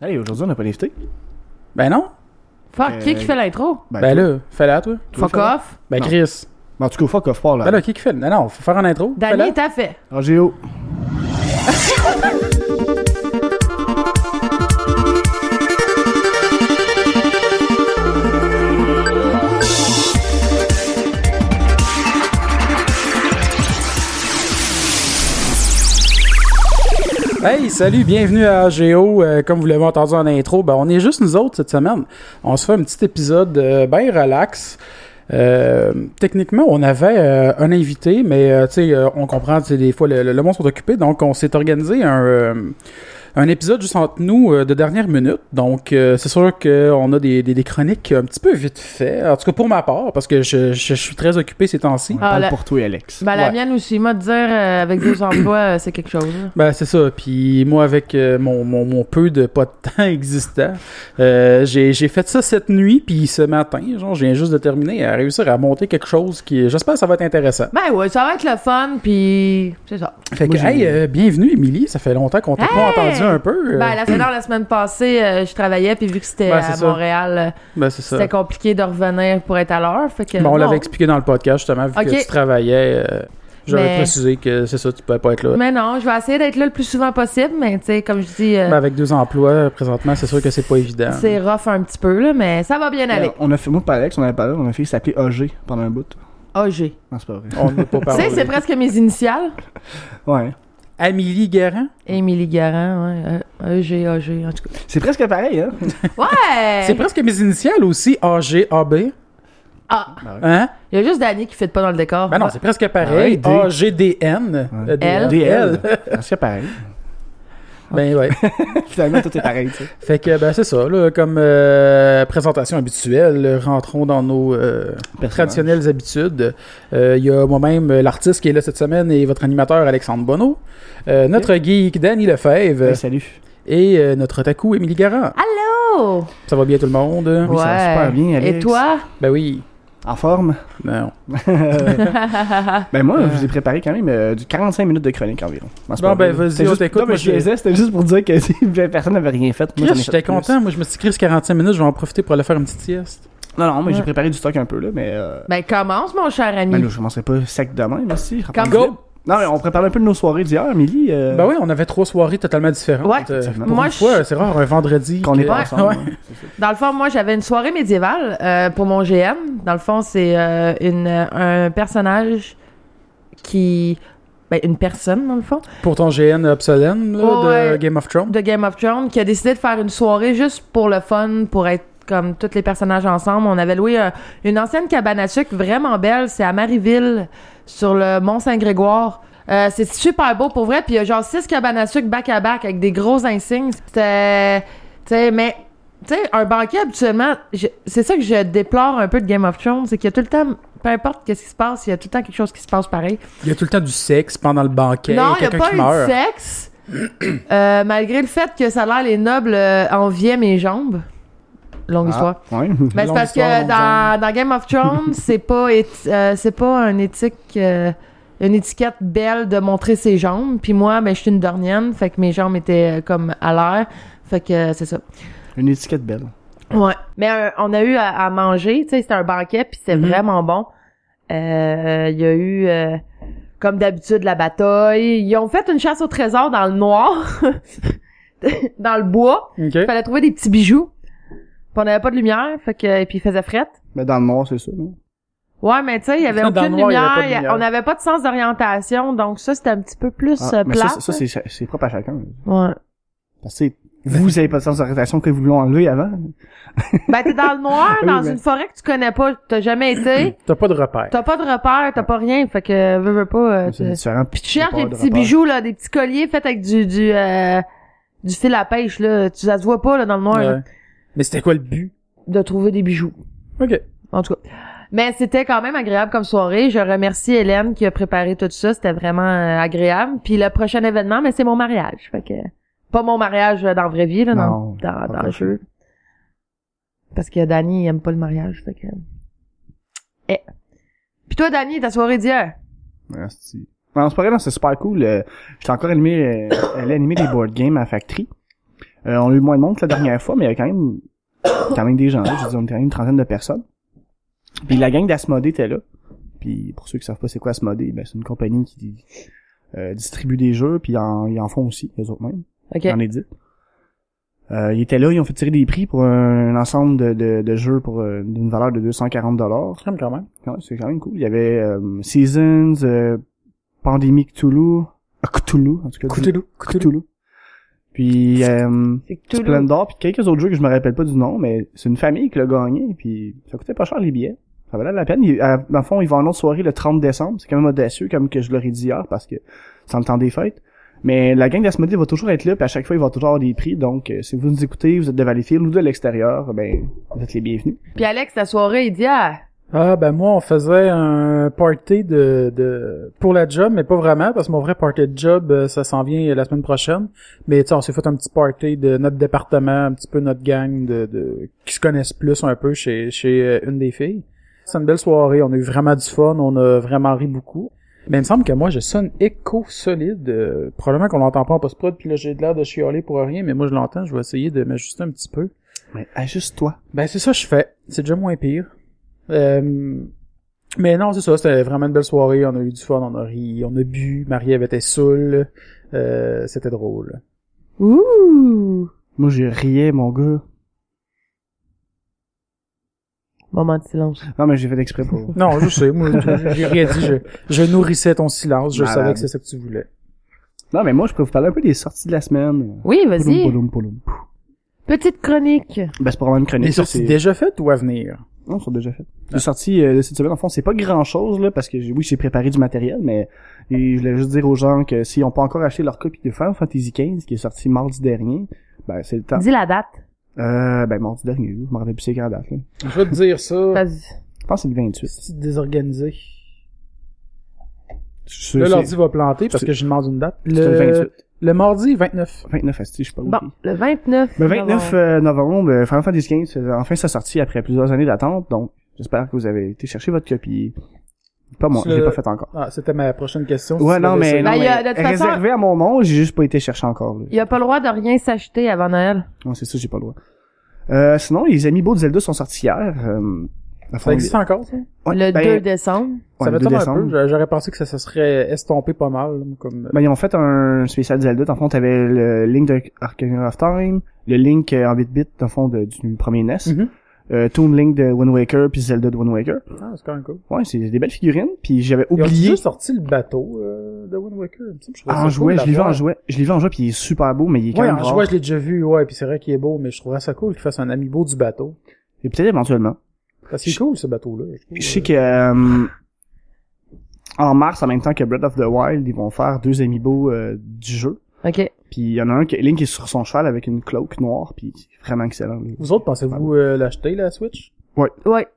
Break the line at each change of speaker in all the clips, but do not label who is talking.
Allez, aujourd'hui, on n'a pas lifté.
Ben non.
Fuck, qui
Euh,
qui fait l'intro?
Ben là, fais-la, toi.
toi,
Fuck
fais-la.
off.
Ben
Non.
Chris.
Ben, en tout cas, fuck off, Ah, par là.
Ben là, qui qui fait? Non, non, faut faire un intro.
Danny,
Fais-la.
t'as fait.
RGO.
Hey, salut, bienvenue à AGO. Euh, comme vous l'avez entendu en intro, ben, on est juste nous autres cette semaine. On se fait un petit épisode euh, ben relax. Euh, techniquement, on avait euh, un invité, mais euh, tu sais, euh, on comprend, tu sais, des fois, le, le- le monde sont occupés, donc on s'est organisé un, euh, un épisode juste entre nous euh, de dernière minute. Donc, euh, c'est sûr qu'on a des, des- des chroniques un petit peu vite fait. En tout cas, pour ma part, parce que je, je- je suis très occupé ces temps-ci.
On
Ah,
parle
la-
pour toi, Alex.
Ben, la
Ouais.
mienne aussi, m'a de dire euh, avec deux emplois, euh, c'est quelque chose. là.
Ben, c'est ça. Puis moi, avec euh, mon, mon, mon peu de pas de temps existant, euh, j'ai j'ai fait ça cette nuit, puis ce matin, genre, je viens juste de terminer à réussir à monter quelque chose qui, j'espère, que ça va être intéressant.
Ben ouais, ça va être le fun, puis c'est ça.
Fait que,
Moi, j'ai-
hey, euh, bienvenue, Émilie. Ça fait longtemps qu'on t'a pas
Hey!
entendu un peu. euh,
Ben, la semaine, la semaine passée, euh, je travaillais, puis vu que c'était
Ben, c'est
à
ça.
Montréal, euh,
ben, c'est ça.
c'était compliqué de revenir pour être à l'heure. Fait que,
Bon, on
non.
l'avait expliqué dans le podcast, justement, vu
Ok.
que tu travaillais. euh, J'avais
Mais- Euh.
précisé que c'est ça, tu pouvais pas être là.
Mais non, je vais essayer d'être là le plus souvent possible, mais tu sais, comme je dis, euh,
Ben, avec deux emplois, présentement, c'est sûr que c'est pas évident.
c'est rough un petit peu, là, mais ça va
Ben,
bien aller.
Euh, On a fait, moi, pas Alex, on avait parlé, on a fait s'appeler AG pendant un bout.
ben,
Oh, j'ai.
Non, c'est pas vrai.
On ne peut pas
Tu sais,
parler.
c'est presque mes initiales.
Ouais.
Amélie Guérin?
Émilie Garant, ouais. euh, EG, AG, en tout cas.
C'est presque pareil, hein.
Ouais!
C'est presque mes initiales aussi, AG, AB.
Ah!
Hein?
Il y a juste Danny qui ne fit pas dans le décor.
Ben non, c'est presque pareil.
Ah ouais, D.
AGDN.
Ouais.
Euh, D-
L.
DL.
C'est presque pareil.
Ben ouais.
Finalement, tout est pareil, tu sais.
Fait que ben, c'est ça, là, comme euh, présentation habituelle, rentrons dans nos euh,
Personnage.
traditionnelles habitudes. Euh, Il y a moi-même euh, l'artiste qui est là cette semaine et votre animateur Alexandre Bonneau, euh, notre geek Danny Lefebvre
Hey, salut.
et euh, notre otaku Émilie Garand.
Oh!
Ça va bien tout le monde?
Oui, ça va super bien, Alex.
Et toi?
Ben oui.
En forme?
Non.
Ah.
Ben moi, je vous ai préparé quand même euh, du 45 minutes de chronique environ. c'est
Bon,
pas
ben,
vrai.
vas-y,
C'était
on
juste-
t'écoute,
Non,
moi,
mais je
je-
niaisais, c'était juste pour dire que si personne n'avait rien fait. Moi, j'en ai
Chris,
fait
j'étais
plus.
content. Moi, je me suis dit, Chris, 45 minutes, je vais en profiter pour aller faire une petite sieste.
Non, non, mais j'ai
Ouais.
préparé du stock un peu, là, mais... euh,
Ben commence, mon cher ami.
Ben là, je commencerai pas sec demain, mais si.
Comme-
Go! Non, mais on prépare un peu de nos soirées d'hier, Milly. Euh,
Ben oui, on avait trois soirées totalement différentes.
Ouais.
Euh, pour
Moi,
une
je-
fois, c'est rare un vendredi.
Qu'on
que-
est pas
Ouais.
ensemble.
Ouais.
hein, c'est ça.
Dans le fond, moi, j'avais une soirée médiévale euh, pour mon GM. Dans le fond, c'est euh, une, euh, un personnage qui... Ben, une personne, dans le fond,
Pour ton GN obsolète là,
Ouais.
de Game of Thrones.
de Game of Thrones, qui a décidé de faire une soirée juste pour le fun, pour être comme tous les personnages ensemble. On avait loué euh, une ancienne cabane à sucre vraiment belle. C'est à Marieville, sur le Mont-Saint-Grégoire. Euh, c'est super beau pour vrai. Puis il y a genre six cabanes à sucre back à back avec des gros insignes. C'était. Tu sais, mais. Tu sais, un banquet, habituellement, je- c'est ça que je déplore un peu de Game of Thrones, c'est qu'il y a tout le temps, peu importe qu'est-ce qui se passe, il y a tout le temps quelque chose qui se passe pareil.
Il y a tout le temps du sexe pendant le banquet.
Non, il n'y a
quelqu'un
pas
qui
eu
meurt.
de sexe. Euh, malgré le fait que ça a l'air les nobles euh, enviaient mes jambes. Longue histoire.
Ah, ouais.
Mais c'est
Longue
parce
histoire,
que
longue
dans, dans Game of Thrones, c'est pas éthi- euh, c'est pas un éthique euh, une étiquette belle de montrer ses jambes. Puis moi, ben je suis une dornienne, fait que mes jambes étaient euh, comme à l'air. Fait que euh, c'est ça.
Une étiquette belle.
Ouais. Mais euh, on a eu à, à manger, tu sais, c'était un banquet, puis c'était
Mhm.
vraiment bon. Euh, Il y a eu, euh, comme d'habitude, la bataille. Ils ont fait une chasse au trésor dans le noir, dans le bois. Il
Ok.
fallait trouver des petits bijoux. Puis on n'avait pas de lumière, fait que, et puis il faisait frette.
Mais dans le noir, c'est ça. non?
Ouais, mais tu sais, il y avait
Dans le
aucune
noir, il y avait
lumière,
pas de
il y a-
lumière.
on n'avait pas de sens d'orientation, donc ça, c'était un petit peu plus
Ah,
euh,
mais ça,
plate.
ça, ça, c'est, c'est propre à chacun.
Ouais.
Parce que tu sais, vous avez pas de sens d'orientation que vous l'ont enlevé avant.
Ben, t'es dans le noir,
Oui,
dans
mais-
une forêt que tu connais pas, t'as jamais été,
T'as pas de repère.
t'as pas de repère, t'as pas rien, fait que, veux, veux pas, euh,
C'est
t'es-
différent.
Puis tu cherches
J'ai
des
pas de
petits
rapport.
bijoux, là, des petits colliers faits avec du du, euh, du fil à pêche, là. Tu, ça se voit pas, là, dans le noir,
Ouais.
là,
Mais c'était quoi le but?
de trouver des bijoux.
Ok.
En tout cas. Mais c'était quand même agréable comme soirée. Je remercie Hélène qui a préparé tout ça. C'était vraiment euh, agréable. Puis le prochain événement, mais c'est mon mariage. Fait que... Pas mon mariage euh, dans la vraie vie, là, dans,
Non,
dans,
pas
dans le
vrai.
jeu. Parce que Danny, il aime pas le mariage, fait que... Eh. Puis toi, Danny, ta soirée d'hier?
Merci. Non, c'est pas vrai, non, c'est super cool. Euh, J'étais encore animé, euh, allé animer des board games à Factory. Euh, on a eu moins de monde que la dernière fois, mais il y avait quand même, quand même des gens là. Je veux dire, on était quand même une trentaine de personnes. Puis la gang d'Asmodée était là. Puis pour ceux qui savent pas c'est quoi Asmodée, ben, c'est une compagnie qui euh, distribue des jeux, puis en- ils en font aussi, eux autres même.
OK.
J'en ai dit. Euh, ils étaient là, ils ont fait tirer des prix pour un, ensemble de, de, de jeux pour euh, d'une valeur de 240 dollars.
Crème quand même.
Ouais, c'est quand même cool. Il y avait euh, Seasons, euh, Pandémie Cthulhu, euh, Cthulhu en tout cas.
Cthulhu,
Cthulhu. Puis euh,
C'est que tout le-
Splendor, puis quelques autres jeux que je me rappelle pas du nom, mais c'est une famille qui l'a gagné, puis ça coûtait pas cher les billets. Ça valait la peine. Il, à, dans le fond, ils vont en autre soirée le 30 décembre. C'est quand même audacieux, comme que je l'aurais dit hier, parce que c'est le temps des fêtes. Mais la gang d'Asmodée va toujours être là, puis à chaque fois, il va toujours avoir des prix. Donc, euh, si vous nous écoutez, vous êtes de Valleyfield ou de l'extérieur, ben, vous êtes les bienvenus.
Puis Alex, ta soirée, il dit ah,
Ah, ben moi, on faisait un party de, de pour la job, mais pas vraiment, parce que mon vrai party de job, euh, ça s'en vient euh, la semaine prochaine. Mais tu sais, on s'est fait un petit party de notre département, un petit peu notre gang de, de qui se connaissent plus un peu chez, chez euh, une des filles. C'est une belle soirée, on a eu vraiment du fun, on a vraiment ri beaucoup. Mais il me semble que moi, je sonne écho solide. euh, probablement qu'on l'entend pas en post-prod, puis là, j'ai de l'air de chialer pour rien, mais moi, je l'entends, je vais essayer de m'ajuster un petit peu.
Mais ajuste-toi.
Ben c'est ça que je fais. C'est déjà moins pire. Euh, mais non, c'est ça. C'était vraiment une belle soirée. On a eu du fun, on a ri, on a bu. Marie avait été saoule. Euh, c'était drôle.
ouh,
Moi, je riais, mon gars.
moment de silence.
Non, mais j'ai fait exprès pour...
Non, je sais. Moi, je- j'ai rien dit. Je, je nourrissais ton silence. Je
Malade.
savais que c'est ça que tu voulais.
non, mais moi, je pourrais vous parler un peu des sorties de la semaine.
Oui, vas-y.
Pouloum, pouloum, pouloum.
Petite chronique.
Ben, c'est probablement une chronique.
Les
ça,
sorties Ah.
c'est-
déjà faites ou à venir?
Non, sont déjà faites. Les sorties euh, de cette semaine, en fond, c'est pas grand-chose, là, parce que j'ai- oui, j'ai préparé du matériel, mais et je voulais juste dire aux gens que s'ils n'ont pas encore acheté leur copie de Final Fantasy XV, qui est sorti mardi dernier, ben, c'est le temps.
Dis la date.
Euh, ben, mardi dernier, je me rappelle plus c'est quand la date, là.
Je vais te dire ça.
Vas-y.
Je pense que c'est le 28.
C'est désorganisé.
Je suis sûr
Là,
que
l'ordi
c'est-
va planter parce
c'est-
que je demande une date.
c'est le 28.
le mardi 29.
29, asti, je sais pas où.
Bon, le 29.
Le 29
novembre.
euh, novembre, euh, Final Fantasy XV faisait enfin sa sortie après plusieurs années d'attente, donc j'espère que vous avez été chercher votre copie. Pas moi,
Tu
je l'ai
l'as-
pas fait encore.
Ah, c'était ma prochaine question.
Ouais,
Si
non,
tu l'avais
mais, non,
Ben, il y
mais
a- de toute façon-
réservé à mon monde, j'ai juste pas été chercher encore. Là.
Il a pas le droit de rien s'acheter avant Noël.
Non, c'est ça, j'ai pas le droit. Euh, sinon, les Amiibo de Zelda sont sortis hier. Euh, à fond,
Ça existe encore, ça?
ouais,
le
ben,
2 décembre.
Ça
ouais, le
m'étonne
2
un peu.
décembre.
J'a- J'aurais pensé que ça se serait estompé pas mal. Comme... euh,
Ben, ils ont fait un spécial Zelda. Dans le fond, t'avais le Link de Arcana of Time, le Link euh, en 8-bit, dans le fond, de- du premier NES,
Mm.
Mhm.
euh, Toon Link de Wind Waker, puis Zelda de Wind Waker.
Ah, c'est quand même cool.
Ouais, c'est des belles figurines. Puis j'avais
Ils ont
oublié...
juste sorti le bateau euh, de Wind Waker. Il me semble que je trouvais ça
En
cool
jouet,
de
je l'ai vu en
l'avoir.
jouet. Je l'ai vu en jouet, puis il est super beau, mais il est quand
Ouais,
même
en
rare.
jouet, je l'ai déjà vu, ouais, puis c'est vrai qu'il est beau, mais je trouverais ça cool qu'il fasse un amiibo du bateau.
Et peut-être éventuellement.
Parce que c'est cool, ce bateau-là. trouve.
Je sais que euh, en mars, en même temps que Breath of the Wild, ils vont faire deux amiibo euh, du jeu.
OK.
Puis il y en a un que Link est sur son cheval avec une cloque noire, puis c'est vraiment excellent.
Vous autres, pensez-vous euh, l'acheter, la Switch?
Ouais.
Moi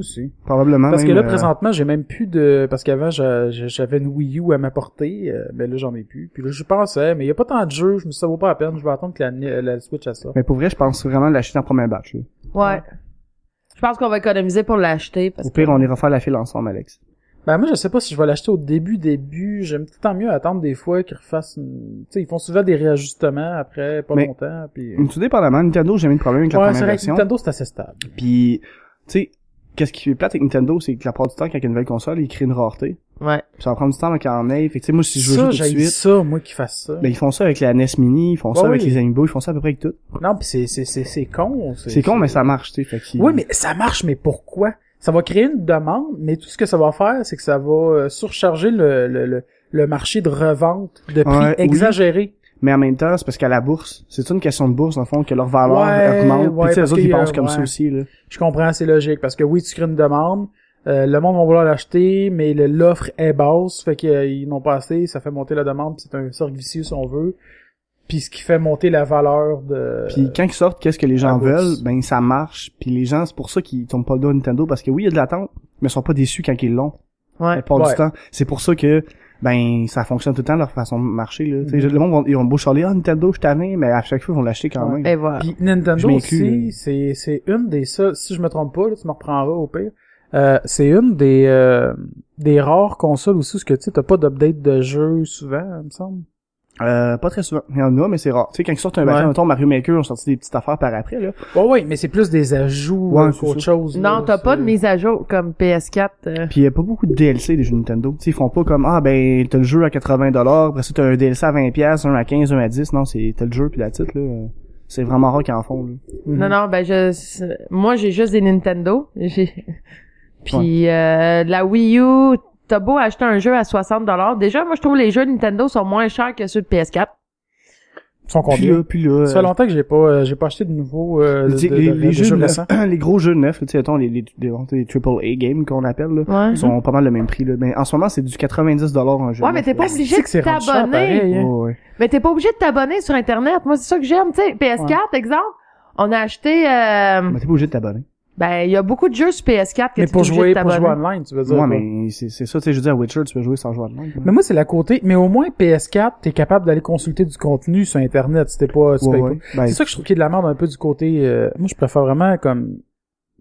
aussi.
Probablement.
Parce que
même,
là,
euh,
présentement, j'ai même plus de... Parce qu'avant, j'a- j'a- j'avais une Wii U à ma portée, euh, mais là, j'en ai plus. Puis là, je pensais, mais il y a pas tant de jeux, je me suis dit, ça vaut pas la peine, je vais attendre que la, la Switch à ça.
Mais pour vrai, je pense vraiment l'acheter en premier batch. là.
Ouais. Je pense qu'on va économiser pour l'acheter. parce
Au pire,
que-
on ira faire la file ensemble, Alex.
Ben moi je sais pas si je vais l'acheter au début début, j'aime tant mieux attendre des fois qu'ils refassent une... tu sais ils font souvent des réajustements après pas
Mais-
longtemps puis
Mais Tout dépendamment, Nintendo, j'ai jamais eu de problème avec la
Ouais, c'est
première
vrai que
version.
Nintendo c'est assez stable.
Puis, tu sais, qu'est-ce qui est plate avec Nintendo, c'est que la plupart du temps, quand il y a une nouvelle console, ils créent une rareté.
Ouais.
Puis ça va prendre du temps qu'il en ait. Fait que, tu sais, moi, si je veux
ça,
jouer tout de
j'haïs
suite...
ça moi qui fasse ça.
Ben, ils font ça avec la NES Mini, ils font ça
Ouais,
avec
oui.
les Amiibo, ils font ça à peu près avec tout.
Non, puis c'est c'est c'est Ben, c'est con,
C'est con, mais ça marche, tu sais. fait qu'il-
Oui, mais ça marche mais pourquoi Ça va créer une demande, mais tout ce que ça va faire c'est que ça va euh, surcharger le le, le le marché de revente de prix
Ouais, oui.
exagéré.
Mais en même temps, c'est parce qu'à la bourse, c'est une question de bourse, dans le fond, que leur valeur
Ouais,
augmente.
ouais,
Puis, tu sais,
parce
eux autres, ils
que,
pensent
euh,
comme ça
ouais.
aussi, là.
Je comprends, c'est logique parce que oui, tu crées une demande, euh, le monde va vouloir l'acheter, mais le- l'offre est basse, fait qu'ils n'ont pas assez, ça fait monter la demande, puis c'est un cercle vicieux si on veut. Puis ce qui fait monter la valeur de
Puis, quand ils sortent, qu'est-ce que les gens
la bourse.
veulent? Ben, ça marche. Puis, les gens, c'est pour ça qu'ils tombent pas le dos à Nintendo, parce que oui, il y a de l'attente, mais ils sont pas déçus quand ils l'ont. La
Ouais.
plupart
Ouais.
du temps. C'est pour ça que, ben, ça fonctionne tout le temps, leur façon de marcher, là. Tu sais,
Mhm.
le monde, vont- ils ont beau charler, ah, Nintendo, je t'en ai, mais à chaque fois, ils vont l'acheter quand
Ouais.
même.
Et voilà.
Puis
Je
Nintendo
m'inclus, là.
aussi, c'est c'est une des seules, si je me trompe pas, là, tu me reprendras au pire. Euh, c'est une des euh, des rares consoles aussi où ce que tu sais, t'as pas d'update de jeu souvent, il me semble.
Euh, pas très souvent. Il y en a, mais c'est rare. Tu sais, quand ils sortent un
Ouais.
bâton, mettons, Mario Maker ont sorti des petites affaires par après, là.
Ouais, ouais, mais c'est plus des ajouts
Ouais,
euh,
c'est
qu'autre
ça.
chose.
Non,
là,
t'as pas
c'est-
euh,
de mise à jour comme PS4. euh.
Puis il y a pas beaucoup de DLC des jeux Nintendo. Tu sais, ils font pas comme, ah, ben, t'as le jeu à 80 dollars, après ça, t'as un DLC à 20 pièces, un à 15, un à 10. Non, c'est, t'as le jeu puis la titre, là. euh, C'est vraiment rare qu'ils en font, là.
Mhm.
Non, non, ben je, c'est- moi j'ai juste des Nintendo. J'ai- Puis euh, la Wii U, t'as beau acheter un jeu à 60$. Déjà, moi je trouve les jeux Nintendo sont moins chers que ceux de PS4.
Ils sont
Puis
combien?
là, puis là.
Ça fait
euh,
longtemps que j'ai pas, euh, j'ai pas acheté de nouveaux euh, de-
tu sais,
de-
les,
de-
les
de
jeux
jeux
neufs,
récents.
euh, les gros jeux neufs, tu sais, attends, les, les, les, les AAA games qu'on appelle, là,
Mhm.
Ouais.
sont pas mal le même prix, là. Mais en ce moment, c'est du 90 dollars un jeu.
Ouais, mais t'es pas
Ah,
obligé
c'est que
de
c'est rendu cher,
t'abonner.
pareil, hein.
Ouais, ouais.
Mais t'es pas obligé de t'abonner sur Internet. Moi, c'est ça que j'aime. Tu sais, PS4, exemple, on a acheté... euh,
Mais t'es pas obligé de t'abonner.
ben, il y a beaucoup de jeux sur PS4 que
Mais
t'es
pour
obligé
jouer,
de
pour jouer
t'abonner.
online, tu veux dire.
Ouais,
toi.
mais c'est, c'est ça, tu sais, je veux dire, Witcher, tu peux jouer sans jouer à l'online.
Mais moi, c'est la côté. Mais au moins, PS4, t'es capable d'aller consulter du contenu sur Internet. C'était pas, tu payes pas.
Ben,
C'est ça que je trouve qu'il y a de la merde un peu du côté. euh, moi, je préfère vraiment comme.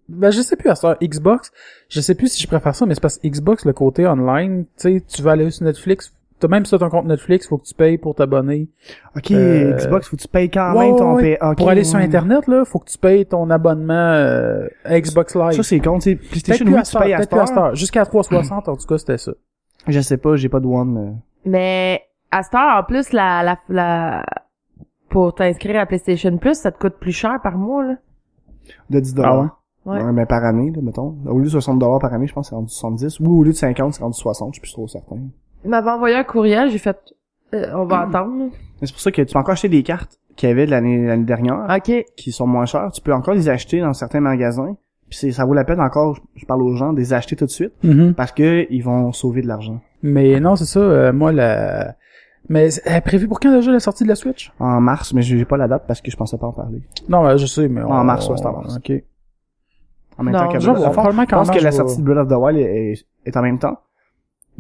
Ben, je sais plus à ça. Xbox, je sais plus si je préfère ça, mais c'est parce que Xbox, le côté online, tu sais, tu vas aller sur Netflix. T'as même ça ton compte Netflix, faut que tu payes pour t'abonner.
Ok,
Euh,
Xbox, faut que tu payes quand
ouais,
même ton
ouais,
pa- ok,
pour aller sur
ouais.
Internet, là, faut que tu payes ton abonnement euh, à Xbox Live.
Ça, c'est con, tu sais.
Peut-être
PlayStation,
plus
oui,
à
tu
Star,
payes à
peut-être plus à
Star.
Star. Jusqu'à 360, en tout cas, c'était ça.
Je sais pas, j'ai pas de One. euh.
Mais à cette heure, en plus, la, la, la... pour t'inscrire à PlayStation Plus, ça te coûte plus cher par mois. Là.
De 10
Ah
dollars.
ouais? Ouais.
mais par année, là, mettons. Au lieu de 60 dollars par année, je pense que c'est rendu 70. Ou au lieu de 50, c'est rendu 60, je suis plus trop certain.
Il m'avait envoyé un courriel, j'ai fait euh, on va attendre.
Mais c'est pour ça que tu peux encore acheter des cartes qu'il y avait de l'année, l'année dernière.
Ah.
OK.
qui sont moins chers, tu peux encore les acheter dans certains magasins. Puis c'est- ça vaut la peine encore, je parle aux gens, de les acheter tout de suite parce que ils vont sauver de l'argent.
Mais non, c'est ça, euh, moi, la... Mais c'est- elle est prévue pour quand déjà la sortie de la Switch?
En mars, mais j'ai pas la date parce que je pensais pas en parler.
Non, ben, je sais, mais...
En mars, ouais, c'est en mars.
OK.
En même
Non,
temps que
Genre,
Breath of the Wild.
probablement
Je
qu'en
pense
mars,
que la
je
sortie
vais-
de Breath of the Wild est, est- est en même temps.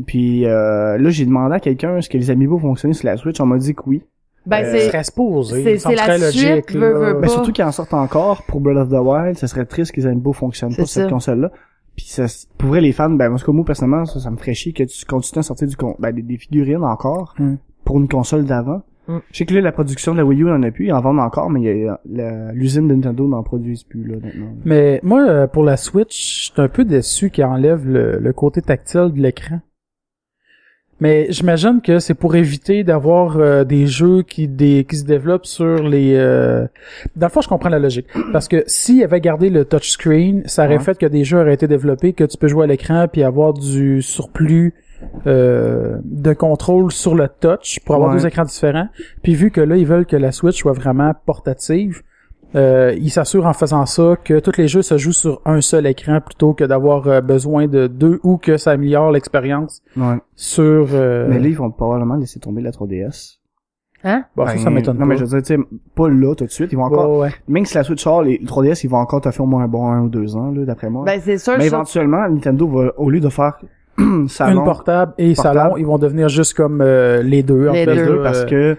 Puis euh, là, j'ai demandé à quelqu'un est-ce que les amiibo fonctionnaient sur la Switch. On m'a dit que oui.
Ben
Euh,
c'est
serait supposé,
c'est-
il me semble
c'est la
très
suite,
logique,
veux,
là.
veux
Mais
Pas.
Ben, surtout qu'ils en sortent encore pour Breath of the Wild, ce serait triste que les amiibo fonctionnent pas
C'est
sur cette
ça.
console-là. Puis ça, pour vrai, les fans, ben moi, en tout cas, moi personnellement, ça, ça me ferait chier que tu continues à sortir du con, ben, des, des figurines encore
Hmm.
Mm.
pour une console d'avant.
Mm.
Je sais que là, la production de la Wii U en a plus, ils en vendent encore, mais il y a- la- l'usine de Nintendo n'en produise plus là maintenant.
Mais moi, euh, pour la Switch, je suis un peu déçu qu'elle enlève le, le côté tactile de l'écran. Mais j'imagine que c'est pour éviter d'avoir euh, des jeux qui, des, qui se développent sur les... euh, Dans le fond, je comprends la logique. Parce que s'il avait gardé le touchscreen, ça aurait
Ouais.
fait que des jeux auraient été développés, que tu peux jouer à l'écran puis avoir du surplus euh, de contrôle sur le touch pour avoir
Ouais.
deux écrans différents. Puis vu que là, ils veulent que la Switch soit vraiment portative, euh, ils s'assurent en faisant ça que tous les jeux se jouent sur un seul écran plutôt que d'avoir euh, besoin de deux ou que ça améliore l'expérience
Ouais.
sur... euh,
Mais là, ils vont probablement laisser tomber la 3DS.
hein
bon, bah, ça, ça
Ben,
m'étonne
Non,
pas.
mais je veux dire, tu sais, pas là tout de suite. Ils vont encore,
Ouais, ouais.
même si la Switch sort, les 3DS, ils vont encore te faire au moins un bon un ou deux ans là, d'après moi.
Ben c'est sûr
mais
ça-
éventuellement, Nintendo va, au lieu de faire
Une
salon,
portable et
Portable.
salon, ils vont devenir juste comme euh, les deux. en
Les
fait,
les
deux,
ben, deux
là,
parce
euh,
que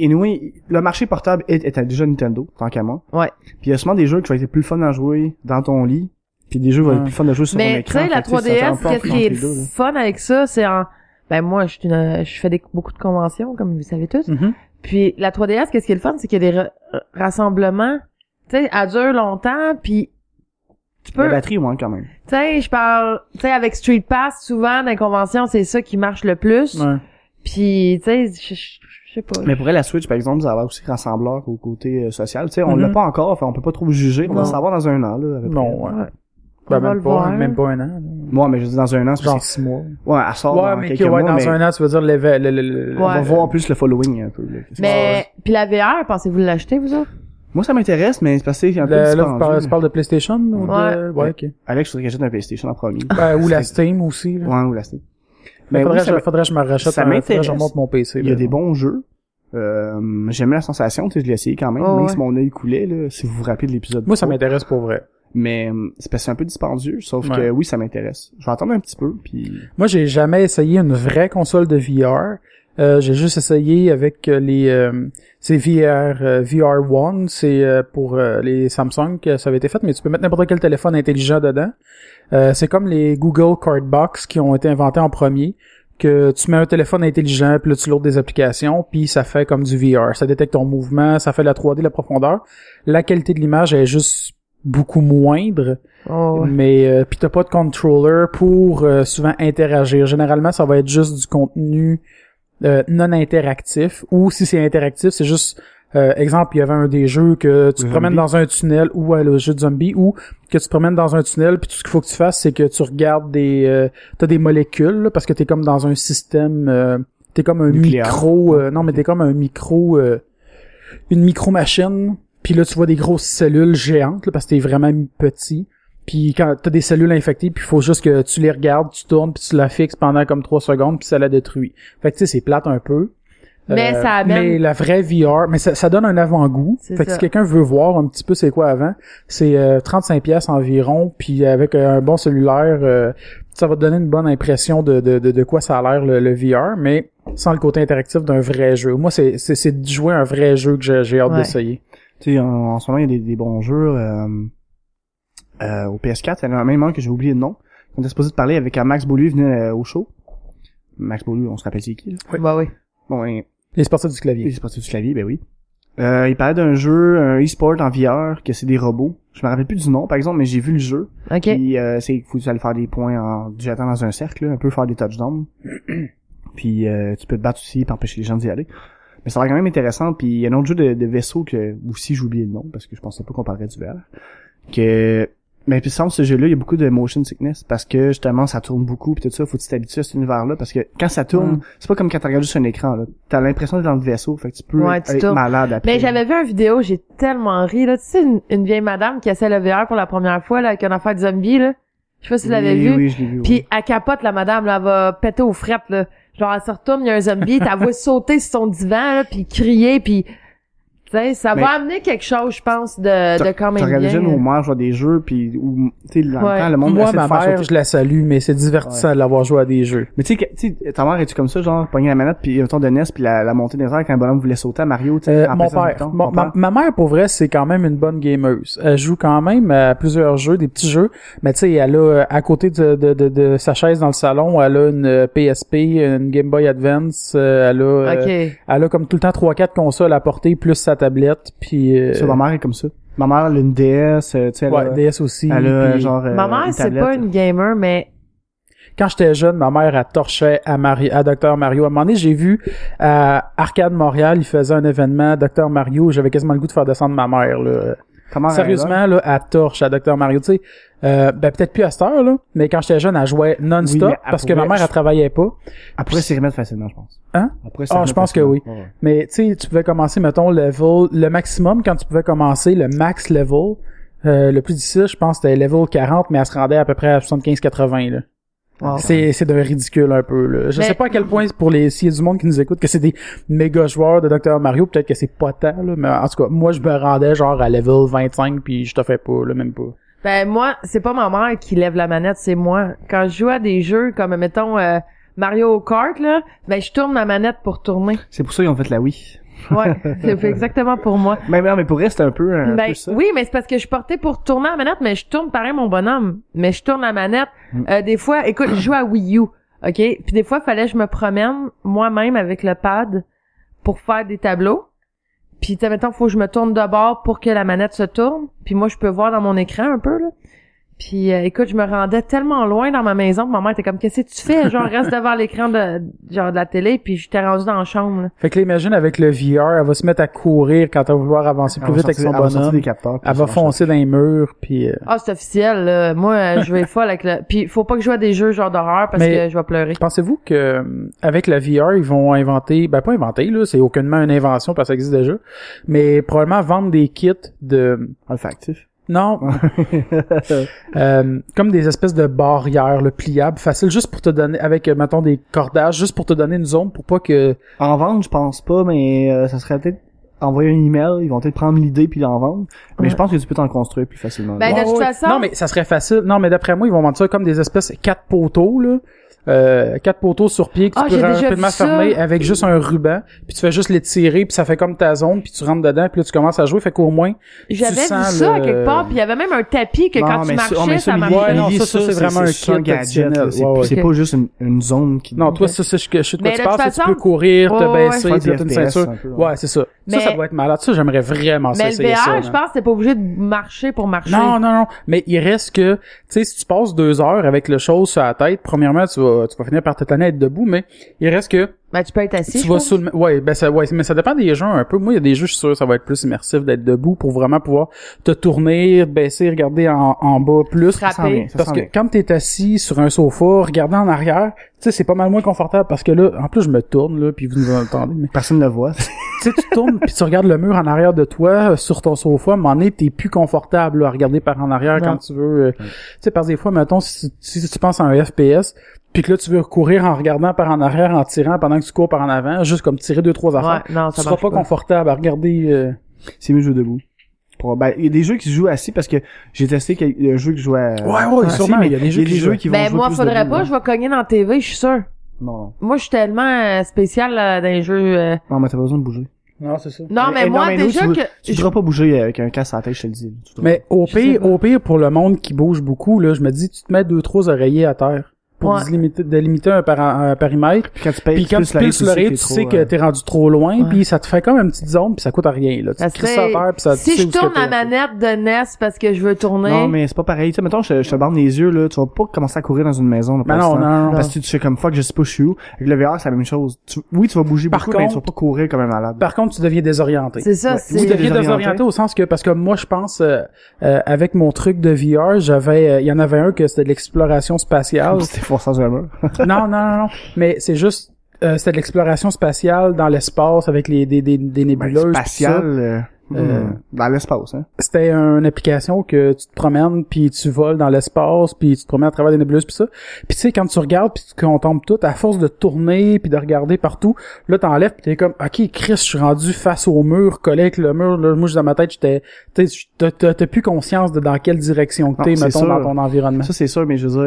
anyway, le marché portable est, est déjà Nintendo tant qu'à moi.
Ouais.
Puis il y a sûrement des jeux qui vont être plus fun à jouer dans ton lit, puis des jeux qui vont
Ouais.
être plus fun à jouer sur ton
Mais tu
écran.
sais la
Fait que, ça fait un
3DS
peu en
qu'est-ce
entre
qui est
les deux, là.
le fun avec ça, c'est en ben moi je suis une- je fais des, beaucoup de conventions comme vous savez
Hmm.
tous.
mhm.
Puis la 3DS, qu'est-ce qui est le fun, c'est qu'il y a des ra- rassemblements, tu sais, elle dure longtemps, puis tu
La
peux, tu
batterie, ouais, quand même.
sais, je parle, tu sais, avec Street Pass, souvent, dans les conventions, c'est ça qui marche le plus.
Ouais.
Puis, tu sais, je- je je sais pas.
Mais pour elle, la Switch, par exemple, ça a l'air aussi rassembleur au côté euh, social. Tu sais, on
Mhm.
l'a pas encore, enfin, on peut pas trop juger. On va
Non.
le savoir dans un an, là. à peu près.
Non, ouais.
Ouais.
Ben,
On va
même,
le
pas,
voir.
même pas un an. là.
Moi, mais je dis dans un an, c'est
Genre
parce
six mois.
que- ouais, elle sort
Ouais,
dans
mais
quelques
que, ouais,
mois,
dans
mais
un an, tu veux dire l'éve- le, le, le-
on va
Ouais.
voir plus le following un peu. là. Qu'est-ce que
Mais, puis la VR, pensez-vous l'acheter, vous autres?
c'est? Moi, ça m'intéresse, mais c'est parce que c'est un peu
le- là,
dispendieux.
tu parles, tu parles de PlayStation ou de...
Ouais.
Ouais, ok.
Alex, je voudrais que j'achète un PlayStation en premier.
Ben, ou la Steam aussi. Là.
Ouais, ou la Steam.
Mais
Mais oui,
faudrait,
ça
que-
m'a-
faudrait que je me rachète
ça
un- faudrait que
m'intéresse.
je remonte mon PC.
il y a
là.
des bons jeux. Euh, J'aimais la sensation, tu sais, je l'ai essayé quand même,
Oh,
même
ouais.
si mon œil coulait, là, si vous vous rappelez de l'épisode.
Moi, ça
trois.
m'intéresse pour vrai.
Mais euh, c'est parce que c'est un peu dispendieux, sauf
Ouais.
que oui, ça m'intéresse. Je vais attendre un petit peu, puis...
Moi, j'ai jamais essayé une vraie console de VR. Euh, j'ai juste essayé avec euh, les euh, c'est VR euh, VR One, c'est euh, pour euh, les Samsung que ça avait été fait, mais tu peux mettre n'importe quel téléphone intelligent dedans. Euh, c'est comme les Google Cardbox qui ont été inventés en premier, que tu mets un téléphone intelligent, puis là, tu lourdes des applications, puis ça fait comme du VR. Ça détecte ton mouvement, ça fait de la 3D, de la profondeur. La qualité de l'image est juste beaucoup moindre,
Oh, ouais.
mais euh, puis t'as pas de controller pour euh, souvent interagir. Généralement, ça va être juste du contenu euh, non interactif, ou si c'est interactif, c'est juste... euh, exemple, il y avait un des jeux que tu te
Le
promènes
zombie.
dans un tunnel, ou ouais, le jeu de zombie, ou que tu te promènes dans un tunnel, puis tout ce qu'il faut que tu fasses, c'est que tu regardes des... euh, t'as des molécules, là, parce que t'es comme dans un système... euh, t'es comme un
Nucléaire.
micro... euh, non, mais t'es comme un micro... euh, une micro-machine, puis là, tu vois des grosses cellules géantes, là, parce que t'es vraiment petit. Puis quand t'as des cellules infectées, puis il faut juste que tu les regardes, tu tournes, puis tu la fixes pendant comme trois secondes, puis ça la détruit. Fait que tu sais, c'est plate un peu. Euh,
Mais ça amène-
Mais la vraie VR, mais ça, ça donne un avant-goût.
C'est
Fait que
ça.
si quelqu'un veut voir un petit peu c'est quoi avant, c'est euh, 35 pièces environ, puis avec euh, un bon cellulaire, euh, ça va te donner une bonne impression de, de, de, de quoi ça a l'air le, le VR, mais sans le côté interactif d'un vrai jeu. Moi, c'est, c'est, c'est de jouer un vrai jeu que j'ai, j'ai hâte
Ouais.
d'essayer.
Tu sais, en, en ce moment, il y a des, des bons jeux euh, euh, au PS4. Il y en a même un que j'ai oublié le nom. On était supposé de parler avec un Max Beaulieu, il venait euh, au show. Max Beaulieu, on se rappelle c'est qui, là?
Bah oui.
Bon, ben,
Les sportifs du clavier.
il s'est passé du clavier, ben oui. Euh, il parlait d'un jeu, un e-sport en VR, que c'est des robots. Je me rappelle plus du nom, par exemple, mais j'ai vu le jeu.
OK.
Puis euh, c'est faut aller faire des points en du jetant dans un cercle, là, un peu faire des touchdowns. puis euh, tu peux te battre aussi pour empêcher les gens d'y aller. Mais ça a l'air quand même intéressant. Puis il y a un autre jeu de, de vaisseau que aussi j'ai oublié le nom parce que je pensais pas qu'on parlerait du verre. Que mais puis semble ce jeu-là, il y a beaucoup de motion sickness parce que justement ça tourne beaucoup puis tout ça, faut que tu t'habitues à cet univers-là parce que quand ça tourne,
Mm.
c'est pas comme quand tu regardes juste un écran là, t'as l'impression d'être dans le vaisseau, fait que tu peux
Ouais, tu
être
tournes.
malade après.
Mais j'avais vu une vidéo, j'ai tellement ri, là. Tu sais, une, une vieille madame qui essaie le VR pour la première fois, là, avec un affaire de zombie, là. Je sais pas si tu l'avais
Oui,
vu.
Oui, je l'ai vu. ouais.
Puis elle capote, la madame, là, elle va péter aux frettes, là. Genre, elle se retourne, il y a un zombie, t'as voix sauter sur son divan, là, puis crier, puis... Tu sais, ça
Mais-
va amener quelque chose, je pense, de, de quand
T'as
même
regardé
bien.
jeune au
hein.
moins, je vois des jeux, puis où, tu sais, dans le
Ouais.
temps, le monde
Moi,
essaie de
ma
faire
mère,
sauter-
je la salue, mais c'est divertissant de l'avoir joué à des jeux.
Mais tu sais, que- tu sais, ta mère, es-tu comme ça, genre, pogner la manette, puis un tour de NES, puis la, la montée des airs quand un bonhomme voulait sauter à Mario, tu sais,
Euh,
en
mon
pressant le
père.
bouton?
Mon-
Ton
ma,
père?
ma mère, pour vrai, c'est quand même une bonne gameuse. Elle joue quand même à plusieurs jeux, des petits jeux. Mais tu sais, elle a, euh, à côté de, de, de, de sa chaise dans le salon, elle a une euh, PSP, une Game Boy Advance. euh, Elle a, euh,
OK.
elle a comme tout le temps trois quatre consoles à porter, plus sa tablette, puis... euh,
Ça, ma mère est comme ça. Ma mère, elle a une DS, euh, tu sais, elle,
ouais,
a-
DS aussi.
elle a,
puis-
genre, euh,
Ma mère,
une
c'est
tablette.
pas une gamer, mais...
quand j'étais jeune, ma mère elle torchait à Mario, à Docteur Mario. À un moment donné, j'ai vu à Arcade Montréal, ils faisaient un événement Docteur Mario. J'avais quasiment le goût de faire descendre ma mère. Là.
Comment elle est là?
Sérieusement, là, à torche à Docteur Mario. Tu sais, euh, ben peut-être plus à cette heure, là, mais quand j'étais jeune, elle jouait non-stop
Oui, mais elle
parce que ma
pouvait-
mère elle travaillait pas.
Elle pourrait s'y remettre facilement, je pense.
Hein?
Elle pourrait s'y
Ah,
remettre
je pense que
facilement. Ouais, ouais.
Mais tu sais, tu pouvais commencer, mettons, level. Le maximum quand tu pouvais commencer, le max level. euh, le plus difficile, je pense, c'était level 40, mais elle se rendait à peu près à 75-80. là.
Wow.
euh,
C'est c'est d'un ridicule un peu. Là. Je
Mais-
sais pas à quel point pour les s'il y a du monde qui nous écoute que c'est des méga joueurs de Dr Mario, peut-être que c'est pas tant là, mais en tout cas, moi je me rendais genre à level 25 puis je te fais pas là même pas.
Ben moi, c'est pas ma mère qui lève la manette, c'est moi. Quand je joue à des jeux comme mettons euh, Mario Kart là, ben je tourne ma manette pour tourner.
C'est pour ça qu'ils ont fait la Wii.
Ouais, c'est fait exactement pour moi.
Mais non, mais pour rester un peu, un
Ben
peu ça.
oui, mais c'est parce que je portais pour tourner la manette, mais je tourne pareil mon bonhomme, mais je tourne la manette.
Mm.
Euh, des fois, écoute, je joue à Wii U, ok, puis des fois fallait que je me promène moi-même avec le pad pour faire des tableaux. Puis t'as mettons faut que je me tourne de bord pour que la manette se tourne, puis moi je peux voir dans mon écran un peu là. Puis euh, écoute, je me rendais tellement loin dans ma maison, que maman était comme qu'est-ce que tu fais Genre reste devant l'écran de genre de la télé, puis j'étais rendue dans la chambre. là.
Fait que là, imagine avec le VR, elle va se mettre à courir quand elle va vouloir avancer
Elle
plus
va
vite avec
sortir-
son
elle va sortir
bonhomme.
des capteurs, puis
Elle va
ça marche.
foncer dans les murs puis euh,
Ah, c'est officiel, là. Moi, euh, je vais folle avec le... Puis, faut pas que je joue à des jeux genre d'horreur parce
Mais-
que je vais pleurer.
Pensez-vous que euh, avec la VR, ils vont inventer, ben pas inventer là, c'est aucunement une invention parce que ça existe déjà, mais probablement vendre des kits de
Olfactif.
non, Euh, comme des espèces de barrières le pliables faciles juste pour te donner avec euh, mettons des cordages juste pour te donner une zone pour pas que
En vente, je pense pas, mais euh, ça serait peut-être envoyer un email, ils vont peut-être prendre l'idée puis l'en vendre. Mais
Ouais.
je pense que tu peux t'en construire plus facilement.
Ben,
Ouais.
de toute façon-
Non, mais ça serait facile. Non, mais d'après moi, ils vont vendre ça comme des espèces quatre poteaux, là. Euh, quatre poteaux sur pied que
Ah,
tu
j'ai
peux
déjà vu
rapidement
ça.
fermer avec juste un ruban, puis tu fais juste les tirer, puis ça fait comme ta zone, puis tu rentres dedans, puis là tu commences à jouer, fait qu'au moins
J'avais vu
sens
ça
le-
quelque part, puis il y avait même un tapis que
Non,
quand tu
mais ça-
marchais,
oh, mais
ça
Lily-
marchait.
Ouais, non,
Lily,
ça, ça, c'est vraiment un
c'est un
kit
gadget. là.
additionnel.
C'est
Ouais, ouais.
c'est pas juste une, une zone qui.
Non, toi, ça, ça, je, je sais de quoi
Mais
tu parles.
de toute
c'est que Tu
façon-
peux courir,
Ouais,
te
ouais.
baisser,
Faire
tu as
du
une
FPS
ceinture.
un peu, ouais.
ouais, c'est ça.
Mais-
Ça, ça doit être malade. Ça, j'aimerais vraiment ça
Mais le
essayer ça.
VR,
man.
je pense que t'es pas obligé de marcher pour marcher.
Non, non, non. Mais il reste que, tu sais, si tu passes deux heures avec le chose sur la tête, premièrement, tu vas, tu vas finir par te tanner à être debout, mais il reste que
Ben, tu peux être assis.
tu
je
vas
pense.
sous le... Ouais, ben ça, ouais, mais ça dépend des jeux un peu. Moi, il y a des jeux, je suis sûr, ça va être plus immersif d'être debout pour vraiment pouvoir te tourner, baisser, regarder en, en bas plus.
Frappe.
Ça sent bien, ça
Parce
sent
que
bien.
quand t'es assis sur un sofa, regardant en arrière, tu sais, c'est pas mal moins confortable parce que là, en plus, je me tourne, là, puis vous nous entendez, mais
Personne ne le voit.
tu sais, tu tournes puis tu regardes le mur en arrière de toi euh, sur ton sofa, à un moment donné, t'es plus confortable là, à regarder par en arrière
Non.
quand tu veux. euh, Tu sais, parce que des fois, mettons, si, tu- si tu penses à un FPS, puis que là, tu veux courir en regardant par en arrière, en tirant pendant que tu cours par en avant, juste comme tirer deux, trois affaires,
Ouais, non,
tu
ça
seras
marche
pas,
pas.
confortable à regarder... euh,
C'est mieux de jouer debout. Pour- ben, il y a des jeux qui se jouent assis parce que j'ai testé quel- le jeu que je jouais à-
Ouais, ouais,
assis,
sûrement,
mais
il y a des jeux qui jouent.
qui vont
Ben,
jouer
moi,
plus
faudrait
debout,
pas,
hein.
je vais cogner dans la TV, je suis sûr.
Non, non.
Moi, je suis tellement euh, spécial euh, dans les jeux. euh.
Non, mais t'as pas besoin de bouger.
Non, c'est ça.
Non,
Mais-
mais,
eh, non,
moi,
mais nous,
déjà
tu veux-
que.
Tu voudras pas bouger euh, avec un casque à la tête, je te le dis. Tu voudras-
Mais au
Je sais
pire,
pas.
au pire, pour le monde qui bouge beaucoup, là, je me dis, tu te mets deux, trois oreillers à terre pour
Ouais.
délimiter, délimiter un, para- un parimètre.
Puis quand tu payes,
Puis quand
peux
tu piles sur l'oreille, tu sais
euh,
que t'es rendu trop loin,
Ouais.
puis ça te fait comme une petite zone, puis ça coûte rien. Là. Tu
Parce
te crisses ça à
que
terre, puis ça tu
si
sais
je
où ce que
tourne la
t'es.
manette de NES parce que je veux tourner.
Non, mais c'est pas pareil. Tu sais, mettons, je, je te bande les yeux, là. Tu vas pas commencer à courir dans une maison. là,
Ben
pour
non,
l'instant.
non, non.
Parce que tu sais comme fuck, je sais pas, je suis où. Avec le VR, c'est la même chose. Tu- oui, tu vas bouger
Par
beaucoup, mais tu vas
contre-
pas courir comme un malade.
Par contre, tu deviens désorienté.
C'est ça,
Ouais.
Tu
Oui,
c'est.
t'as-
deviens
désorienté.
désorienté au sens que, parce que moi, je pense, euh, euh, avec mon truc de VR, j'avais, euh, il y en avait un que c'était de l'exploration spatiale.
C'était fort sans jamais.
non, non, non, non. Mais c'est juste, euh, c'était de l'exploration spatiale dans l'espace avec les, des, des, des nébuleuses. puis ça.
Ben, spatial. euh,
Euh,
hmm, Dans l'espace, hein.
c'était une application que tu te promènes puis tu voles dans l'espace puis tu te promènes à travers des nébuleuses puis ça puis tu sais quand tu regardes puis qu'on tombe tout à force de tourner puis de regarder partout là t'enlèves puis t'es comme ok Chris je suis rendu face au mur collé avec le mur là, moi je- dans ma tête j'étais t'sais, je- t'as- t'as t'as plus conscience de dans quelle direction que
Non,
t'es
c'est
mettons
sûr.
dans ton environnement
Ça, c'est sûr, mais je veux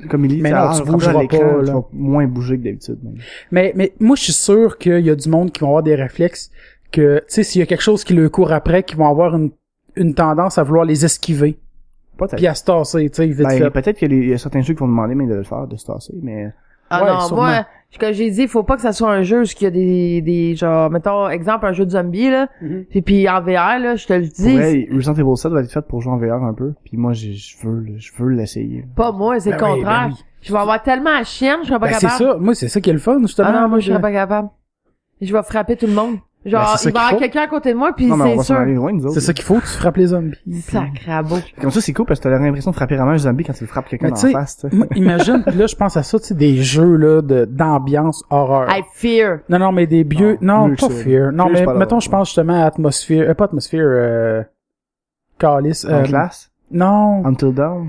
dire, comme il dit,
Mais
ça
non,
a
tu
l'air, quand
bougeras
à l'écran,
pas,
Tu
là.
vas moins bouger que d'habitude, même.
mais mais moi je suis sûr qu'il y a du monde qui vont avoir des réflexes que tu sais s'il y a quelque chose qui le court après qui vont avoir une une tendance à vouloir les esquiver
Peut-être.
puis à se tasser tu sais vite
Ben,
fait
peut-être qu'il y a des- il y, a certains jeux qui vont demander, mais de le faire, de se tasser, mais
Ah
Ouais,
non,
sûrement.
moi, ce que j'ai dit, faut pas que ça soit un jeu où il y a des, des, genre, mettons, exemple, un jeu de zombie, là.
Mhm.
Puis, puis en VR, là, je te le dis.
ouais, Resident Evil 7 va être fait pour jouer en VR un peu, puis moi, j'ai- je veux, le- je veux l'essayer.
c'est Pas moi, c'est le
Ben oui,
contraire.
ben oui.
Je vais avoir tellement à chienne, je serai pas
Ben, c'est
capable.
ça. Moi, c'est ça qui est le fun, justement.
Ah non, moi, je
Là,
serais pas capable. Je vais frapper tout le monde. Genre,
Ben, c'est ça qu'il
il va y
faut.
avoir quelqu'un à côté de moi, puis
non, mais on
c'est
va s'en
sûr.
aller loin, nous autres.
C'est ça qu'il faut, tu frappes les zombies.
Sacrabo.
Comme ça, c'est cool, parce que t'as l'impression de frapper vraiment un zombie quand tu le frappes quelqu'un
Mais
en
tu sais-
face, tu sais.
Moi, Imagine, puis là, je pense à ça, tu sais, des jeux, là, de- d'ambiance horreur.
I fear.
Non, non, mais des bieux,
Non,
non,
mieux que
pas
ça.
Fear. Non,
Fear, c'est
mais
pas là-bas,
mettons, je
ouais.
pense justement à Atmosphere, euh, pas Atmosphere, euh, Calice,
En
euh,
classe,
non,
Until Dawn.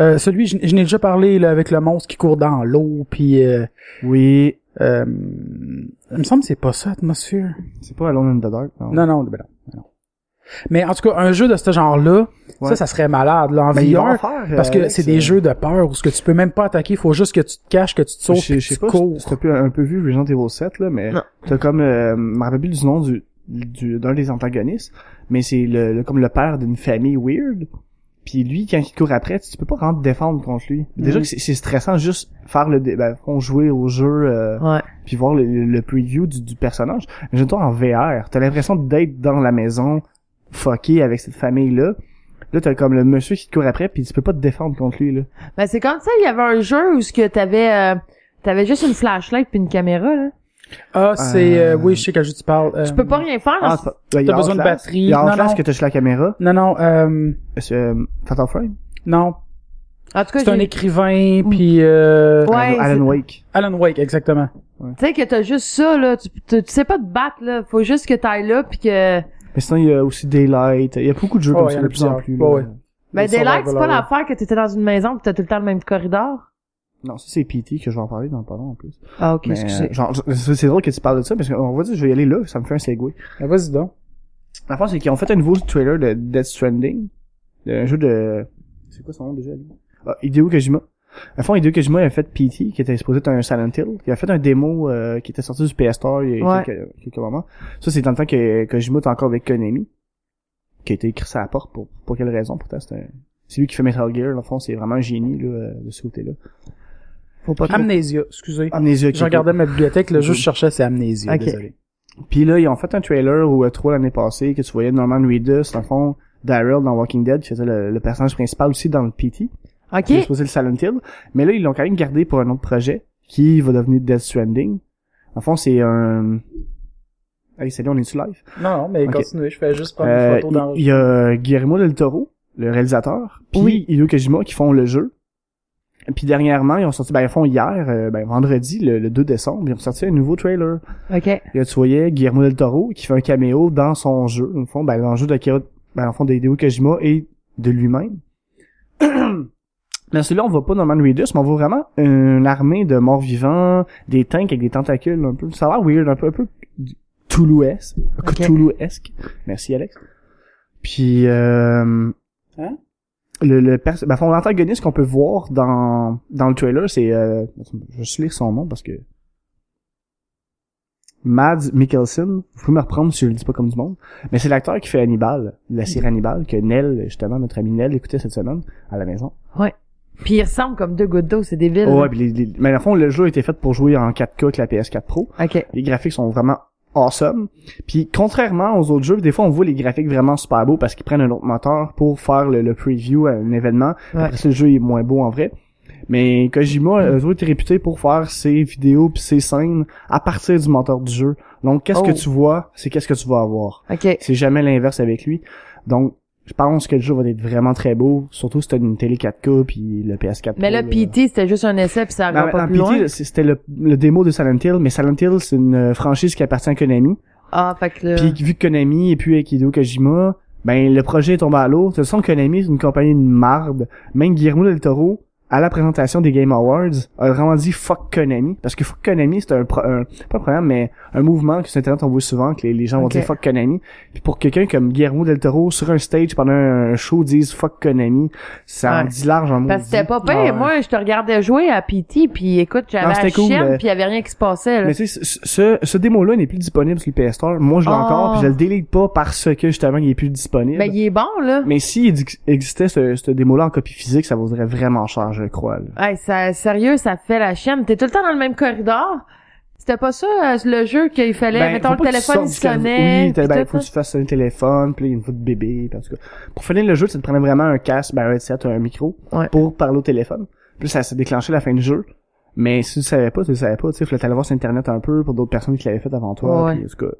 euh, celui, je, je n'ai déjà parlé, là, avec le monstre qui court dans l'eau, puis euh,
Oui.
euh, il me semble que c'est pas ça, Atmosphere.
C'est pas Alone in the Dark, non.
Non, non, ben non, ben non. Mais en tout cas, un jeu de ce genre-là,
Ouais.
ça, ça serait malade, là, en
mais ils vont
VR,
en faire,
Parce que
Alex,
c'est des
euh,
jeux de peur où ce que tu peux même pas attaquer, il faut juste que tu te caches, que tu te sautes,
je,
que
je
tu
sais pas
cours.
si t'as pu- un peu vu Resident Evil 7, là, mais
Non.
t'as comme, euh, je me rappelle plus du nom du, du- d'un des antagonistes, mais c'est le, le- comme le père d'une famille weird. Puis lui, quand il court après, tu peux pas rentrer défendre contre lui. Déjà
Mhm.
que c'est, c'est stressant juste faire le, dé- ben, font jouer au jeu, euh,
Ouais.
puis voir le, le- le preview du, du personnage. Mais toi en VR, t'as l'impression d'être dans la maison, fucké avec cette famille-là. Là, t'as comme le monsieur qui te court après, puis tu peux pas te défendre contre lui, là.
Ben, c'est comme ça, il y avait un jeu où ce que t'avais, euh, t'avais juste une flashlight puis une caméra, là.
Ah, c'est...
Euh,
euh, oui, je sais qu'à jeu tu parles. euh,
Tu peux pas rien faire. dans
Ah,
ce-
t'as, ben, il y a
T'as besoin de
Outlast.
batterie.
Il y a
Non,
Outlast
non.
que t'as sur la caméra.
Non, non, euh,
Euh, Fatal Frame?
non.
En tout cas,
C'est un
j'ai-
écrivain, puis... Euh,
Ouais,
Alan, Alan Wake.
Alan Wake, exactement.
tu sais que t'as juste ça, là. Tu, tu, tu sais pas te battre, là. Faut juste que t'ailles là puis que.
Mais sinon, il y a aussi Daylight. Il y a beaucoup de jeux
Oh,
comme
il y
ça
en
de
a
plus en
plusieurs.
plus.
Ouais,
là.
ouais.
Ben,
Les
Daylight, c'est pas
survival horror.
l'affaire que t'étais dans une maison pis t'as tout le temps le même corridor.
Non, ça c'est PT que je vais en parler dans pas long en plus.
Ah, ok,
Mais,
excusez.
euh, genre, je- c'est c'est drôle que tu parles de ça parce qu'on va dire je vais y aller là, ça me fait un segway.
Ah, Vas-y donc.
La fin c'est qu'ils ont fait un nouveau trailer de Death Stranding, d'un jeu de c'est quoi son nom déjà lui? Ah, Hideo Kojima. À fond, Hideo Kojima il a fait PT, qui était exposé être un Silent Hill. Il a fait un démo euh, qui était sorti du PS Store il y a
Ouais.
quelques, quelques moments. Ça, c'est dans le temps que Kojima était encore avec Konami, qui a été écrit à la porte. Pour, pour quelle raison? Pourtant, c'est un... C'est lui qui fait Metal Gear, dans le fond, c'est vraiment un génie là, euh, de ce côté-là.
Faut pas trop.
Amnésia, excusez.
Amnésia
Je
Kiko.
regardais ma bibliothèque, le jeu
Mm.
je cherchais, c'est Amnésia,
Ok.
désolé.
Puis là, ils ont fait un trailer où euh, trop l'année passée que tu voyais Norman Reedus, dans le fond, Daryl dans Walking Dead, qui faisait le, le personnage principal aussi dans le PT, qui est
Ok.
supposé le Silent Hill. Mais là, ils l'ont quand même gardé pour un autre projet qui va devenir Death Stranding. En fond, c'est un... Hey, salut, on est-tu live?
Non, non, mais
Ok.
continuez, je fais juste prendre
Euh,
une photo dans
il il y, a Guillermo del Toro, le réalisateur, puis
Oui.
Hideo Kojima qui font le jeu. Puis dernièrement, ils ont sorti, ben ils font hier, euh, ben vendredi, le, le 2 décembre, ils ont sorti un nouveau trailer.
Ok.
Là, tu voyais Guillermo del Toro qui fait un caméo dans son jeu, dans le fond, ben, dans le jeu d'Akira, ben, dans le fond, d'Hideo Kojima et de lui-même. Dans celui-là, on voit pas Norman Reedus, mais on voit vraiment une armée de morts vivants, des tanks avec des tentacules, un peu. Ça a l'air weird, un peu, un peu Toulouse,
Ok.
Cthulhu-esque. Merci, Alex. Puis, euh,
Hein?
le, le perso- ben, fond, l'antagoniste qu'on peut voir dans, dans le trailer, c'est, euh, je vais juste lire son nom parce que, Mads Mikkelsen, vous pouvez me reprendre si je le dis pas comme du monde, mais c'est l'acteur qui fait Hannibal, la série Hannibal, que Nell, justement, notre ami Nell, écoutait cette semaine à la maison.
Puis ils ressemblent comme deux gouttes d'eau, c'est débile.
Oh, ouais, puis les- les- mais à fond, le jeu a été fait pour jouer en 4K avec la PS4 Pro.
Ok.
Les graphiques sont vraiment awesome. Puis contrairement aux autres jeux, des fois on voit les graphiques vraiment super beaux parce qu'ils prennent un autre moteur pour faire le, le preview à un événement.
Ouais. Mm.
Après ça, le jeu est moins beau en vrai. Mais Kojima, eux autres, est réputé pour faire ses vidéos puis ses scènes à partir du moteur du jeu. Donc qu'est-ce
Oh.
que tu vois, c'est qu'est-ce que tu vas avoir.
Ok.
C'est jamais l'inverse avec lui. Donc je pense que le jeu va être vraiment très beau, surtout si t'as une télé 4K puis le PS4
Mais
Pro,
là, PT, c'était juste un essai, puis ça
ben,
n'arrive pas
euh, en
plus
PT,
loin.
là, c'est- c'était le, le démo de Silent Hill, mais Silent Hill, c'est une euh, franchise qui appartient à Konami.
Ah, fait que là.
Puis vu que Konami et puis avec Hideo Kojima, ben le projet est tombé à l'eau. De toute façon, Konami, c'est une compagnie de marde. Même Guillermo del Toro, à la présentation des Game Awards, a vraiment dit fuck Konami. Parce que fuck Konami, c'est un, pro- un- pas un problème, mais un mouvement que sur Internet on voit souvent, que les, les gens vont
Ok.
dire fuck Konami. Puis pour quelqu'un comme Guillermo del Toro, sur un stage pendant un show, dise fuck Konami, ça en
Ouais.
dit large en
Parce que c'était pas
maudit. Ah
pire.
Ouais.
Moi, je te regardais jouer à PT, puis écoute, j'avais
Non,
la
c'était cool,
chienne,
mais-
puis il y avait rien qui se passait, là.
Mais tu sais, ce, ce, ce démo-là n'est plus disponible sur le PS Store. Moi, je l'ai
Ah. Ben,
encore, puis je le délite pas parce que, justement, il est plus disponible.
Mais il est bon, là.
Mais s'il ex- existait ce, ce démo-là en copie physique, ça vaudrait vraiment cher, je crois. là.
Hey, ça, sérieux, ça fait la chienne. T'es tout le temps dans le même corridor. C'était pas ça, euh, le jeu qu'il fallait.
Ben,
Mettons,
faut
le
pas que tu
téléphone, il
sortes du
sonnait.
Oui, t'as-
puis
ben,
tout hein.
faut que
ça.
tu fasses un téléphone, puis là, il y a une voix de bébé, puis en tout cas. Pour finir le jeu, ça te prenait vraiment un casque, ben, un headset, un micro,
Ouais.
pour parler au téléphone. Puis ça s'est déclenché la fin du jeu. Mais si tu le savais pas, tu le savais pas, tu sais, fallait aller voir sur Internet un peu pour d'autres personnes qui l'avaient fait avant toi,
Ouais.
puis en tout cas.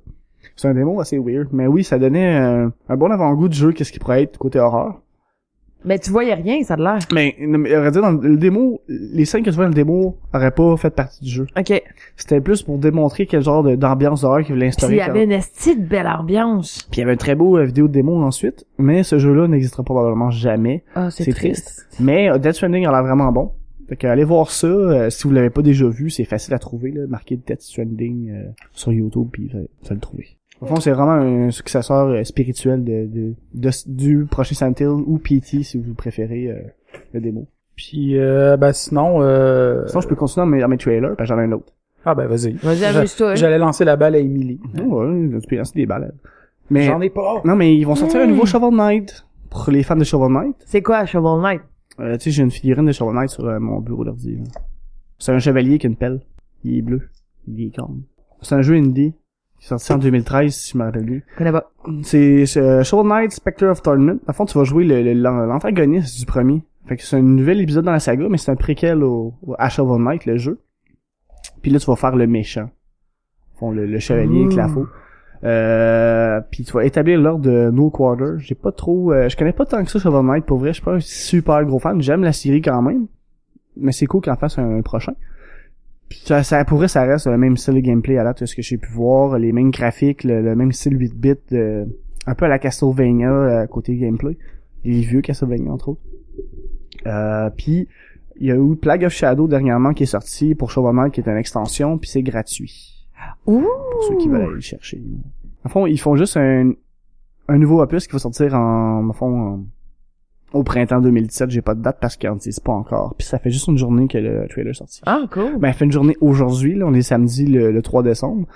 C'est un démo assez weird. Mais oui, ça donnait euh, un bon avant-goût du jeu, qu'est-ce qui pourrait être côté horreur.
Mais Ben, tu voyais rien, ça a l'air.
Mais, non, mais, à vrai dire, dans le démo, les scènes que tu vois dans le démo auraient pas fait partie du jeu.
OK.
C'était plus pour démontrer quel genre de- d'ambiance d'horreur qu'ils voulaient
Puis
instaurer.
il y avait une esti de belle ambiance.
Puis il y avait un très beau euh, vidéo de démo ensuite, mais ce jeu-là n'existera probablement jamais.
Ah, c'est
C'est
triste.
Mais euh, Death Stranding a l'air vraiment bon. Fait que allez voir ça, euh, si vous l'avez pas déjà vu, c'est facile à trouver, là, marqué Death Stranding euh, sur YouTube, puis vous allez- vous allez le trouver. Au fond, c'est vraiment un successeur euh, spirituel de, de, de- du prochain Silent Hill ou PT, si vous préférez euh, le démo.
Puis, euh, ben sinon... Euh...
Sinon, je peux continuer dans mes, dans mes trailers, parce que j'en ai un autre.
Ah ben vas-y.
Vas-y,
Je-
amuse-toi.
J'allais lancer la balle à Emily.
Oh, ouais, tu peux lancer des balades. Mais,
J'en ai pas.
non, mais ils vont sortir un
Mm.
nouveau Shovel Knight. Pour les fans de Shovel Knight.
C'est quoi, Shovel Knight?
Euh, tu sais, j'ai une figurine de Shovel Knight sur euh, mon bureau d'ordi. là. C'est un chevalier qui a une pelle. Il est bleu. Il est cornes. C'est un jeu indie. Qui est sorti en 2013, si je me rappelle bien.
Je connais pas.
C'est euh, Shovel Knight Spectre of Torment. À fond, tu vas jouer le- le- l'an- l'antagoniste du premier. Fait que c'est un nouvel épisode dans la saga, mais c'est un préquel au, au- à Shovel Knight, le jeu. Puis là, tu vas faire le méchant. Font le, le chevalier avec la faux.
Ouh.
Euh, puis tu vas établir l'ordre de No Quarter. J'ai pas trop, euh, je connais pas tant que ça Shovel Knight pour vrai. Je suis pas un super gros fan. J'aime la série quand même, mais c'est cool qu'en fasse un prochain. Puis ça, ça pour vrai, ça reste le même style de gameplay à l'heure ce que j'ai pu voir, les mêmes graphiques, le, le même style 8 bits, euh, un peu à la Castlevania euh, côté gameplay, les vieux Castlevania entre autres. Euh, puis il y a eu Plague of Shadow dernièrement qui est sorti pour Shadowman qui est une extension, puis c'est gratuit.
Ouh!
Pour ceux qui veulent aller le chercher. En fond, ils font juste un, un nouveau opus qui va sortir en, en fond, en- au printemps 2017. J'ai pas de date parce qu'ils en disent pas encore. Puis ça fait juste une journée que le trailer est sorti.
Ah, cool.
Ben, elle fait une journée aujourd'hui, là. On est samedi le, le 3 décembre.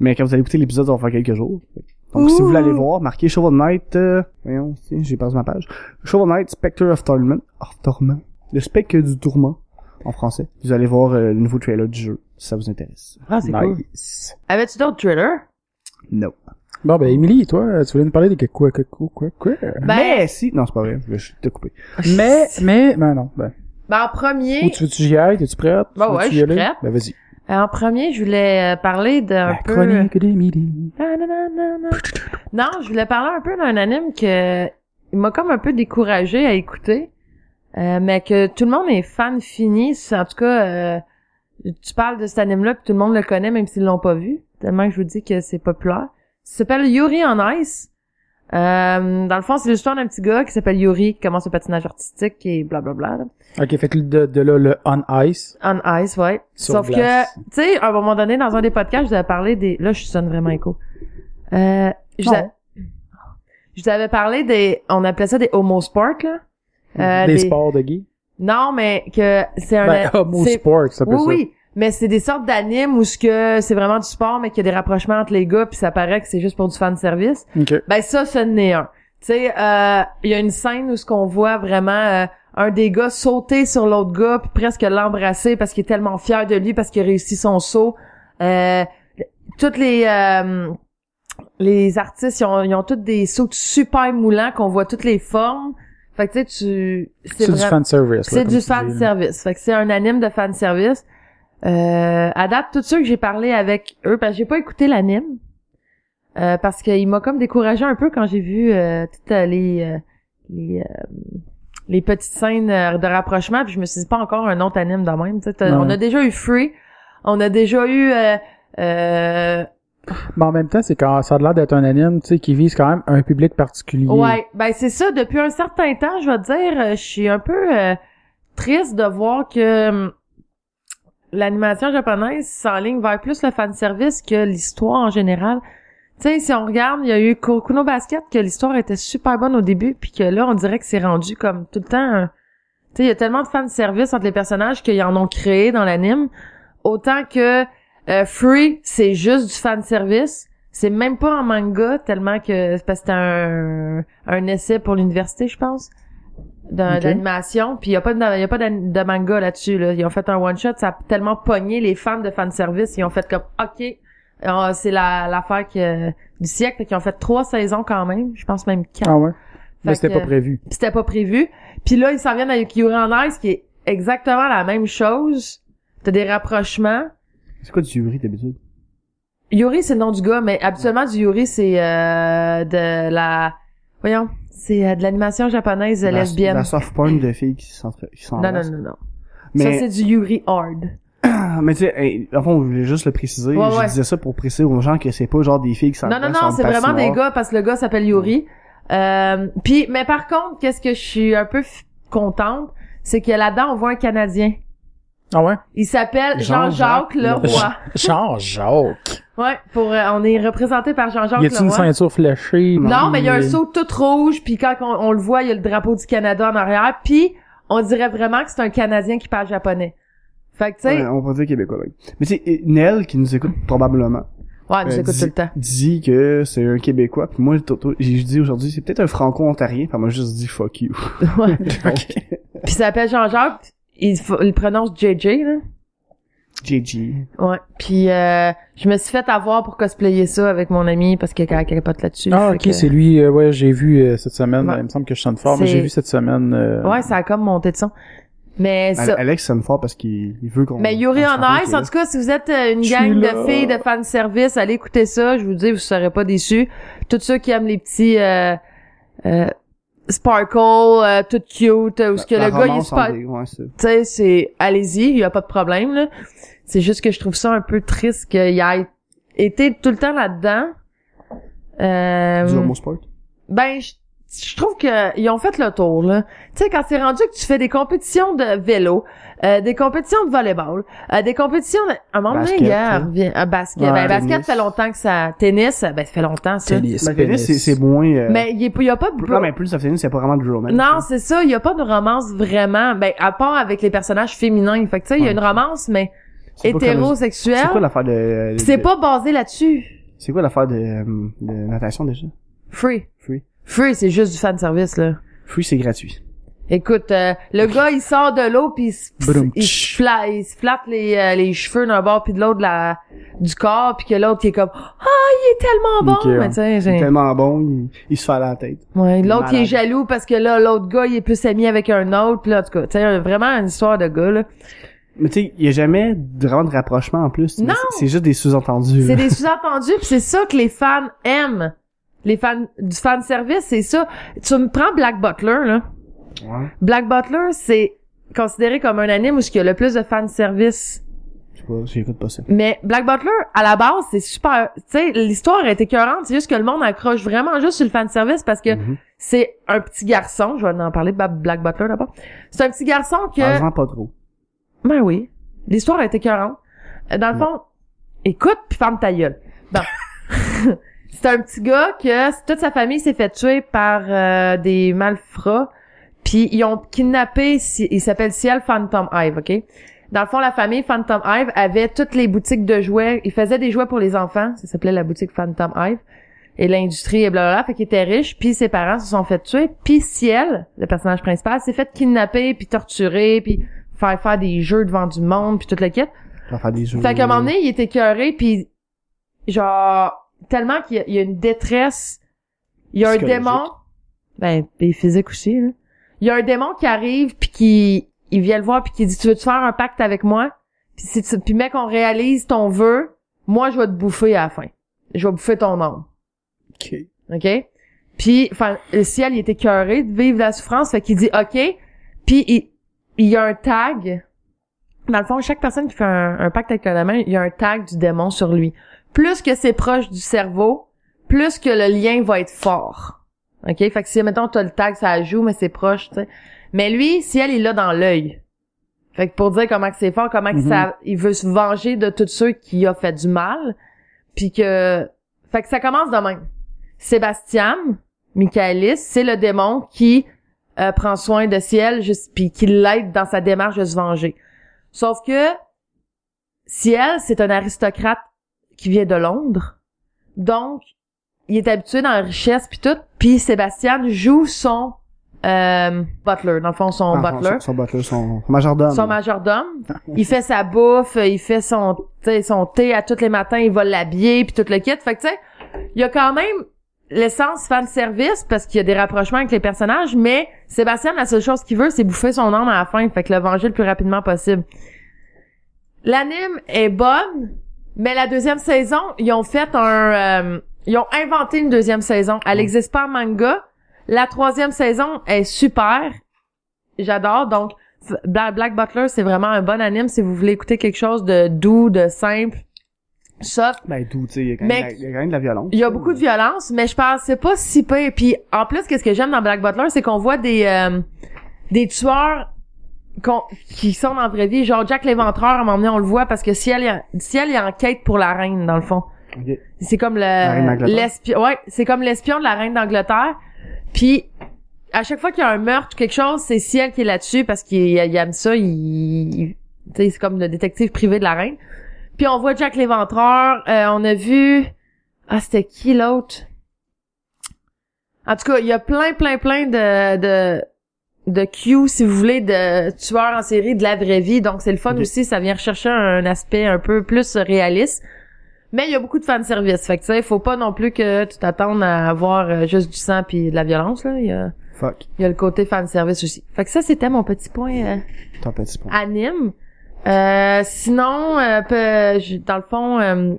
Mais quand vous allez écouter l'épisode, ça va faire quelques jours. Donc, si
Ouh.
vous voulez aller voir, marquez Shovel Knight, euh, voyons, tiens, j'ai perdu ma page. Shovel Knight, Spectre of Torment, of Torment. Le spectre du tourment, en français. Vous allez voir euh, le nouveau trailer du jeu, si ça vous intéresse.
Ah, c'est cool.
Nice.
Avais-tu d'autres thrillers?
Non.
Bon, ben, Émilie, toi, tu voulais nous parler de que- quoi, que- quoi, quoi, quoi?
Ben- oh,
Mais si, non, c'est pas vrai, je te coupé.
Mais, mais, ben non, ben.
Ben, en premier,
Où tu veux-tu y ailles? T'es-tu prête?
Ben
Tu veux-tu y
ouais, je suis
aller?
prête.
Ben, vas-y.
euh, en premier, je voulais euh, parler d'un
La
Ben,
peu...
chronique d'Émilie.
Ah, non, non, non, non. Non, je voulais parler un peu d'un anime que il m'a comme un peu découragé à écouter, euh, mais que tout le monde est fan fini. C'est- En tout cas, euh, tu parles de cet anime-là, puis tout le monde le connaît, même s'ils l'ont pas vu. Tellement que je vous dis que c'est populaire. Ça s'appelle Yuri on Ice. Euh, dans le fond, c'est l'histoire d'un petit gars qui s'appelle Yuri, qui commence au patinage artistique et blablabla. là.
Ok, fait que de, de là, le on ice.
On ice, ouais.
Sur
Sauf
glace.
que, tu sais, à un moment donné, dans un des podcasts, je vous avais parlé des... Là, je sonne vraiment écho. Euh, je, vous
Non.
a- je vous avais parlé des... On appelait ça des homosports, là. Euh,
Mhm. des,
des-
sports de gay.
Non, mais que c'est un...
Ben, homo
c'est-
sport, ça peut
oui, oui. Mais c'est des sortes d'animes où ce que c'est vraiment du sport, mais qu'il y a des rapprochements entre les gars, puis ça paraît que c'est juste pour du fan service.
ça. Ok.
Ben ça, ce n'est un. Tu sais, euh, il y a une scène où ce qu'on voit vraiment euh, un des gars sauter sur l'autre gars puis presque l'embrasser parce qu'il est tellement fier de lui parce qu'il a réussi son saut. Euh, toutes les euh, les artistes, ils ont, ils ont tous des sauts super moulants qu'on voit toutes les formes. Fait que tu sais, tu
C'est du
vraiment-
fan service.
c'est du fan service. Fait que c'est un anime de fan service. Euh, à date, tous ceux que j'ai parlé avec eux, parce que j'ai pas écouté l'anime, euh, parce qu'il m'a comme découragé un peu quand j'ai vu euh, toutes euh, les euh, les, euh, les petites scènes euh, de rapprochement, puis je me suis dit pas encore un autre anime de même. tu sais. T'as-
Ouais.
On a déjà eu Free, on a déjà eu euh, euh,
Mais en même temps, c'est quand ça a l'air d'être un anime, tu sais, qui vise quand même un public particulier.
Ouais, ben c'est ça. Depuis un certain temps, je vais te dire, euh, je suis un peu euh, triste de voir que hum, l'animation japonaise s'enligne vers plus le fanservice que l'histoire en général. Tu sais, si on regarde, il y a eu Kokuno Basket, que l'histoire était super bonne au début, puis que là, on dirait que c'est rendu comme tout le temps... un- Tu sais, il y a tellement de fanservice entre les personnages qu'ils en ont créé dans l'anime, autant que euh, Free, c'est juste du fanservice, c'est même pas en manga tellement que c'est parce que c'était un, un essai pour l'université, je pense, d'un-
Ok.
d'animation. Puis il y a pas de, y a pas d'an- de manga là-dessus. Là. Ils ont fait un one shot, ça a tellement pogné les fans de fanservice. Ils ont fait comme ok, euh, c'est la l'affaire que- du siècle. Fait qu'ils ont fait trois saisons quand même, je pense même quatre.
Ah ouais. Mais
Fait
c'était
que-
pas prévu.
Puis c'était pas prévu. Puis là, ils s'en viennent avec Yuri en Ice, qui est exactement la même chose. T'as des rapprochements.
C'est quoi du riz d'habitude?
Yuri, c'est le nom du gars, mais habituellement, du Yuri, c'est euh, de la... Voyons, c'est euh, de l'animation japonaise euh,
La-
lesbienne.
La soft porn de filles qui s'entre, qui
non, non,
s'embrassent.
non, non. Ça,
Mais,
c'est du Yuri Hard.
Ah, mais tu sais, hey, en fond, je voulais juste le préciser.
Ouais,
je
ouais.
disais ça pour préciser aux gens que c'est pas genre des filles qui
Non,
s'embrassent.
non, non,
en
c'est vraiment des
patinoire.
gars, parce que le gars s'appelle Yuri. Euh, puis, mais par contre, qu'est-ce que je suis un peu f- contente, c'est que là-dedans, on voit un Canadien.
Ah ouais?
Il s'appelle
Jean-Jacques
Jean-Jacques Leroy.
Jean-Jacques.
ouais, pour euh, on est représenté par Jean-Jacques
Y a-tu une
Leroy.
ceinture fléchée?
Non,
puis-
mais il y a un saut tout rouge, puis quand on, on le voit, il y a le drapeau du Canada en arrière, puis on dirait vraiment que c'est un Canadien qui parle japonais. Fait que, tu sais,
Ouais, on va dire québécois, oui. Mais tu sais, Nel, qui nous écoute probablement,
ouais,
Ben,
nous
euh,
écoute
dis-
tout le temps.
dit que c'est un québécois, puis moi, tôt- tôt, j'ai dit aujourd'hui, c'est peut-être un franco-ontarien, puis elle m'a juste dit fuck you.
Ouais.
Donc,
Puis il s'appelle Jean-Jacques, il, f- il prononce JJ, là.
JG.
Ouais. Puis euh, je me suis fait avoir pour cosplayer ça avec mon ami, parce que quand elle pote là-dessus.
Ah,
fait
ok,
que-
c'est lui, euh, ouais, j'ai vu euh, cette semaine,
Ouais.
il me semble que je sonne fort, mais
C'est-
j'ai vu cette semaine. euh,
Ouais, ça a comme monté de son. Mais ça...
Ale- Alex sonne fort parce qu'il il veut qu'on...
Mais Ben, Yuri
qu'on se
on
rende
Ice,
compte
en tout cas, si vous êtes euh, une
Je
gang
suis là.
de filles de fanservice, allez écouter ça. Je vous dis, vous serez pas déçus. Tous ceux qui aiment les petits euh, euh, sparkle, euh, tout cute, euh, où ce
que
que
la
le gars il est
romance en
spa-
dé- ouais, c'est-
tu sais, c'est allez-y, il y a pas de problème là. C'est juste que je trouve ça un peu triste qu'il ait été tout le temps là-dedans. Euh,
Du homo sport.
ben, je- je trouve que ils ont fait le tour là. Tu sais quand c'est rendu que tu fais des compétitions de vélo, euh, des compétitions de volleyball, euh, des compétitions de à un moment donné,
Basket,
gars,
hein.
revient- euh, basket,
Ouais,
ben, basket
tennis.
fait longtemps que ça tennis, ben ça fait longtemps ça.
Tennis,
Ben, tennis, c'est, c'est moins... euh,
Mais il y, a- il y a pas de
Non, mais plus of tennis, c'est pas vraiment du romance.
Non, c'est ça, il y a pas de romance vraiment, ben à part avec les personnages féminins, fait que tu sais, il y a
Ouais.
une romance mais
C'est pas comme-
hétérosexuelle.
C'est quoi l'affaire de...
Puis C'est
de-
pas basé là-dessus.
C'est quoi l'affaire de, euh, de natation, déjà?
Free.
Free.
Free, c'est juste du fan service là.
Free, c'est gratuit.
Écoute, euh, le gars, il sort de l'eau puis il se-
Brum,
il se fla- il se flatte les, euh, les cheveux d'un bord puis de l'autre de la du corps puis que l'autre il est comme ah il est tellement bon
Ok, ouais.
mais tu sais
Il est
j'ai-
tellement bon, il, il se fait à la tête.
ouais, l'autre il est
Malade.
jaloux parce que là l'autre gars il est plus ami avec un autre puis là en tout cas tu sais vraiment une histoire de gars là
Mais tu sais, il y a jamais vraiment de rapprochement en plus.
Non!
Mais c'est- C'est juste des sous-entendus.
c'est
là.
des sous-entendus puis c'est ça que les fans aiment les fans du fan service c'est ça tu me prends Black Butler là
Ouais,
Black Butler c'est considéré comme un anime où il y a le plus de fan service
je sais pas, j'écoute pas ça.
Mais Black Butler, à la base, c'est super. Tu sais, l'histoire est écœurante. C'est juste que le monde accroche vraiment juste sur le fan service parce que
Mhm.
c'est un petit garçon. Je vais en parler de Ba- Black Butler d'abord. C'est un petit garçon que.
Parle-en pas trop.
Ben oui. L'histoire est écœurante. Euh, Dans le
Ouais.
fond, écoute puis ferme ta gueule. Bon. c'est un petit gars que toute sa famille s'est fait tuer par euh, des malfrats. Puis ils ont kidnappé, si- il s'appelle Ciel Phantom Hive, OK? Dans le fond, la famille Phantom Hive avait toutes les boutiques de jouets. Ils faisaient des jouets pour les enfants. Ça s'appelait la boutique Phantom Hive. Et l'industrie et blablabla. Fait qu'ils étaient riches. Puis ses parents se sont fait tuer. Puis Ciel, le personnage principal, s'est fait kidnapper, puis torturer, puis faire faire des jeux devant du monde, puis toute la quête.
On va faire des jeux.
Fait qu'à un moment donné, il était écœuré, puis genre, tellement qu'il y a- il y, a une détresse, il y a un
Psychologique.
démon, ben, et physique aussi, là. Il y a un démon qui arrive, puis qui il vient le voir, puis qui dit, tu veux-tu faire un pacte avec moi? Puis si tu, puis mec, on réalise ton vœu, moi, je vais te bouffer à la fin. Je vais bouffer ton âme.
Ok.
OK? Puis, enfin, le ciel, il était cœuré de vivre la souffrance, fait qu'il dit OK. Puis, il, il y a un tag. Dans le fond, chaque personne qui fait un, un pacte avec la main, il y a un tag du démon sur lui. Plus que c'est proche du cerveau, plus que le lien va être fort. OK? Fait que si, mettons, t'as le tag, ça joue, mais c'est proche, tu sais. Mais lui, ciel, il l'a dans l'œil. Fait que pour dire comment que c'est fort, comment que
Mhm.
ça, il veut se venger de tous ceux qui a fait du mal, puis que... Fait que ça commence de même. Sébastien, Michaelis, c'est le démon qui euh, prend soin de Ciel juste puis qui l'aide dans sa démarche de se venger. Sauf que Ciel, c'est un aristocrate qui vient de Londres. Donc il est habitué dans la richesse puis tout, puis Sébastien joue son euh, butler, dans le fond son
Ah,
butler.
Son, son butler, son, son majordome.
Son majordome, il fait sa bouffe, il fait son, tu sais, son thé à tous les matins, il va l'habiller puis tout le kit. Fait que tu sais, il y a quand même l'essence fan service parce qu'il y a des rapprochements avec les personnages, mais Sébastien la seule chose qu'il veut c'est bouffer son âme à la fin, fait que le venger le plus rapidement possible. L'anime est bonne, mais la deuxième saison, ils ont fait un, euh, ils ont inventé une deuxième saison. Elle n'existe pas en manga. La troisième saison est super. J'adore. Donc, F- Bla- Black Butler, c'est vraiment un bon anime si vous voulez écouter quelque chose de doux, de simple, soft.
Ben, d'où, tu sais, il y a quand même
Mec.
de la- il y a quand même de la violence.
Il y a beaucoup de violence, mais je pense c'est pas si pire. Puis en plus, qu'est-ce que j'aime dans Black Butler, c'est qu'on voit des euh, des tueurs qu'on- qui sont dans la vraie vie. Genre Jack l'Éventreur, à un moment donné, on le voit parce que Ciel, il en- Ciel, il enquête pour la reine, dans le fond.
Ok.
C'est comme
reine
le
d'Angleterre.
l'espion. Ouais, c'est comme l'espion de la reine d'Angleterre. Puis à chaque fois qu'il y a un meurtre ou quelque chose, c'est Ciel qui est là-dessus parce qu'il il aime ça. Il, il- tu sais, c'est comme le détective privé de la reine. Puis on voit Jack l'Éventreur. euh, on a vu. Ah, c'était qui l'autre? En tout cas, il y a plein, plein, plein de, de, de Q, si vous voulez, de tueurs en série de la vraie vie. Donc, c'est le fun
Ok.
aussi. Ça vient rechercher un aspect un peu plus réaliste. Mais il y a beaucoup de fanservice. Fait que, tu sais, faut pas non plus que tu t'attendes à avoir euh, juste du sang puis de la violence, là. Il y a,
Fuck.
il y a le côté fanservice aussi. Fait que ça, c'était mon petit point euh,
T'as un petit point.
anime. Euh, sinon, euh, peu- je- dans le fond, euh,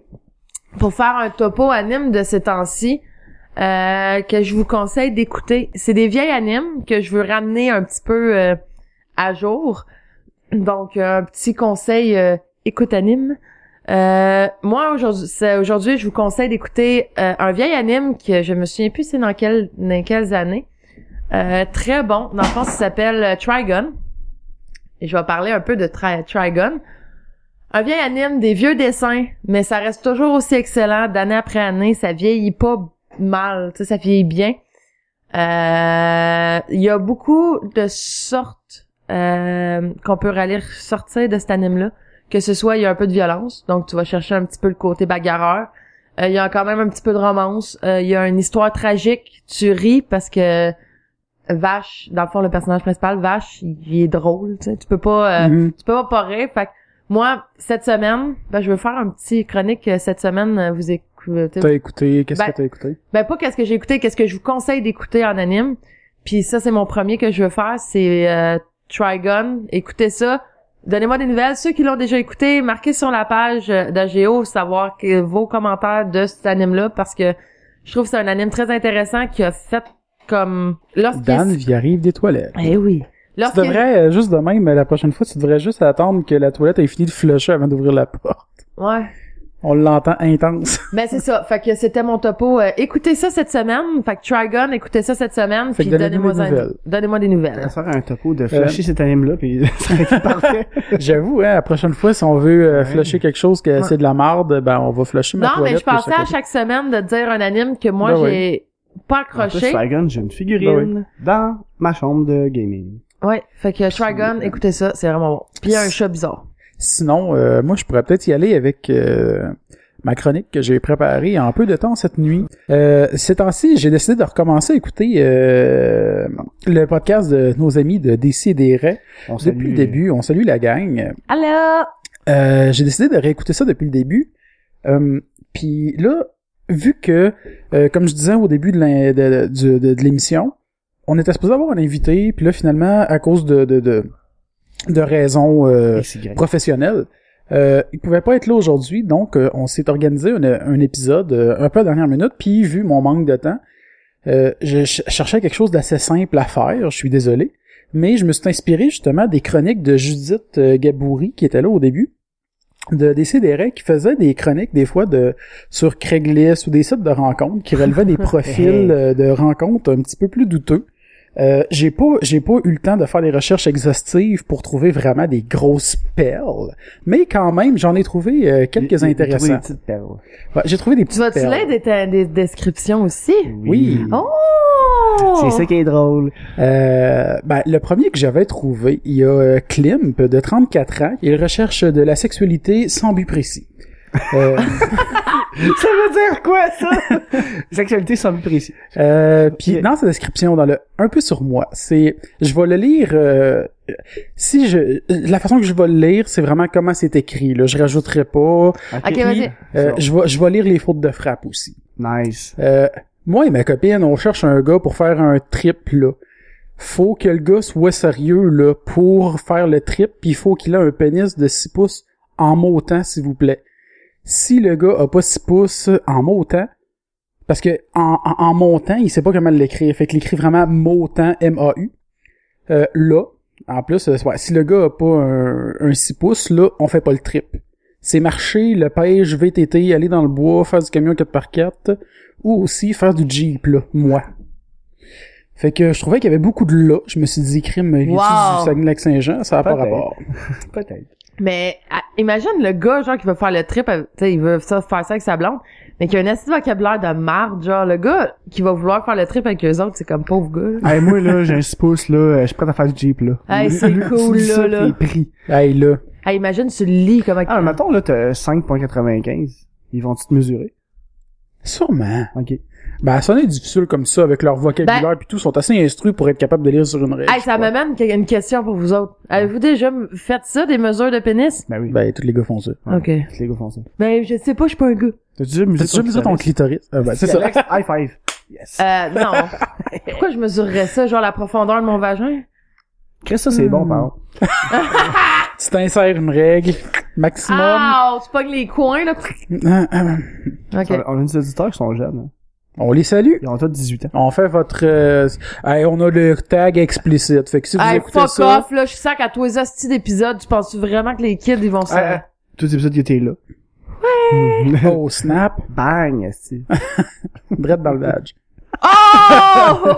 pour faire un topo anime de ces temps-ci, euh, que je vous conseille d'écouter, c'est des vieilles animes que je veux ramener un petit peu euh, à jour. Donc, euh, un petit conseil, euh, écoute anime. Euh, moi, aujourd'hui, c'est- aujourd'hui, je vous conseille d'écouter euh, un vieil anime que je me souviens plus c'est dans, quelle dans quelles années. Euh, très bon. Dans le fond, ça s'appelle euh, Trigon. Et je vais parler un peu de Tri- Trigon. Un vieil anime des vieux dessins, mais ça reste toujours aussi excellent d'année après année. Ça vieillit pas mal, tu sais, ça vieillit bien. Euh, Il y a beaucoup de sortes euh, qu'on peut aller sortir de cet anime-là. Que ce soit, il y a un peu de violence, donc tu vas chercher un petit peu le côté bagarreur. Euh, Il y a quand même un petit peu de romance. Euh, Il y a une histoire tragique. Tu ris parce que Vache, dans le fond, le personnage principal, Vache, il est drôle. Tu, sais. tu peux pas, euh,
Mhm.
tu peux pas pas rire. Fait que moi, cette semaine, ben, je veux faire un petit chronique euh, cette semaine. euh, Vous écoutez,
T'as écouté, qu'est-ce
Ben-
que t'as écouté?
ben pas qu'est-ce que j'ai écouté, qu'est-ce que je vous conseille d'écouter en anime. Puis ça, c'est mon premier que je veux faire, c'est euh, Trigon. Écoutez ça. Donnez-moi des nouvelles. Ceux qui l'ont déjà écouté, marquez sur la page euh, d'AGO savoir que- vos commentaires de cet anime-là parce que je trouve que c'est un anime très intéressant qui a fait comme...
Dan,
Lorsqu'il...
il arrive des toilettes.
Eh oui.
Tu
Lorsqu'il...
devrais, euh, juste de même, la prochaine fois, tu devrais juste attendre que la toilette ait fini de flusher avant d'ouvrir la porte.
Ouais.
On l'entend intense.
Ben c'est ça. Fait que c'était mon topo. Euh, écoutez ça cette semaine. Fait que Trigon, écoutez ça cette semaine.
Fait que
puis
donnez-nous
donnez-moi
des
un-
nouvelles.
donnez-moi des
On va
nouvelles.
faire un topo de flasher cet anime-là, puis ça aurait été parfait.
J'avoue, hein, la prochaine fois, si on veut euh,
Ouais.
flusher quelque chose que
Ouais.
c'est de la marde, ben, on va flusher ma
Non, mais
toilette.
je pensais à chaque semaine de dire un anime que moi
Ben oui.
j'ai pas
En plus,
accroché.
Trigun, j'ai une
Ben
figurine dans ma chambre de gaming.
Ouais, fait que Trigon, écoutez ça, c'est vraiment bon. Puis il y a un chat bizarre.
Sinon, euh, moi, je pourrais peut-être y aller avec euh, ma chronique que j'ai préparée en peu de temps cette nuit. Euh, ces temps-ci, j'ai décidé de recommencer à écouter euh, le podcast de nos amis de DC des
On
Depuis le début, on salue la gang.
Allô?
Euh, j'ai décidé de réécouter ça depuis le début. Euh, Puis là, vu que, euh, comme je disais au début de l'in- de- de- de- de l'émission, on était supposé avoir un invité, puis là, finalement, à cause de, de, de, de raisons euh,
XY.
professionnelles, euh, il pouvait pas être là aujourd'hui, donc euh, on s'est organisé une- un épisode euh, un peu à dernière minute, puis vu mon manque de temps, euh, je ch- cherchais quelque chose d'assez simple à faire, je suis désolé, mais je me suis inspiré justement des chroniques de Judith euh, Gaboury, qui était là au début, de DCDR, qui faisait des chroniques des fois de sur Craigslist ou des sites de rencontres, qui relevaient des profils euh, de rencontres un petit peu plus douteux. Euh, j'ai pas j'ai pas eu le temps de faire des recherches exhaustives pour trouver vraiment des grosses perles, mais quand même j'en ai trouvé euh,
J'ai-
quelques
j'ai trouvé
intéressants.
des petites perles.
Ouais, j'ai trouvé des
Tu
petites
vas-tu
perles.
lire des, ta- des descriptions aussi?
Oui.
Oh!
C'est ça qui est drôle.
Euh, ben, le premier que j'avais trouvé, il y a euh, Klimp de 34 ans. Il recherche de la sexualité sans but précis. Euh,
Ça veut dire quoi, ça? Sexualité sans but précis.
euh, puis
Ok.
dans sa description, dans le un peu sur moi, c'est, je vais le lire. euh, si je, la façon que je vais le lire, c'est vraiment comment c'est écrit. Là, je rajouterai pas.
Ok, vas-y.
C'est
Euh,
bon.
je vais, je vais lire les fautes de frappe aussi.
Nice.
Euh, moi et ma copine, on cherche un gars pour faire un trip, là. Faut que le gars soit sérieux, là, pour faire le trip, puis il faut qu'il ait un pénis de 6 pouces en motant, s'il vous plaît. Si le gars a pas 6 pouces en motant, parce que en, en, en montant, il sait pas comment l'écrire, fait qu'il écrit vraiment motant, M-A-U. Euh, là, en plus, euh, ouais, si le gars a pas un, un 6 pouces, là, on fait pas le trip. C'est marcher, le pêche, VTT, aller dans le bois, faire du camion 4x4, ou aussi faire du Jeep, là, moi. Fait que je trouvais qu'il y avait beaucoup de là. Je me suis dit, crime, il est
Wow.
du Saguenay-Lac-Saint-Jean? Ça n'a pas
Peut-être.
rapport.
Peut-être.
Mais à- imagine le gars, genre, qui veut faire le trip, avec- tu sais, il veut ça, faire ça avec sa blonde, mais qui a un assis de vocabulaire de marde, genre, le gars qui va vouloir faire le trip avec eux autres, c'est comme pauvre gars, là.
Hey, moi, là, j'ai un 6 pouces, là. euh, Je suis prêt à faire du Jeep, là.
Hey, c'est
Lui,
cool,
tu dis ça, puis
là, là.
il est pris.
Hey, là.
Hey, imagine sur le lit, comme...
Ah, mais mettons, là, t'as 5.95. Ils vont-tu te mesurer?
Sûrement.
OK.
Ben, ça en est difficile comme ça, avec leur vocabulaire puis tout, ils sont assez instruits pour être capables de lire sur une règle.
Ben- Hey, ça m'amène que- une question pour vous autres. Avez-vous déjà m- fait ça, des mesures de pénis?
Ben oui.
Ben, tous les gars font ça.
Ouais.
Ok.
Tous les gars font ça.
Ben, je sais pas, je suis pas un gars.
T'as-tu déjà mesuré
T'as déjà mis ça ton clitoris? Ah, ben, c'est
Si,
ça.
Alex, high five. Yes.
Euh, non. Pourquoi je mesurerais ça, genre la profondeur de mon vagin?
Chris, ça, c'est bon,
Hmm.
par contre.
Tu t'insères une règle, maximum.
Ah, tu pognes les coins, là.
Ah, ah,
Ok.
On a des auditeurs qui sont jeunes. hein.
On les salue.
Ils ont tous 18 ans.
On fait votre... euh, Hey, on a le tag explicite. Fait que si vous
Hey,
écoutez
fuck
ça...
off, là. Je suis sac à tous les hosties d'épisodes. Tu penses vraiment que les kids, ils vont se...
Ah, ah, Tous les épisodes qui étaient là.
Oh, snap.
Bang, esti.
Drette dans le badge.
Oh!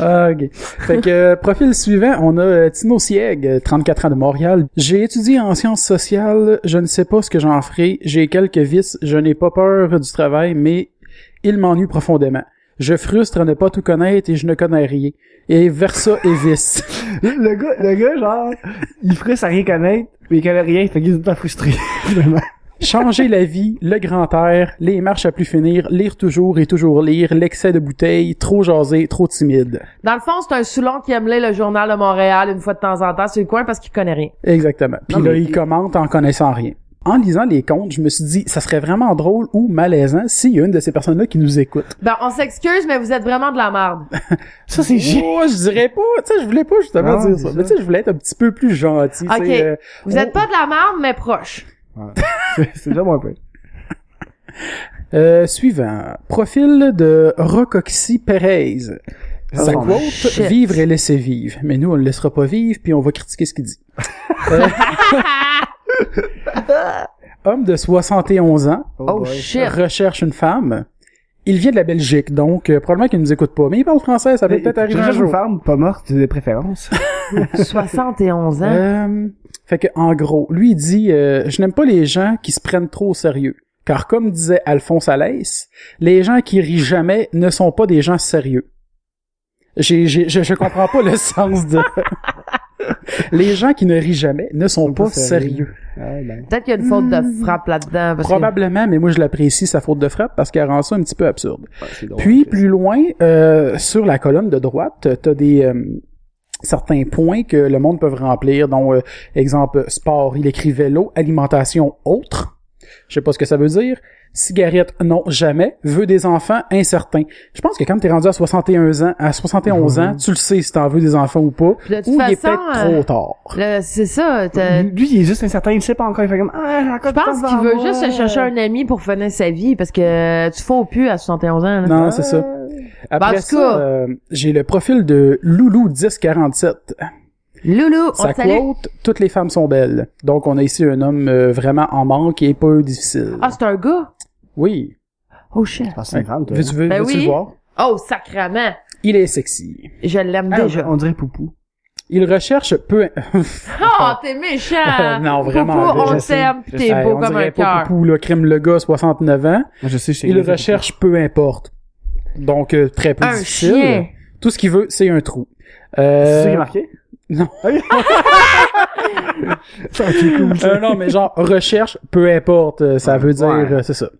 Ah, ok. Fait que, euh, profil suivant, on a euh, Tino Sieg, euh, 34 ans de Montréal. J'ai étudié en sciences sociales, je ne sais pas ce que j'en ferai, j'ai quelques vices, je n'ai pas peur du travail, mais il m'ennuie profondément. Je frustre à ne pas tout connaître et je ne connais rien. Et versa et vice.
Le gars, le gars, genre, il ferait sans rien connaître, mais il connaît rien, fait qu'il est tout le temps frustré, finalement.
Changer la vie, le grand air, les marches à plus finir, lire toujours et toujours lire, l'excès de bouteilles, trop jasé, trop timide.
Dans le fond, c'est un Soulon qui aime lire le journal de Montréal une fois de temps en temps sur le coin parce qu'il connaît rien.
Exactement. Puis
Non,
là,
mais-
il commente en connaissant rien. En lisant les comptes, je me suis dit, ça serait vraiment drôle ou malaisant s'il y a une de ces personnes-là qui nous écoute.
Ben, on s'excuse, mais vous êtes vraiment de la merde.
Ça, c'est chiant.
Oh, je dirais pas, tu sais, je voulais pas justement
Non,
dire
c'est
ça.
ça.
Mais tu sais, je voulais être un petit peu plus gentil. tu sais,
Ok.
euh,
Vous êtes pas de la merde, mais proche.
C'est déjà moins peu.
euh, suivant. Profil de Rocoxy Perez. Ça
Oh,
quote,
shit.
vivre et laisser vivre. Mais nous, on le laissera pas vivre, puis on va critiquer ce qu'il dit. Euh, homme de 71 ans,
Oh shit.
recherche une femme. Il vient de la Belgique, donc euh, probablement qu'il ne nous écoute pas. Mais il parle français, ça peut peut-être arriver un
J'ai une
jour.
femme pas morte de préférence.
71 ans.
Euh, fait que, en gros, lui il dit euh, Je n'aime pas les gens qui se prennent trop au sérieux. Car comme disait Alphonse Allais, les gens qui rient jamais ne sont pas des gens sérieux. J'ai, j'ai- je, je comprends pas le sens de... les gens qui ne rient jamais ne sont pas, sérieux.
Ouais, ben.
Peut-être qu'il y a une faute
Hmm.
de frappe là-dedans. parce que-
Probablement, mais moi je l'apprécie, sa faute de frappe, parce qu'elle rend ça un petit peu absurde.
Ouais, c'est drôle,
Puis
Chris.
plus loin, euh, sur la colonne de droite, t'as des euh, certains points que le monde peut remplir, dont euh, exemple sport, il écrit vélo, alimentation autre. Je sais pas ce que ça veut dire. Cigarette, non, jamais. Veut des enfants, incertain. Je pense que quand t'es rendu à 61 ans, à 71 ans, tu le sais si t'en veux des enfants ou pas.
Puis de toute
ou il est
façon,
peut-être
euh,
trop Hmm. tard.
Là, c'est ça. t'as-
Lui, lui, il est juste incertain, il sait pas encore, il fait comme, ah, j'ai encore
Euh, Je pense qu'il veut juste se
euh.
chercher un ami pour finir sa vie parce que tu fous au plus à 71 ans.
Ah,
là.
Non, c'est ça. Après
en tout
ça,
cas-
euh, j'ai le profil de Loulou 1047.
Loulou, on
Ça
te salue.
quote toutes les femmes sont belles. Donc on a ici un homme euh, vraiment en manque et peu difficile.
Ah, c'est un gars?
oui.
Oh shit.
Ah, c'est une femme, toi.
Veux-tu veux,
Ben
veux-tu
oui.
le voir
Oh, sacrement.
Il est sexy.
Je l'aime
Ah,
déjà.
On dirait Poupou.
Il recherche peu.
Oh, t'es méchant!
Non, vraiment,
Poupou,
je
on
sais.
t'aime, pis t'es
Hey,
beau
on
comme
dirait
un
pas
cœur.
Poupou, le crime le gars 69 ans.
Moi, je sais, je sais.
Il
je sais
recherche peu importe. Donc euh, très peu
Un
difficile.
chien.
Tout ce qu'il veut, c'est un trou.
Poupou. C'est ça qui est
Euh,
marqué?
non.
Ah oui. Ça, c'est cool, ça.
euh, non, mais genre recherche peu importe, euh, ça veut dire
Ouais.
euh, c'est ça.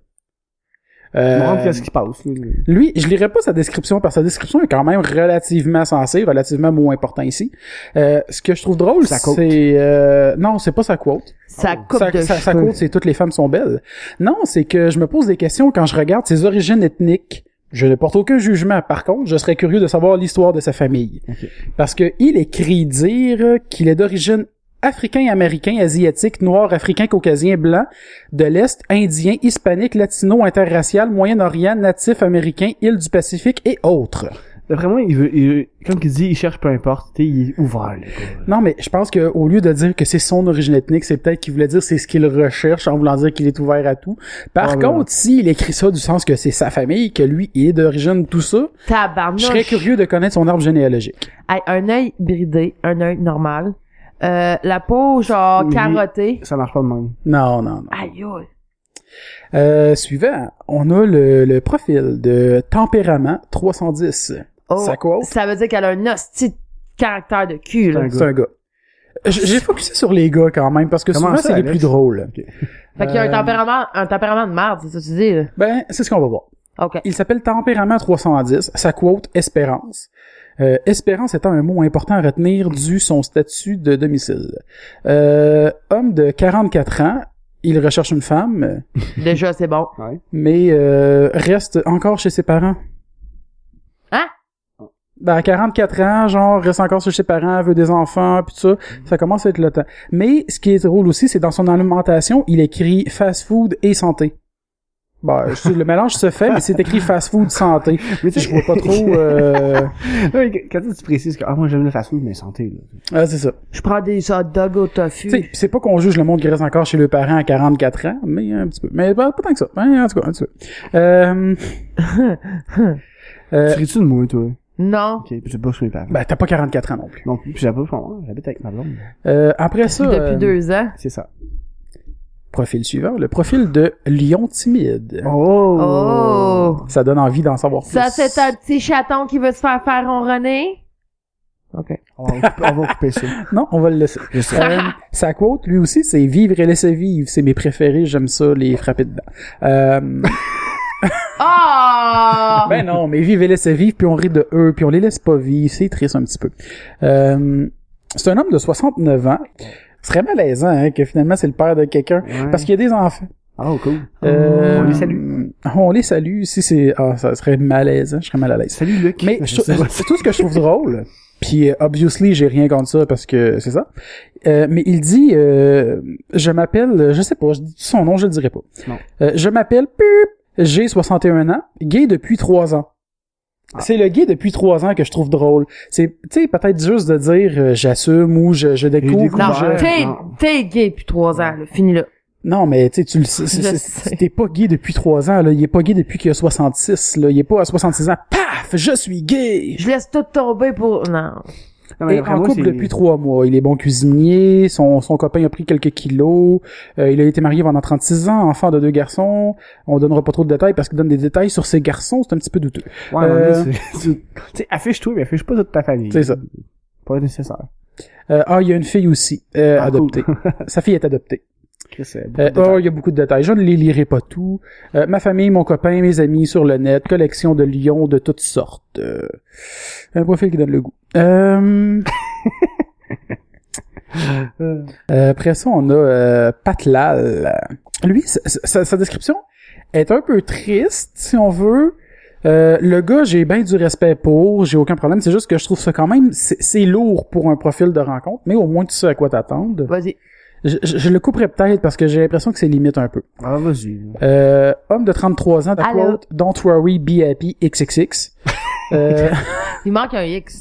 On
Euh,
rentre qu'est-ce qui se passe, là.
Lui, je lirai pas sa description parce que sa description est quand même relativement sensée, relativement moins important ici. Euh, ce que je trouve drôle,
Sa quote.
c'est euh, non, c'est pas sa quote.
Ça coupe
sa,
de
sa- sa
cheveux.
quote, c'est toutes les femmes sont belles. Non, c'est que je me pose des questions quand je regarde ses origines ethniques. Je ne porte aucun jugement. Par contre, je serais curieux de savoir l'histoire de sa famille,
Ok.
parce que il écrit dire qu'il est d'origine africain, américain, asiatique, noir, africain, caucasien, blanc, de l'Est, indien, hispanique, latino, interracial, moyen-orient, natif américain, île du Pacifique et autres.
D'après moi, il veut, il veut- comme qu'il dit, il cherche peu importe, tu sais, il est ouvert, euh, le gars.
Non, mais je pense que au lieu de dire que c'est son origine ethnique, c'est peut-être qu'il voulait dire c'est ce qu'il recherche en voulant dire qu'il est ouvert à tout. Par
Ah,
contre, s'il écrit ça du sens que c'est sa famille, que lui, il est d'origine tout ça,
Tabarnouche.
je serais curieux de connaître son arbre généalogique.
Hey, un œil bridé, un œil normal. Euh, la peau, genre,
Oui.
carottée.
Ça marche pas de même.
Non, non, non.
Aïe, aïe.
Euh, suivant, on a le, le profil de tempérament 310.
Oh,
Ça quote?
Ça veut dire qu'elle a un hostie de caractère de cul, là.
Un gars.
C'est un gars. J- J'ai focusé sur les gars quand même parce que
Comment
souvent
ça,
c'est les
Alex?
plus drôles.
Ok.
Fait qu'il y a un
Euh,
tempérament, un tempérament de merde, c'est ça que tu dis, là.
Ben, c'est ce qu'on va voir.
OK.
Il s'appelle Tempérament 310. Sa quote Espérance. Euh, espérance étant un mot important à retenir dû son statut de domicile. Euh, homme de 44 ans, il recherche une femme,
Déjà, c'est bon.
mais euh, reste encore chez ses parents.
Hein?
Ben, à 44 ans, genre, reste encore chez ses parents, veut des enfants, puis tout ça. Ça commence à être le temps. Mais ce qui est drôle aussi, c'est dans son alimentation, il écrit fast-food et santé. Ben, je- le mélange se fait, mais c'est écrit fast-food santé.
Mais tu
Je
sais,
vois pas trop. euh,
non, mais quand tu précises que, ah, moi, j'aime le fast-food, mais santé, là.
Ah, c'est ça.
Je prends des hot dogs au tofu.
Tu sais, c'est pas qu'on juge le monde qui reste encore chez le parent à 44 ans, mais un petit peu. Mais ben, pas tant que ça. Hein, en tout cas, un petit peu. Euh, Euh,
Tu ris-tu de moi, toi?
Non.
Ok, je pas chez mes parents.
ben, t'as pas 44 ans non plus.
Non, puis j'habite pas chez moi, j'habite avec ma blonde.
Euh, après ça,
Depuis
euh,
deux ans.
C'est ça.
profil suivant, le profil de lion timide.
Oh!
Oh!
Ça donne envie d'en savoir plus.
Ça, c'est un petit chaton qui veut se faire faire ronronner? OK.
On, va couper, on va couper ça.
Non, on va le laisser.
Je sais.
Euh, sa quote, lui aussi, c'est vivre et laisser vivre. C'est mes préférés, j'aime ça, les frapper dedans. Euh,
Oh!
ben non, mais vivre et laisser vivre, puis on rit de eux, puis on les laisse pas vivre. C'est triste un petit peu. Euh, c'est un homme de 69 ans. Ce serait malaisant hein, que finalement c'est le père de quelqu'un.
Ouais.
Parce qu'il y a des enfants.
Oh, cool.
Euh,
On les salue.
On les salue. Si c'est... Ah, ça serait malaisant. Je serais mal à l'aise.
Salut, Luc.
Mais
Je
je-
sais pas.
c'est tout ce que je trouve drôle. Puis euh, obviously, j'ai rien contre ça parce que c'est ça. Euh, mais il dit, euh, je m'appelle, euh, je sais pas, je dis son nom, je le dirai pas.
Non.
Euh, je m'appelle Pup. J'ai 61 ans, gay depuis 3 ans. C'est le gay depuis 3 ans que je trouve drôle. C'est, tu sais, peut-être juste de dire euh, j'assume ou je, je découvre.
découvert.
ou
Non,
je-
Ouais,
t'es,
non.
t'es gay depuis trois ans, là. Finis-le.
Non, mais tu sais, tu le sais.
Je
c'est-
sais.
c'est- T'es pas gay depuis 3 ans, là. Il est pas gay depuis qu'il a 66, là. Il est pas à 66 ans. Paf! Je suis gay!
Je laisse tout tomber pour... Non.
Non, Ah, mais
Et
après,
en
moi,
couple
c'est-
depuis trois mois. Il est bon cuisinier, son, son copain a pris quelques kilos, euh, il a été marié pendant 36 ans, enfant de deux garçons. On donnera pas trop de détails parce qu'il donne des détails sur ses garçons, c'est un petit peu douteux.
Ouais, à un moment donné,
Euh,
c'est- tu tu sais, affiche-toi, mais affiche pas toute ta famille.
C'est ça.
Pas nécessaire.
Euh, ah, il y a une fille aussi, euh,
Ah,
adoptée. Sa fille est adoptée.
Chris, euh, beaucoup de
Euh, oh,
détails.
il y a beaucoup de détails. Je ne les lirai pas tout. Euh, ma famille, mon copain, mes amis sur le net, collection de lions de toutes sortes. Euh, un profil qui donne le goût. Euh,
Euh,
Euh, après ça, on a euh, Pat Lal. Lui, sa, sa- sa description est un peu triste, si on veut. Euh, le gars, j'ai bien du respect pour, j'ai aucun problème. C'est juste que je trouve ça quand même, c'est c'est lourd pour un profil de rencontre, mais au moins tu sais à quoi t'attendre.
Vas-y.
Je, je- je le couperais peut-être parce que j'ai l'impression que c'est limite un peu.
Ah, vas-y.
Euh, homme de 33 ans, la
Allô?
quote, Don't worry, be happy, XXX. Euh,
Il manque un X.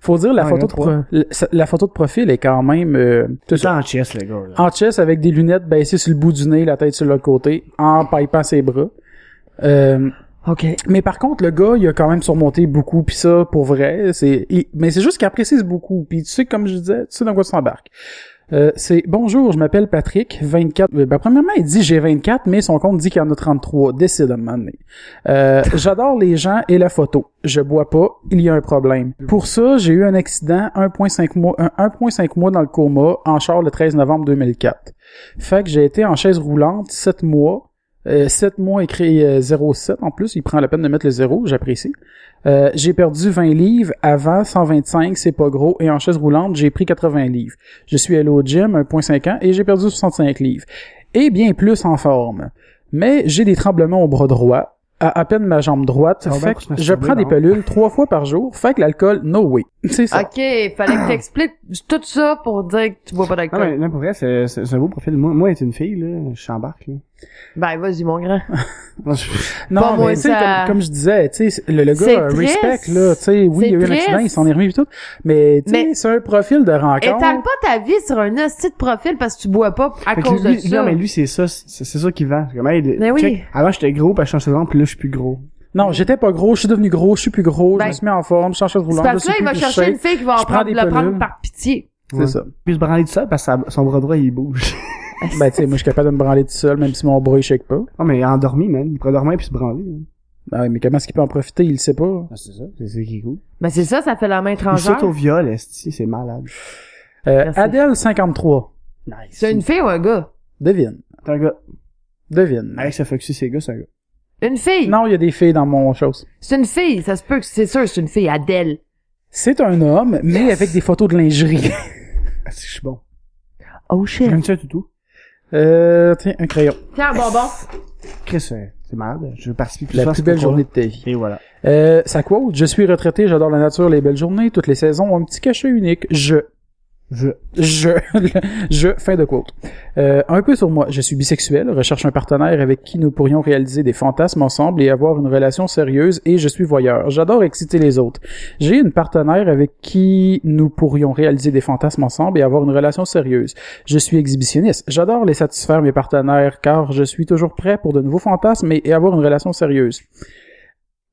faut dire, la,
Ah, il y en
photo
a
de pro- la, la photo de profil est quand même... euh,
Tout ça en chess, le gars, là.
En chess avec des lunettes baissées sur le bout du nez, la tête sur l'autre côté, en pipant ses bras. Euh,
OK.
mais par contre, le gars, il a quand même surmonté beaucoup, puis ça, pour vrai, c'est. il- Mais c'est juste qu'il apprécie beaucoup, puis tu sais, comme je disais, tu sais dans quoi tu t'embarques. Euh, c'est bonjour, je m'appelle Patrick, 24. Euh, Ben, premièrement, il dit j'ai 24, mais son compte dit qu'il en a 33. Décide à un moment donné. Euh, J'adore les gens et la photo. Je bois pas, il y a un problème. Pour ça, j'ai eu un accident 1.5 mois, un 1.5 mois dans le coma en char le 13 novembre 2004. Fait que j'ai été en chaise roulante 7 mois. Euh, 7 mois écrit euh, 07 en plus, il prend la peine de mettre le 0, j'apprécie. Euh, j'ai perdu 20 livres, avant 125, c'est pas gros, et en chaise roulante, j'ai pris 80 livres. Je suis allé au gym, 1.5 ans, et j'ai perdu 65 livres. Et bien plus en forme. Mais j'ai des tremblements au bras droit, à, à peine ma jambe droite,
Ah ben,
fait
faut se
que je
masturber,
prends des
non?
pelules trois fois par jour, fait que l'alcool, no way. C'est ça.
OK, fallait que t'expliques tout ça pour dire que tu bois pas
Non,
d'alcool.
mais, non, pour vrai, c'est, c'est, c'est un beau profil. Moi, moi, être une fille, là, je t'embarque, là.
Ben, vas-y, mon grand.
Non, je-
Non,
Pas moins
mais tu sais,
ça.
comme, comme je disais, tu sais, le, le
C'est
gars, euh,
triste.
respect, là, tu sais, oui,
C'est
il y a eu un
triste.
accident, il s'en est remis et tout, mais tu sais,
Mais-
c'est un profil de
Étale
rencontre.
pas ta vie sur un hostie de profil parce que tu bois pas à
Fait que
cause
lui,
de ça.
Non, mais lui, c'est ça, c'est, c'est ça qui vend. C'est Comme, hey, le-
Mais oui.
check, Avant, j'étais gros, puis je change de nom, puis là, je suis plus gros.
Non, j'étais pas gros, je suis devenu gros, je suis plus gros, je
Ben,
me suis mis en forme, je change de
C'est
roulant, je
parce
suis
que là, il
plus,
va
plus
chercher
shape.
une fille qui va
Je
en
prends
prendre,
des
le prendre
pelules.
par pitié.
Ouais.
C'est ça.
Puis se branler de ça, parce que sa- son bras droit, il bouge.
Ben, tu sais, moi, je suis capable de me branler tout seul, même si mon bras, il shake pas.
Non, mais endormi, man. Il pourrait dormir, puis se branler. hein.
Ah oui, mais comment est-ce qu'il peut en profiter? Il le sait pas. Euh,
Ah, c'est ça. C'est ça qui est cool.
Mais c'est ça, ça fait la main
Il saute
étrangère.
au viol, esti, c'est malade.
Euh,
Merci.
Adèle, 53.
Nice.
C'est une fille ou un gars?
Devine.
C'est un gars.
Devine.
Avec ce foxy, c'est gars, c'est un gars.
Une fille.
Non, il y a des filles dans mon chose.
C'est une fille. Ça se peut que c'est sûr, c'est une fille. Adèle.
C'est un homme, mais avec des photos de lingerie.
Ah, si, je suis bon.
Oh shit.
Comme ça, toutou.
euh, tiens, un crayon.
Tiens, un bonbon.
Chris, euh, c'est malade. Je participe plus
La
souvent à
plus
ce
belle
concours-là.
journée de ta vie.
Et voilà.
Euh, sa quote, je suis retraité, j'adore la nature, les belles journées, toutes les saisons, un petit cachet unique, je,
Je.
je, je, fin de quote. Euh, un peu sur moi, je suis bisexuel, recherche un partenaire avec qui nous pourrions réaliser des fantasmes ensemble et avoir une relation sérieuse et je suis voyeur, j'adore exciter les autres. J'ai une partenaire avec qui nous pourrions réaliser des fantasmes ensemble et avoir une relation sérieuse. Je suis exhibitionniste, j'adore les satisfaire mes partenaires car je suis toujours prêt pour de nouveaux fantasmes et, et avoir une relation sérieuse.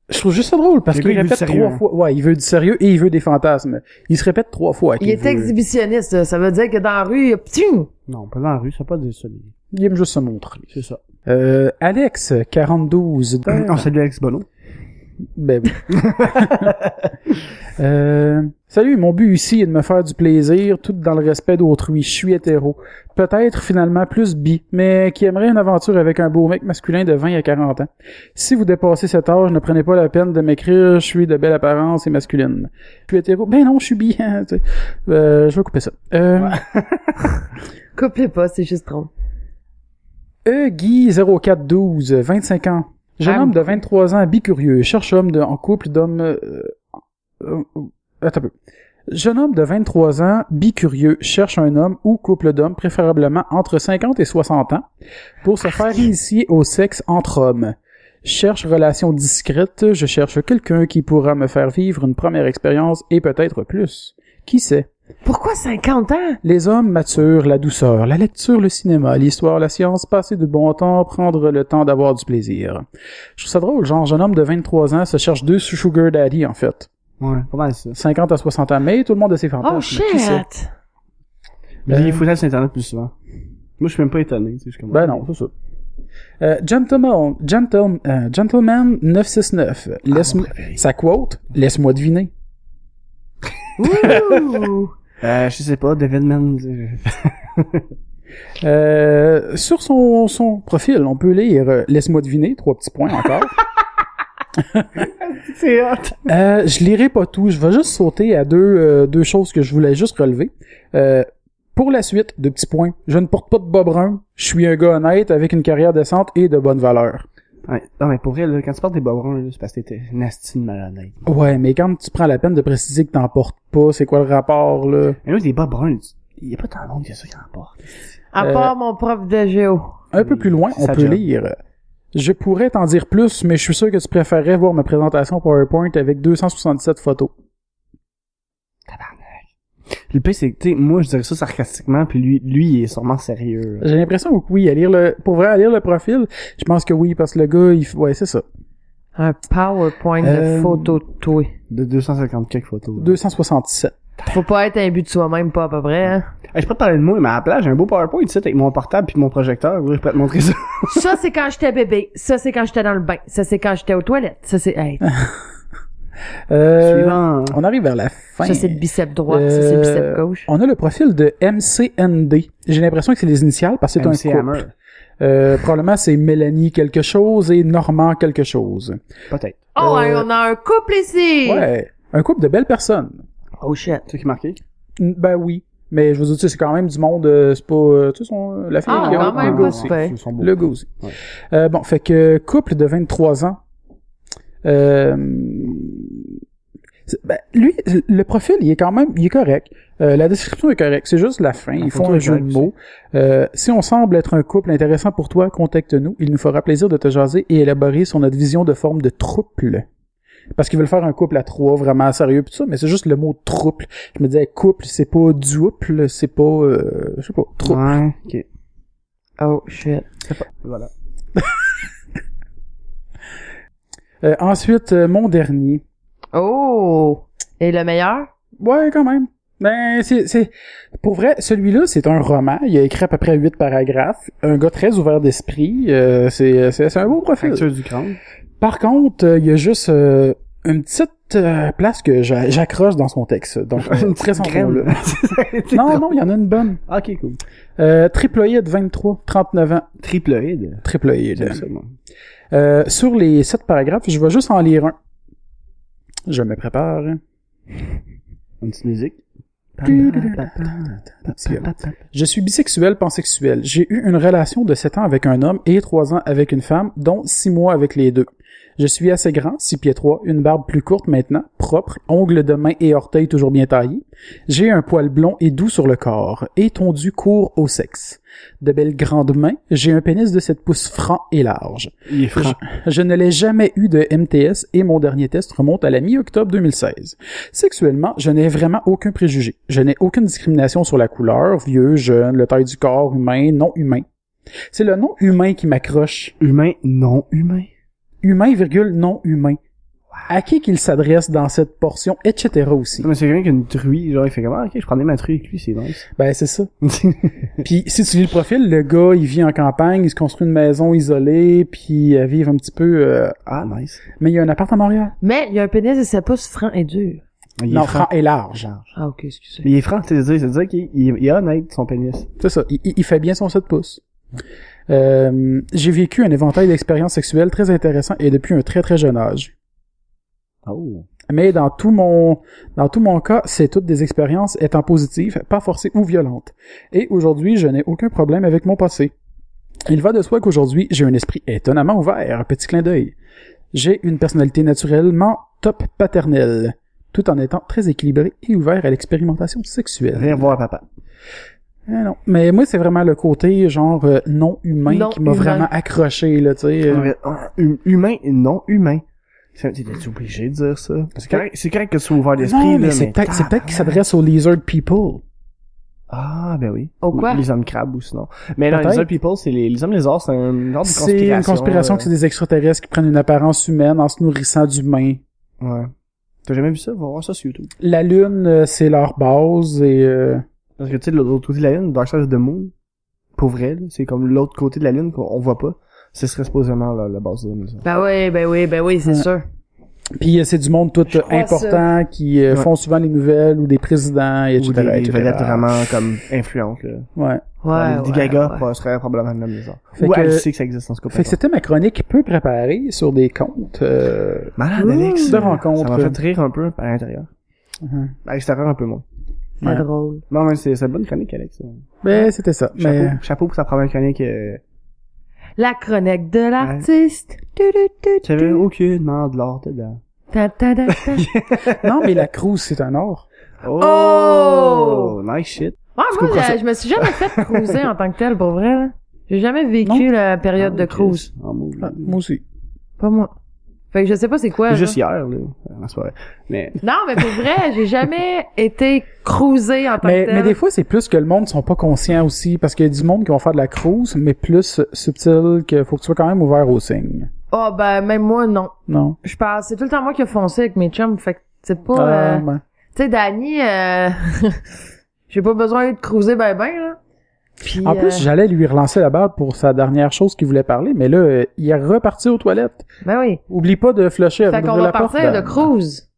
Je trouve juste ça drôle parce
Le
qu'il
gars, il veut
répète
du sérieux,
trois
hein.
fois. Ouais, il veut du sérieux et il veut des fantasmes. Il se répète trois fois.
Il
qu'il
est
veut-
exhibitionniste. Ça veut dire que dans la rue, il a ptiou!
Non, pas dans la rue, ça peut pas dire ça, mais
Il aime juste se montrer.
c'est ça.
Euh, Alex, 42.
On salue Alex Bono.
Ben oui. Euh, salut, mon but ici est de me faire du plaisir, tout dans le respect d'autrui. Je suis hétéro. Peut-être finalement plus bi, mais qui aimerait une aventure avec un beau mec masculin de 20 à 40 ans. Si vous dépassez cet âge, ne prenez pas la peine de m'écrire « Je suis de belle apparence et masculine. Je suis hétéro. » Ben non, je suis bi. hein, tu sais. Euh, je vais couper ça. Euh,
Coupe-les pas, c'est juste trop.
E. Guy 0412, 25 ans. Jeune
Ah,
homme de 23 ans, bicurieux, cherche homme de- en couple d'hommes... euh, euh, euh, attends un peu. Jeune homme de 23 ans, bicurieux, cherche un homme ou couple d'hommes, préférablement entre 50 et 60 ans, pour se faire initier au sexe entre hommes. Cherche relation discrète, je cherche quelqu'un qui pourra me faire vivre une première expérience et peut-être plus. Qui sait?
Pourquoi 50 ans?
Les hommes matures, la douceur, la lecture, le cinéma, l'histoire, la science, passer de bon temps, prendre le temps d'avoir du plaisir. Je trouve ça drôle, genre, jeune homme de 23 ans se cherche deux sugar daddy, en fait.
Ouais, pas mal ça.
50 à 60 ans, mais tout le monde a ses fantasmes.
Oh
Qui sait?
shit!
Mais
Euh,
il faut aller sur Internet plus souvent. Moi, je suis même pas étonné, tu sais, je suis comme-
Ben non, c'est ça. Euh, gentleman, gentleman, euh, gentleman 969. Laisse
mon préféré.
sa quote, laisse-moi deviner.
Ouh!
Euh, je sais pas, David Man, euh,
Euh, sur son, son profil, on peut lire euh, laisse-moi deviner, trois petits points encore.
C'est hot!
Euh, je lirai pas tout. Je vais juste sauter à deux, euh, deux choses que je voulais juste relever. Euh, pour la suite, deux petits points. Je ne porte pas de bas brun. Je suis un gars honnête avec une carrière décente et de bonne valeur.
Ouais. Non, mais pour vrai, là, quand tu portes des bas bruns, là, c'est parce que t'es nasty de malade.
Ouais, mais quand tu prends la peine de préciser que t'en portes pas, c'est quoi le rapport, là?
Mais là, des bas bruns, tu- il y a pas tant de monde que ça qui en porte.
À
Euh,
part mon prof de géo.
Un peu
Oui,
plus loin,
c'est
on
sa
peut
job.
lire. Je pourrais t'en dire plus, mais je suis sûr que tu préférerais voir ma présentation PowerPoint avec 267 photos.
Le pire, c'est que, tu sais, moi, je dirais ça sarcastiquement, puis lui, lui, il est sûrement sérieux. là.
J'ai l'impression que oui, à lire le, pour vrai, à lire le profil, je pense que oui, parce que le gars, il, f- ouais, c'est ça.
Un PowerPoint
Euh,
de photo de toi.
De 250 quelques photos. là.
267.
Faut pas être imbu de soi-même, pas à peu près, hein.
Hey, je peux te parler de moi, mais à la plage, j'ai un beau PowerPoint, tu sais, avec mon portable puis mon projecteur. là, Je pourrais te montrer ça.
Ça, c'est quand j'étais bébé. Ça, c'est quand j'étais dans le bain. Ça, c'est quand j'étais aux toilettes. Ça, c'est, hey,
Euh,
Suivant.
On arrive vers la fin.
ça, c'est le bicep droit. Ça, c'est
Euh,
le bicep gauche.
On a le profil de MCND. J'ai l'impression que c'est les initiales parce que c'est
MC
un
Hammer.
couple. Euh, probablement c'est Mélanie quelque chose et Normand quelque chose.
Peut-être.
Oh,
euh,
hey, on a un couple ici!
Ouais, un couple de belles personnes.
Oh shit.
C'est qui est marqué?
Mm, Ben oui, mais je vous dis tu sais, c'est quand même du monde euh, c'est pas euh, tu sais son la fille
Ah,
qui a-
quand même,
le
pas
gars
si
aussi.
pire. fait.
Ils sont beaux.
Le gars aussi.
Ouais.
Euh, bon, fait que couple de 23 ans. Euh, c'est- ben, lui, le profil, il est quand même, il est correct. Euh, la description est correcte. C'est juste la fin.
La
Ils
photo
font un
est
jeu de
correcte
mots. Euh, si on semble être un couple intéressant pour toi, contacte-nous. Il nous fera plaisir de te jaser et élaborer sur notre vision de forme de trouble. Parce qu'ils veulent faire un couple à trois, vraiment sérieux pis tout ça, mais c'est juste le mot trouble. Je me disais, couple, c'est pas duple, c'est pas, euh, je sais pas, trouble.
Ouais, ok.
Oh shit.
Voilà.
Euh, ensuite, euh, mon dernier.
Oh! Et le meilleur?
Ouais, quand même. Ben, c'est, c'est, pour vrai, celui-là, c'est un roman. Il a écrit à peu près huit paragraphes. Un gars très ouvert d'esprit. Euh, c'est, c'est, c'est un beau profil.
Fracture du crâne.
Par contre, euh, il y a juste euh, une petite euh, place que j'a- j'accroche dans son texte. Donc,
Une
très
petite crème. Ah,
là. Non, non, il y en a une bonne.
Ok, cool.
Euh, triploïde, 23, 39 ans.
Triploïde.
Triploïde.
J'aime ça, moi.
Euh, sur les sept paragraphes, je vais juste en lire un. Je me prépare.
Une petite musique.
Je suis bisexuel, pansexuel. J'ai eu une relation de 7 ans avec un homme et 3 ans avec une femme, dont 6 mois avec les deux. Je suis assez grand, 6 pieds 3, une barbe plus courte maintenant, propre, ongles de main et orteils toujours bien taillés. J'ai un poil blond et doux sur le corps, et tondu court au sexe. De belles grandes mains, j'ai un pénis de 7 pouces franc et large.
Il est franc.
Je ne l'ai jamais eu de MTS et mon dernier test remonte à la mi-octobre 2016. Sexuellement, je n'ai vraiment aucun préjugé. Je n'ai aucune discrimination sur la couleur, vieux, jeune, le taille du corps, humain, non humain. C'est le non humain qui m'accroche.
Humain, non humain.
Humain, virgule, non humain. à qui qu'il s'adresse dans cette portion, etc. aussi.
Non, mais c'est quelqu'un qui a une truie, genre, il fait comme, ah, ok, je prenais ma truie avec lui, c'est nice.
Ben, c'est ça. Puis si tu lis le profil, le gars, il vit en campagne, il se construit une maison isolée, puis euh, vivre un petit peu... euh,
ah, nice.
Mais il y a un appart à Montréal.
Mais il y a un pénis de 7 pouces franc et dur.
Il
non,
est franc.
franc et large.
Ah, ok, excusez.
Mais il est franc, c'est-à-dire, c'est-à-dire qu'il il- il est honnête, son pénis.
C'est ça. Il, il- il fait bien son 7 pouces. Euh, j'ai vécu un éventail d'expériences sexuelles très intéressant et depuis un très très jeune âge.
Oh.
Mais dans tout mon dans tout mon cas, c'est toutes des expériences étant positives, pas forcées ou violentes. Et aujourd'hui, je n'ai aucun problème avec mon passé. Il va de soi qu'aujourd'hui, j'ai un esprit étonnamment ouvert, petit clin d'œil. J'ai une personnalité naturellement top paternelle, tout en étant très équilibré et ouvert à l'expérimentation sexuelle.
Viens voir papa.
Eh non. Mais moi, c'est vraiment le côté genre euh, non humain
Non
qui m'a
humain.
vraiment accroché, là, tu sais. euh.
Ah, hum- Humain et non humain. C'est- T'es-tu obligé de dire ça? C'est correct, c'est correct que tu sois ouvert d'esprit,
Ah, Non,
là,
mais c'est peut-être c'est peut-être qu'il s'adresse aux lizard people.
Ah, ben oui.
Au quoi?
Les hommes crabes ou sinon. Mais non,
Peut-être.
les hommes people, c'est les, les hommes lézards, c'est un genre de conspiration.
C'est une conspiration
euh,
que c'est des extraterrestres qui prennent une apparence humaine en se nourrissant d'humains.
Ouais. T'as jamais vu ça? Va voir ça sur YouTube.
La Lune, euh, c'est leur base et... euh,
Parce que tu sais, de l'autre côté de la Lune, Dark Side of the Moon, pour vrai, là, c'est comme l'autre côté de la Lune qu'on on voit pas. Ce serait supposément la, la base de la maison.
Ben oui, ben oui, ben oui, c'est sûr.
Puis euh, c'est du monde tout euh,
crois
important qui euh,
Ouais.
font souvent les nouvelles ou des présidents, etc.
Ou des
etc.
vedettes vraiment comme influentes. Là.
Ouais.
Ouais,
Des
ouais,
gaga
ouais.
ouais, serait probablement de la maison.
Fait
Ou
que-
elle sait que ça existe en ce cas.
Fait que c'était ma chronique peu préparée sur des comptes. euh,
Malade, Alex.
de rencontre.
Ça m'a fait rire un peu par l'intérieur. À l'extérieur, un peu moins.
C'est
Ouais.
drôle.
Non, mais c'est c'est une bonne chronique, Alex.
Ben, c'était ça.
Chapeau,
Mais...
chapeau pour sa première chronique. Euh...
La chronique de l'artiste. Tu, tu, tu,
Tu avais
tu.
aucunement de l'or dedans.
Ta, ta, ta, Ah, ta.
non, mais la cruise, c'est un or.
Oh! Nice shit.
Ouais,
Tu
moi,
comprends ça?
je, je me suis jamais fait cruiser en tant que tel, pour vrai. là. J'ai jamais vécu
Non.
la période de cruise.
En mode-
Ah, moi aussi.
Pas moi. Fait que je sais pas c'est quoi.
Juste
là.
hier, là, en soirée. Mais,
Non, mais pour vrai, j'ai jamais été cruisée en tant
Mais,
que tel.
mais des fois, c'est plus que le monde sont pas conscients aussi, parce qu'il y a du monde qui vont faire de la cruise, mais plus subtil que faut que tu sois quand même ouvert aux signes.
Ah oh, ben même moi non.
Non?
Je pense c'est tout le temps moi qui ai foncé avec mes chums, fait que c'est pas
Ah,
euh,
ouais.
tu sais Dani euh... j'ai pas besoin de cruiser ben ben là. Puis
En plus,
euh,
j'allais lui relancer la barre pour sa dernière chose qu'il voulait parler, mais là, euh, il est reparti aux toilettes.
ben oui.
Oublie pas de flusher
Fait
d'ouvrir
qu'on va
la porte. ben.
partir de
Dan.
cruise.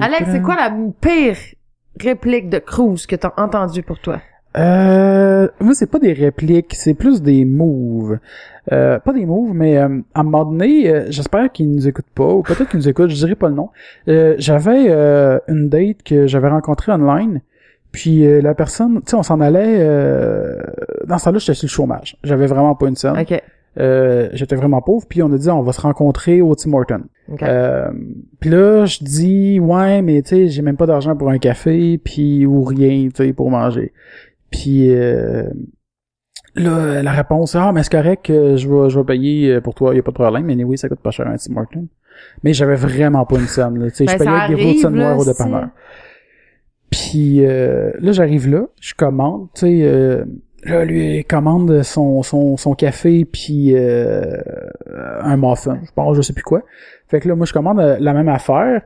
Alex, c'est quoi la pire réplique de cruise que t'as entendue pour toi
Euh, moi, c'est pas des répliques, c'est plus des moves. Euh, pas des moves, mais euh, à un moment donné, euh, j'espère qu'ils nous écoutent pas, ou peut-être qu'ils nous écoutent, je dirais pas le nom. Euh, j'avais euh, une date que j'avais rencontrée online, puis euh, la personne, tu sais, on s'en allait... euh, dans ce temps-là, j'étais sur le chômage. J'avais vraiment pas une scène.
Ok.
Euh, j'étais vraiment pauvre, puis on a dit, on va se rencontrer au Tim Horton.
Ok.
Euh, puis là, je dis ouais, mais tu sais, j'ai même pas d'argent pour un café, puis ou rien, tu sais, pour manger. Puis euh, là, la réponse ah, mais c'est correct, euh, je vais, je vais payer euh, pour toi, y a pas de problème. Mais oui, ça coûte pas cher un Tim Martin. Mais j'avais vraiment pas une scène, là, tu sais,
Ben,
je payais
ça
avec des
arrive,
routines
là,
noires au
c'est-
dépanneur. Puis euh, là, j'arrive là, je commande, tu sais. euh, Là, lui, il commande son, son, son café puis euh, un muffin, je pense, je sais plus quoi. Fait que là, moi, je commande euh, la même affaire,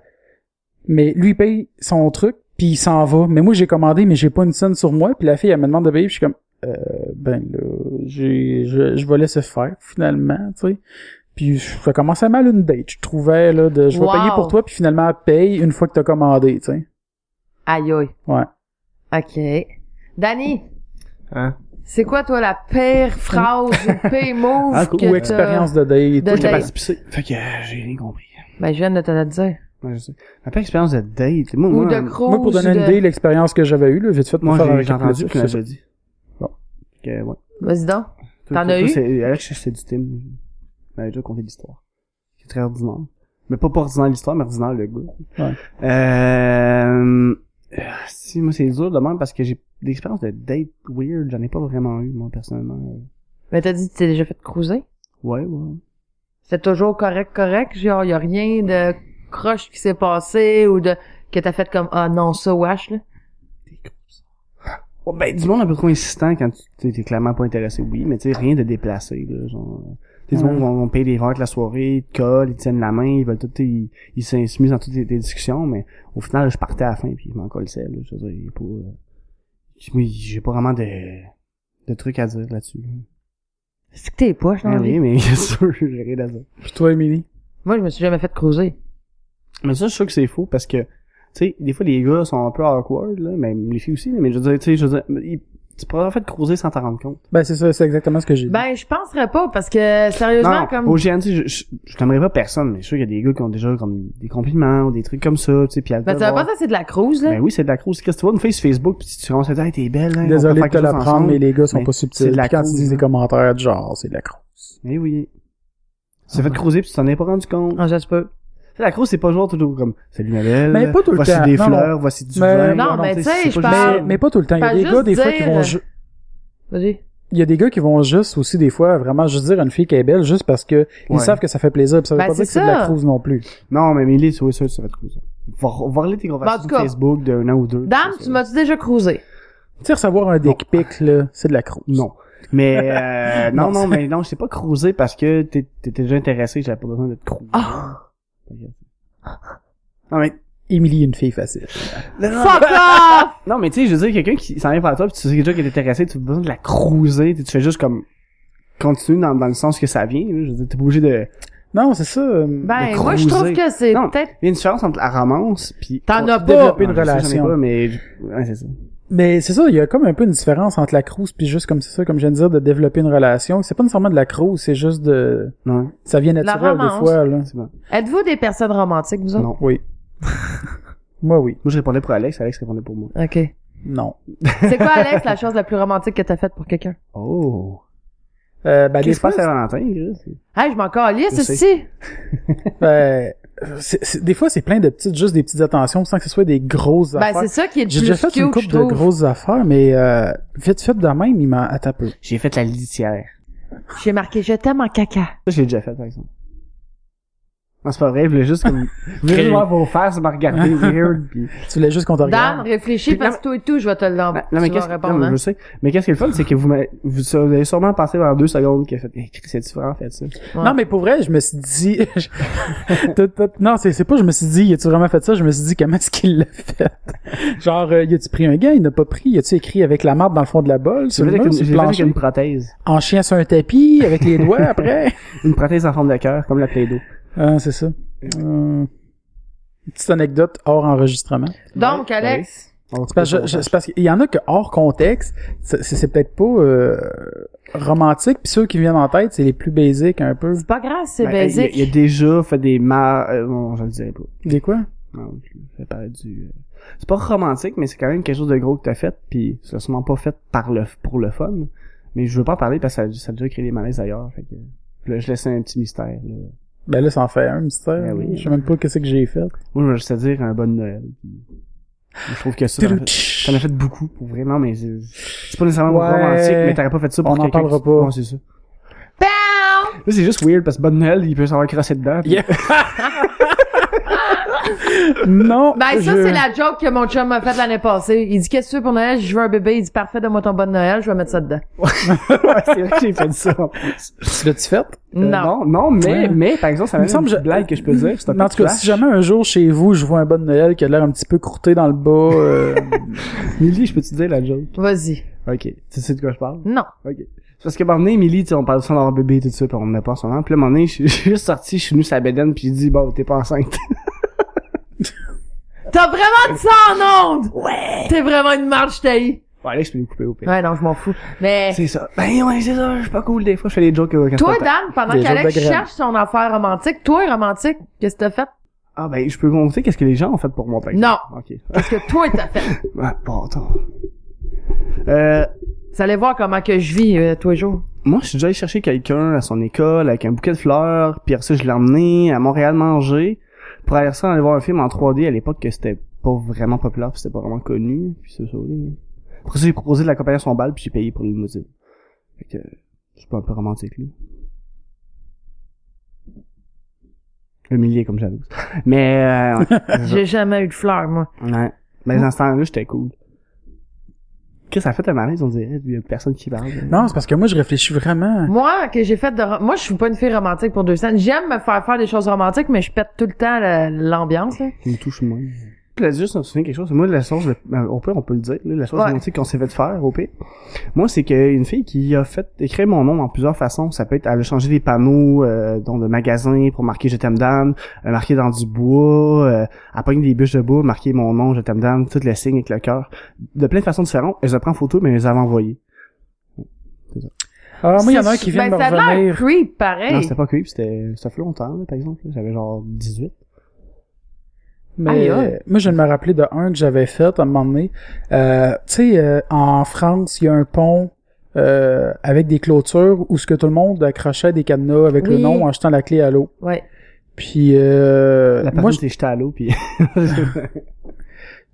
mais lui il paye son truc, puis il s'en va. Mais moi, j'ai commandé, mais j'ai pas une scène sur moi, puis la fille, elle me demande de payer, puis je suis comme, euh, ben là, j'ai, je, je vais laisser faire, finalement, tu sais. Puis ça commençait mal une date, je trouvais, là, de, je vais
Wow.
payer pour toi, puis finalement, elle paye une fois que t'as commandé, tu sais.
Aïe aïe.
Ouais.
Ok. Dani,
hein.
c'est quoi toi la pire phrase ou le pire move
Ah,
que
Hein, Ou
t'as-
expérience de date.
de
ou-
Moi, j'étais
date.
parti pisser. Fait que, euh, j'ai rien compris.
Ben, je viens de te le dire.
Ouais, je sais. Ma pire expérience de date. Moi, moi,
Ou de cruise.
Moi, pour donner une
de-
idée, l'expérience que j'avais eue, là, vite fait, pour
moi,
faire un
j'ai j'ai entendu
récapitulatif,
qu'il
c'est
l'avait dit.
Bon.
Fait Que, ouais.
Vas-y donc.
Toi,
T'en
toi,
as
toi,
eu?
c'est- Alex, c'est du Tim. Il m'avait déjà conté l'histoire. C'est très ordinaire. Mais pas pas ordinaire l'histoire, mais ordinaire le gars.
Ouais.
Euh, euh, si, moi, c'est dur de même parce que j'ai des expériences de date weird. J'en ai pas vraiment eu, moi, personnellement.
Mais t'as dit que tu t'es déjà fait cruiser.
Ouais, ouais.
C'est toujours correct, correct. Genre, y a rien de croche qui s'est passé ou de, que t'as fait comme, ah non, ça, wesh, là.
Ouais, ben, du monde un peu trop insistant quand tu t'es- t'es clairement pas intéressé, oui, mais tu sais, rien de déplacé, là, genre. Tu sais, du monde vont, vont payer des verres de la soirée, ils te collent, ils te tiennent la main, ils veulent tout, ils, ils s'insumisent dans toutes les, les discussions, mais au final, je partais à la fin, puis je m'en colissais, là. Je veux dire, il est pas, euh, oui, j'ai pas vraiment de, de trucs à dire là-dessus.
C'est que t'es poche,
Ah
non?
oui, mais bien sûr, j'ai rien à dire.
Puis toi, Émilie?
Moi, je me suis jamais fait creuser.
Mais ça, je suis sûr que c'est faux parce que, tu sais, des fois, les gars sont un peu awkward, là, même les filles aussi, mais je veux dire, tu sais, je veux dire, ils- tu pourrais en fait croiser sans t'en rendre compte.
Ben, c'est ça, c'est exactement ce que j'ai dit.
Ben, je penserais pas, parce que, sérieusement,
non,
comme...
au GNT, je, je, je t'aimerais pas personne, mais je suis sûr qu'il y a des gars qui ont déjà comme des compliments ou des trucs comme ça, tu sais, puis à
Ben, tu vas pas ça, c'est de la creuse, là?
Ben oui, c'est de la crouse. Qu'est-ce que tu vois une fille sur Facebook, puis tu commences à dire, hey, t'es belle, hein, on
Désolé
peut faire
de te
quelque chose
l'apprendre, mais
ensemble.
les gars sont
Mais
pas subtils.
de la
Puis quand ils
crouse,
disent des
hein.
commentaires du genre, c'est de la crouse.
Eh oui. Tu
Ah.
t'es fait croiser, puis tu t'en es pas rendu compte.
Non, Ah, ça se peut.
La crouse, c'est pas toujours toujours comme, salut ma belle,
Mais pas tout le
voici
temps.
des
Non,
fleurs, voici du
Mais-
vin.
Non, mais
tu
tu sais,
c'est
je
pas juste
parle-
ça.
Mais pas tout le temps. Il y a
Pas
des
juste
gars, des fois,
dire-
qui vont... ju-
Vas-y.
Il y a des gars qui vont juste aussi, des fois, vraiment juste dire à une fille qui est belle juste parce que ils
Ouais.
savent que ça fait plaisir. Puis ça veut
Ben,
pas dire
c'est
que c'est de la
ça.
crouse non plus.
Non, mais Millie, c'est oui, ça, ça va être cool. ça. Va, va relire tes
Ben, en
conversations
tout cas,
Facebook d'un an ou deux.
Dame,
C'est
tu
ça.
m'as-tu déjà creusé?
Tu sais, recevoir un dick pic, là, c'est de la crouse.
Non. Mais, euh, non,
Non,
non, mais non, je t'ai pas cruisé parce que t'es- t'étais déjà intéressé, j'avais pas besoin de te cruiser.
Ah.
Non, mais,
Émilie, une fille facile.
non, non,
Fuck off!
non, mais tu sais, je veux dire, quelqu'un qui s'en vient vers toi pis tu sais déjà qu'il est intéressé, tu as besoin de la cruiser, tu tu fais juste comme, continue dans, dans le sens que ça vient, là. je veux dire, t'es pas obligé de...
Non, c'est ça. euh,
Ben,
De
moi,
creuser.
je trouve que c'est
Non.
peut-être...
Il y a une différence entre la romance pis...
T'en as pas.
Développer une
Non, je sais, j'en ai
relation.
pas, mais, ouais, c'est ça.
Mais c'est ça, il y a comme un peu une différence entre la crouse puis juste comme c'est ça, comme je viens de dire, de développer une relation. C'est pas nécessairement de la crouse, c'est juste de,
Non,
ça vient
la
naturel des
romance.
fois, là.
c'est bon.
Êtes-vous des personnes romantiques, vous autres?
Non.
Oui. Moi, oui.
Moi, je répondais pour Alex, Alex répondait pour moi.
OK.
Non.
C'est quoi, Alex, la chose la plus romantique que t'as faite pour quelqu'un?
Oh.
Euh, ben, des
Qu'est-ce qui se
fois,
passe à Valentin, Chris?
Hey, je m'en calisse,
Je sais.
ceci!
c'est- ben, c'est- c'est- des fois, c'est plein de petites, juste des petites attentions, sans que ce soit des grosses
Ben,
affaires.
c'est ça qui est le
J'ai
plus
déjà fait une
cute,
couple
je
de
trouve.
grosses affaires, mais euh, vite fait de même, il m'a attaqué peu.
J'ai fait la litière.
J'ai marqué « Je t'aime en caca
Ça, je l'ai déjà fait, par exemple. Non, c'est pas vrai, je voulais juste comme... Je voulais juste
Créer.
voir vos faces me regarder weird, puis...
Tu voulais juste qu'on te ».
Dame,
regarde.
réfléchis,
Puis,
parce que tout et tout, je vais te le
Non,
l'envoyer.
mais
Tu vas
qu'est-ce que... non,
répondre,
mais
hein.
je sais. Mais qu'est-ce qui est le fun, c'est que vous m'avez... Vous vous avez sûrement pensé dans deux secondes que fait... Hey, Chris, tu vraiment fait ça?
Ouais.
Non, mais pour vrai, je me suis dit... je- Tout- tout- non, c'est c'est pas je me suis dit, y a-tu vraiment fait ça? Je me suis dit, comment est-ce qu'il l'a fait? Genre, euh, y a-tu pris un gars? Il n'a pas pris. Y a-tu écrit avec la marde dans le fond de la
J'ai
bolle, sur
fait
le
avec
mur,
une-
sur
j'ai
le
fait avec
plancher,
une prothèse.
en chien sur un tapis, avec les doigts après?
Une prothèse en forme de cœur, comme la Play-Doh.
Ah, c'est ça. Euh, une petite anecdote hors enregistrement.
Donc, Alex,
On
C'est parce que je- je- c'est parce qu'il y en a que hors contexte, c'est c'est peut-être pas euh, romantique, puis ceux qui viennent en tête, c'est les plus basiques un peu.
c'est pas grave, c'est
Ben, il y a-
basique.
Il y a déjà fait des mar... euh, bon, je le dirai pas.
Des quoi?
Non, je vais parler du... euh, C'est pas romantique, mais c'est quand même quelque chose de gros que t'as fait, puis c'est sûrement pas fait par le, pour le fun. Mais je veux pas en parler parce que ça, ça a déjà créé des malaises ailleurs, fait que... là, je laissais un petit mystère, là.
Ben là, ça en fait un mystère.
Ben oui.
Je sais même pas qu'est-ce que j'ai fait.
Moi, je vais juste te dire un bon Noël, puis Je trouve que ça, t'en as fait- t'en as fait beaucoup, pour vrai. Non, mais c'est c'est pas nécessairement
Ouais.
romantique, mais t'aurais pas fait ça pour
On en
quelqu'un
parlera
qui-
pas.
Non, c'est ça.
Pow!
Là, c'est juste weird, parce que bon Noël, il peut s'avoir crassé dedans. puis-
Yeah. non.
Ben, ça,
je-
c'est la joke que mon chum m'a faite l'année passée. Il dit, qu'est-ce que tu veux pour Noël? Je veux un bébé. Il dit, parfait, donne-moi ton bon de Noël. Je vais mettre ça dedans.
Ouais, c'est vrai que j'ai fait ça, en plus.
Tu l'as-tu fait?
Euh,
non.
non, non, mais,
Ouais.
mais, par exemple, ça
Il
m'a
me
semble
semble
une
je-
petite blague que je peux dire. c'est un
Mais en
peu
tout cas,
trash.
si jamais un jour chez vous, je vois un bon Noël qui a l'air un petit peu croûté dans le bas, euh,
Millie, je peux te dire la joke?
Vas-y.
Ok. Tu sais de quoi je parle?
Non.
Ok. C'est Parce que, à un moment donné, Millie, tu sais, on parle sans avoir bébé, tout ça, pis on n'a pas en ce moment. Puis là, à un moment donné, je suis juste sorti, je suis venu sur la bédaine, pis j'ai dit, bon, t'es pas enceinte.
T'as vraiment dit ça en onde! Ouais! T'es vraiment une marche, taille.
Bon, Alex, je peux lui couper au pire.
Ouais, non, je m'en fous. Mais,
C'est ça. Ben ouais, c'est ça. Je suis pas cool des fois. Je fais des jokes. euh, quand
toi,
je suis pas-
Dan, pendant
Des
qu'Alex
jours de graines.
cherche son affaire romantique, toi, romantique, qu'est-ce que t'as fait?
Ah ben, je peux compter qu'est-ce que les gens ont fait pour moi, par exemple.
Non.
Ok.
Qu'est-ce que toi, t'as fait?
Ah, bon, attends. Euh,
Vous allez voir comment que je vis, euh, tous les jours.
moi, je suis déjà allé chercher quelqu'un à son école avec un bouquet de fleurs. Puis après ça, je l'ai emmené à Montréal manger pour aller ça aller voir un film en 3D à l'époque que c'était pas vraiment populaire, puis c'était pas vraiment connu. Puis c'est ça. là. Après ça, j'ai proposé de l'accompagner à son bal, puis j'ai payé pour l'imousine. Fait que, je suis pas un peu romantique là. Le millier comme jalouse. Mais euh, ouais.
J'ai jamais eu de fleurs, moi.
Ouais. Mais dans ce temps-là, j'étais cool. Chris a fait un malaise, on dirait, il y a personne qui parle. euh?
Non, c'est parce que moi, je réfléchis vraiment.
Moi, que j'ai fait de. ro- Moi, je suis pas une fille romantique pour deux cents. J'aime me faire faire des choses romantiques, mais je pète tout le temps la- l'ambiance. là.
Il me touche moins. Là, juste, on se souvient quelque chose. Moi, la sauce, le- au pire, on peut le dire, là, la sauce
Ouais.
romantique qu'on s'est fait faire, au pire. Moi, c'est qu'une fille qui a fait écrire mon nom en plusieurs façons. Ça peut être, elle a changé des panneaux, euh, dans le magasin pour marquer Je t'aime Dan, euh, marquer dans du bois, euh, elle pogne des bûches de bois, marquer mon nom, Je t'aime Dan, tout le signe avec le cœur. De plein de façons différentes. Elle les prend en photo, mais elle les avait envoyées.
Ah, moi, il y en a
C'est-
un qui vient de
ben,
me
ça a l'air
revenir.
creep, pareil.
Non, c'était pas creep, c'était, ça fait longtemps, là, par exemple. là. J'avais genre 18.
Mais
Aïe,
euh,
aïe.
moi, je viens de me rappeler de un que j'avais fait à un moment donné. Euh, tu sais, euh, en France, il y a un pont euh, avec des clôtures où ce que tout le monde accrochait des cadenas avec le
Oui.
nom en jetant la clé à l'eau.
Ouais.
Puis, euh,
La
moi,
personne
je,
s'est jetée à l'eau, puis...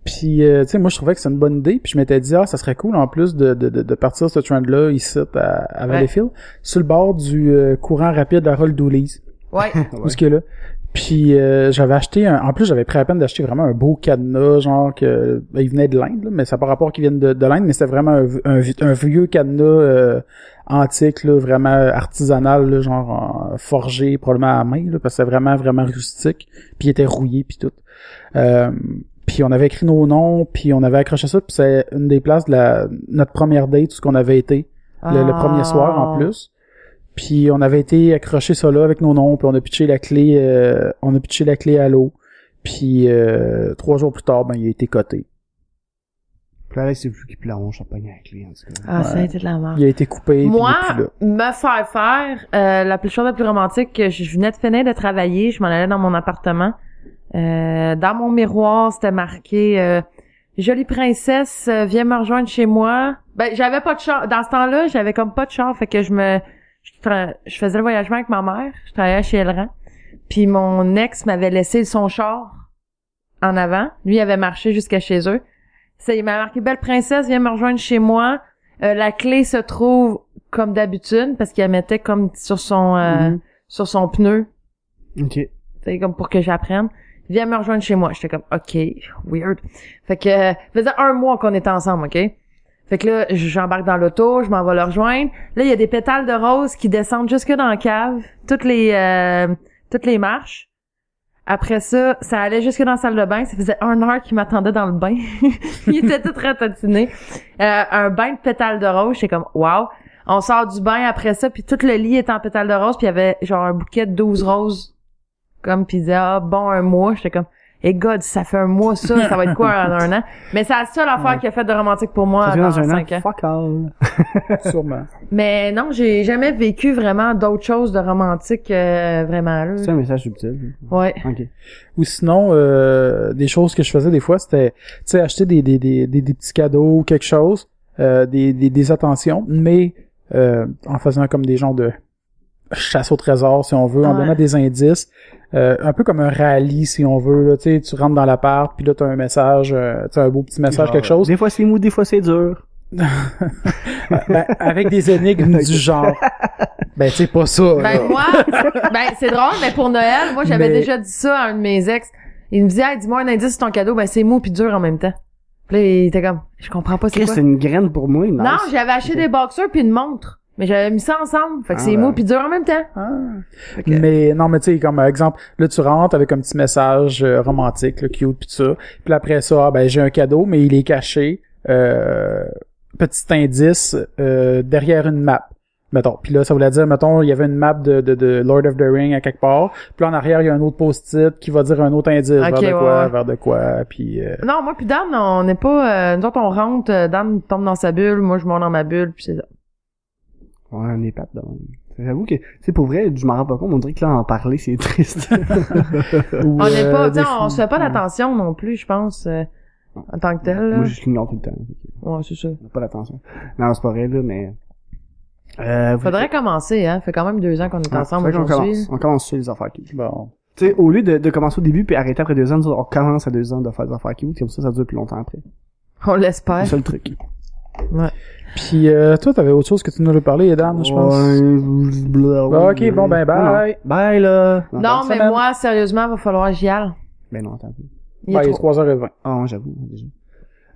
puis euh, tu sais, moi, je trouvais que c'est une bonne idée. Puis je m'étais dit, ah, ça serait cool en plus de, de, de, de partir ce trend-là ici à, à Valleyfield, sur le bord du euh, courant rapide de la Roll Doolies.
Ouais.
Ouais.
Où ce que là. Puis euh, j'avais acheté un. En plus, j'avais pris la peine d'acheter vraiment un beau cadenas, genre que ben, il venait de l'Inde, là, mais ça n'a pas rapport qu'ils viennent de, de l'Inde, mais c'était vraiment un, v- un vi- un vieux cadenas euh, antique, là, vraiment artisanal, là, genre en- forgé probablement à main, là, parce que c'était vraiment vraiment rustique. Puis il était rouillé puis tout. Euh, puis on avait écrit nos noms, puis on avait accroché ça, puis c'est une des places de la notre première date, tout ce qu'on avait été le, le
Ah.
premier soir en plus. Puis on avait été accroché ça là avec nos noms, puis on a pitché la clé, euh, on a pitché la clé à l'eau. Puis euh, trois jours plus tard, ben il a été coté.
Puis Alex, c'est vous qui plonge, champagne à la clé, en tout cas.
Ah, ça a
Ouais.
été de la merde.
Il a été coupé. puis
Moi,
il est plus là.
me faire faire, euh, la plus chose la plus romantique, que je, je venais de finir de travailler, je m'en allais dans mon appartement. Euh, dans mon miroir, c'était marqué euh, Jolie princesse, euh, viens me rejoindre chez moi. Ben, j'avais pas de char. Dans ce temps-là, j'avais comme pas de char, fait que je me... Je, tra- je faisais le voyagement avec ma mère, je travaillais chez Elran. Puis mon ex m'avait laissé son char en avant. Lui avait marché jusqu'à chez eux. Ça, il m'a marqué Belle princesse, viens me rejoindre chez moi. Euh, la clé se trouve comme d'habitude parce qu'il la mettait comme sur son euh,
Mhm.
sur son pneu,
Ok.
c'est comme pour que j'apprenne. Viens me rejoindre chez moi. J'étais comme OK, weird. Fait que euh, faisait un mois qu'on était ensemble, OK Fait que là, j'embarque dans l'auto, je m'en vais le rejoindre. Là, il y a des pétales de roses qui descendent jusque dans la cave, toutes les euh, toutes les marches. Après ça, ça allait jusque dans la salle de bain. Ça faisait un heure qu'il m'attendait dans le bain. il était tout ratatiné. Euh, un bain de pétales de rose, j'étais comme wow. On sort du bain après ça, puis tout le lit est en pétales de rose, puis il y avait genre un bouquet de 12 roses. Comme puis il disait ah bon un mois, j'étais comme et God, ça fait un mois ça, ça va être quoi en un an Mais c'est la seule affaire qui a fait de romantique pour moi
Ça
dans
dans un an.
5 ans.
Fuck all.
Sûrement.
Mais non, j'ai jamais vécu vraiment d'autres choses de romantique euh, vraiment là.
C'est un message subtil.
Ouais.
Ok.
Ou sinon, euh, des choses que je faisais des fois, c'était, tu sais, acheter des, des, des, des, des petits cadeaux, quelque chose, euh, des, des, des attentions, mais euh, en faisant comme des genres de chasse au trésor, si on veut, en
Ouais.
donnant des indices, euh, un peu comme un rallye, si on veut, là, tu sais, tu rentres dans l'appart, puis là, t'as un message, euh, tu as un beau petit message,
Genre,
quelque chose,
Des fois c'est mou, des fois c'est dur.
ben, avec des énigmes du genre. Ben, tu sais, pas ça, là.
Ben moi, ben c'est drôle, mais pour Noël, moi j'avais
Mais-
déjà dit ça à un de mes ex. Il me disait Hey, dis-moi un indice sur ton cadeau, ben c'est mou puis dur en même temps. Puis là, il était comme je comprends pas c'est
Chris,
quoi.
c'est une graine pour moi. Nice.
Non, j'avais acheté des boxers puis une montre, mais j'avais mis ça ensemble, fait que
Ah,
c'est
ben.
mou puis dur en même temps.
Ah. Mais non, mais tu sais, comme euh, exemple, là tu rentres avec un petit message euh, romantique, là, cute, pis tout ça. Puis là, après ça, ah, ben j'ai un cadeau, mais il est caché. Euh, petit indice euh, derrière une map. Mettons. Puis là, ça voulait dire, mettons, il y avait une map de, de, de Lord of the Ring à quelque part. Puis là, en arrière, il y a un autre post-it qui va dire un autre indice. vers
Ok,
de quoi,
ouais, ouais.
vers de quoi. Puis euh,
Non, moi puis Dan, on n'est pas euh, nous autres on rentre, euh, Dan tombe dans sa bulle, moi je monte dans ma bulle puis c'est ça.
Ouais, un épate de même. J'avoue que, c'est pour vrai, je m'en rends pas compte, on dirait que là, en parler, c'est triste.
ou,
On n'est pas,
euh,
tu
des
sais, on
fois-
se fait pas
Ouais.
d'attention non plus, je pense euh, en tant que tel. là.
Moi, je l'ignore tout le temps. fait que
Ouais, c'est ça.
On n'a pas l'attention. Non, c'est pas vrai, là, mais... Euh, vous-
Faudrait commencer, hein. Fait quand même deux ans qu'on est
Ah,
ensemble
faudrait qu'on
aujourd'hui.
commence. On commence sur les affaires qui
Bon.
Tu sais, au lieu de, de commencer au début puis arrêter après deux ans, nous autres, on commence à deux ans de faire des affaires qui comme ça, ça dure plus longtemps après.
On
C'est
l'espère.
le seul truc.
Puis euh, toi, t'avais autre chose que tu nous as parlé, Edan, je pense.
Ouais, blablabla.
Ok, bon, ben, bye.
Non, non. Bye, là.
Non,
bonne
mais
semaine.
moi, sérieusement, va falloir que j'y aille.
Ben non, attends. un peu.
Il
Ben,
est
il est
trop.
3h20.
Ah, ouais, j'avoue, déjà.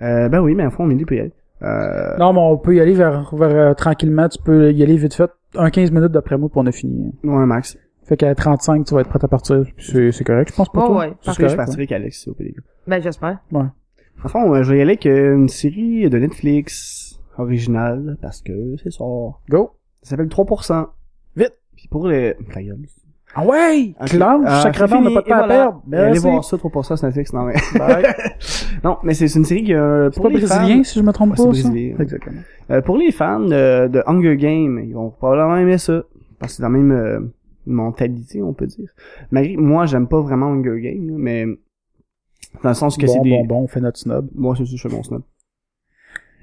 Euh, ben oui, mais à fond, on midi peut y aller. Euh,
Non, mais on peut y aller vers, vers, euh, tranquillement. Tu peux y aller vite fait. Un 15 minutes d'après moi, puis on a fini.
ouais, Max.
Fait qu'à 35, tu vas être prêt à partir. Puis C'est c'est correct, je pense, pour
Ouais,
toi.
ouais,
C'est
Parce que je
correct,
partirai avec Alex, c'est au PDG.
Ben, j'espère.
En fond, euh, je vais y aller avec euh, une série de Netflix originale, parce que c'est ça.
ouais. Go!
Ça s'appelle 3%.
Vite.
Puis pour les... Ta gueule.
Ah ouais!
Ok.
Clam,
Ah,
chaque
c'est
on n'a
fini,
pas de
et
temps
voilà.
à perdre.
Et allez
Merci.
voir ça, 3% sur Netflix. Non, mais,
Bye.
non, mais c'est c'est une série qui euh,
C'est
pour
pas
les
brésilien,
fans...
si je me trompe
Ouais,
pas.
c'est
ça?
brésilien.
Exactement.
Euh, pour les fans de, de Hunger Games, ils vont probablement aimer ça. Parce que c'est la même euh, mentalité, on peut dire. Malgré, moi, j'aime pas vraiment Hunger Games, là, mais... Dans le sens que c'est
Bon,
des...
bon, bon, on fait notre snob.
Moi, c'est ça, je fais mon snob.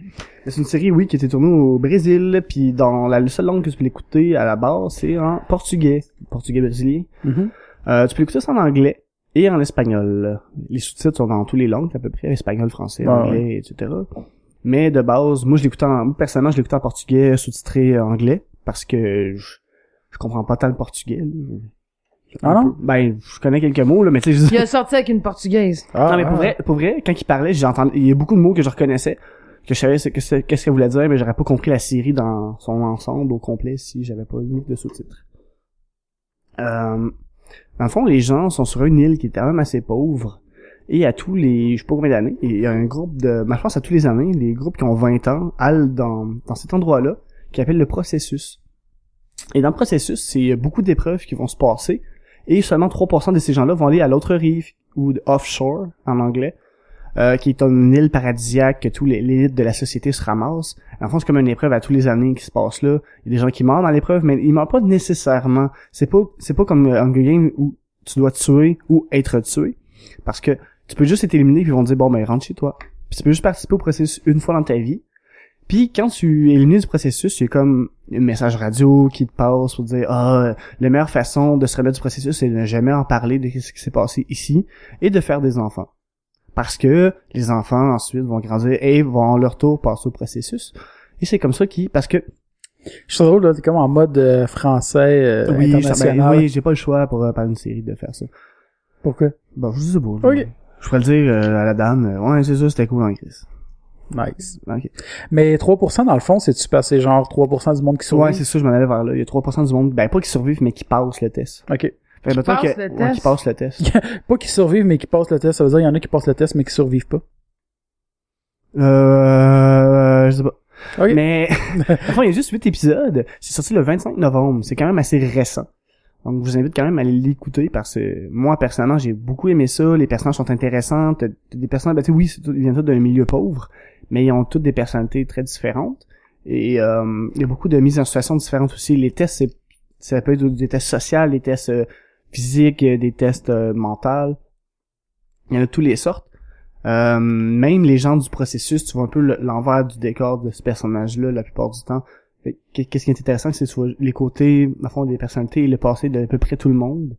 Mais C'est une série, oui, qui était tournée au Brésil, puis dans la la seule langue que tu peux l'écouter à la base, c'est en portugais, portugais brésilien. Euh, tu peux l'écouter ça en anglais et en espagnol. Les sous-titres sont dans toutes les langues à peu près, espagnol, français,
Ah,
anglais, etc. Mais de base, moi, je l'écoutais en, moi, personnellement, je l'écoutais en portugais sous-titré anglais parce que je, je comprends pas tant le portugais. là.
Ah non?
Ben, je connais quelques mots là, mais tu sais, je veux dire-
Il a sorti avec une portugaise.
Ah,
non, mais pour
ah.
vrai, pour vrai, quand il parlait, j'entendais, il y a beaucoup de mots que je reconnaissais, que je savais ce que c'est- qu'est-ce qu'elle voulait dire, mais j'aurais pas compris la série dans son ensemble au complet si j'avais pas lu de sous-titres. Euh, dans le fond, les gens sont sur une île qui est quand même assez pauvre, et à tous les, je sais pas combien d'années, il y a un groupe de, ben, je pense à tous les années, les groupes qui ont 20 ans allent dans, dans cet endroit-là, qui appelle le processus. Et dans le processus, c'est beaucoup d'épreuves qui vont se passer, et seulement 3% de ces gens-là vont aller à l'autre rive, ou de offshore en anglais, euh, qui est une île paradisiaque que tous les l'élite de la société se ramasse. En fond, c'est comme une épreuve à tous les années qui se passe là. Il y a des gens qui meurent dans l'épreuve, mais ils meurent pas nécessairement. C'est pas c'est pas comme euh, Hunger Games où tu dois tuer ou être tué, parce que tu peux juste être éliminé puis ils vont te dire bon ben rentre chez toi. Puis tu peux juste participer au processus une fois dans ta vie. Puis quand tu es éliminé du processus, il y a comme un message radio qui te passe pour dire ah la meilleure façon de se remettre du processus c'est de ne jamais en parler de ce qui s'est passé ici et de faire des enfants. Parce que les enfants ensuite vont grandir et vont à leur tour passer au processus. Et c'est comme ça qu'ils... Parce que... euh,
Je trouve drôle, là, t'es comme en mode euh, français, euh,
oui, je-
international.
ben, oui, j'ai pas le choix pour euh, par une série de faire ça.
Pourquoi?
Bon, je sais pas. Je,
Ok.
je pourrais le dire euh, à la dame. euh, ouais, c'est ça, c'était cool en crise.
Nice.
Ok.
Mais 3%, dans le fond, c'est-tu passé genre 3% du monde qui
Ouais,
survit?
c'est ça, je m'en allais vers là. Il y a 3% du monde, ben pas qui survivent, mais qui passent le test.
OK.
Fait, mettons
passent
que-
le
ouais,
test.
qui passent le test.
Pas qui survivent, mais qui passent le test. Ça veut dire qu'il y en a qui passent le test, mais qui survivent pas.
Euh, je sais pas.
Ok.
Mais, enfin, il y a juste 8 épisodes. C'est sorti le 25 novembre. C'est quand même assez récent. Donc, je vous invite quand même à aller l'écouter parce que moi, personnellement, j'ai beaucoup aimé ça. Les personnages sont intéressants. T'as- t'as des personnages, ben, tu sais, oui, c'est tout- ils viennent tous d'un milieu pauvre, mais ils ont toutes des personnalités très différentes. Et, euh, il y a beaucoup de mises en situation différentes aussi. Les tests, c'est, ça peut être des tests sociaux, des tests euh, physiques, euh, des tests euh, mentaux. Il y en a de toutes les sortes. Euh, même les gens du processus, tu vois un peu le- l'envers du décor de ce personnage-là la plupart du temps. Fait que- Qu'est-ce qui est intéressant, c'est que tu vois les côtés, à fond, des personnalités et le passé de à peu près tout le monde.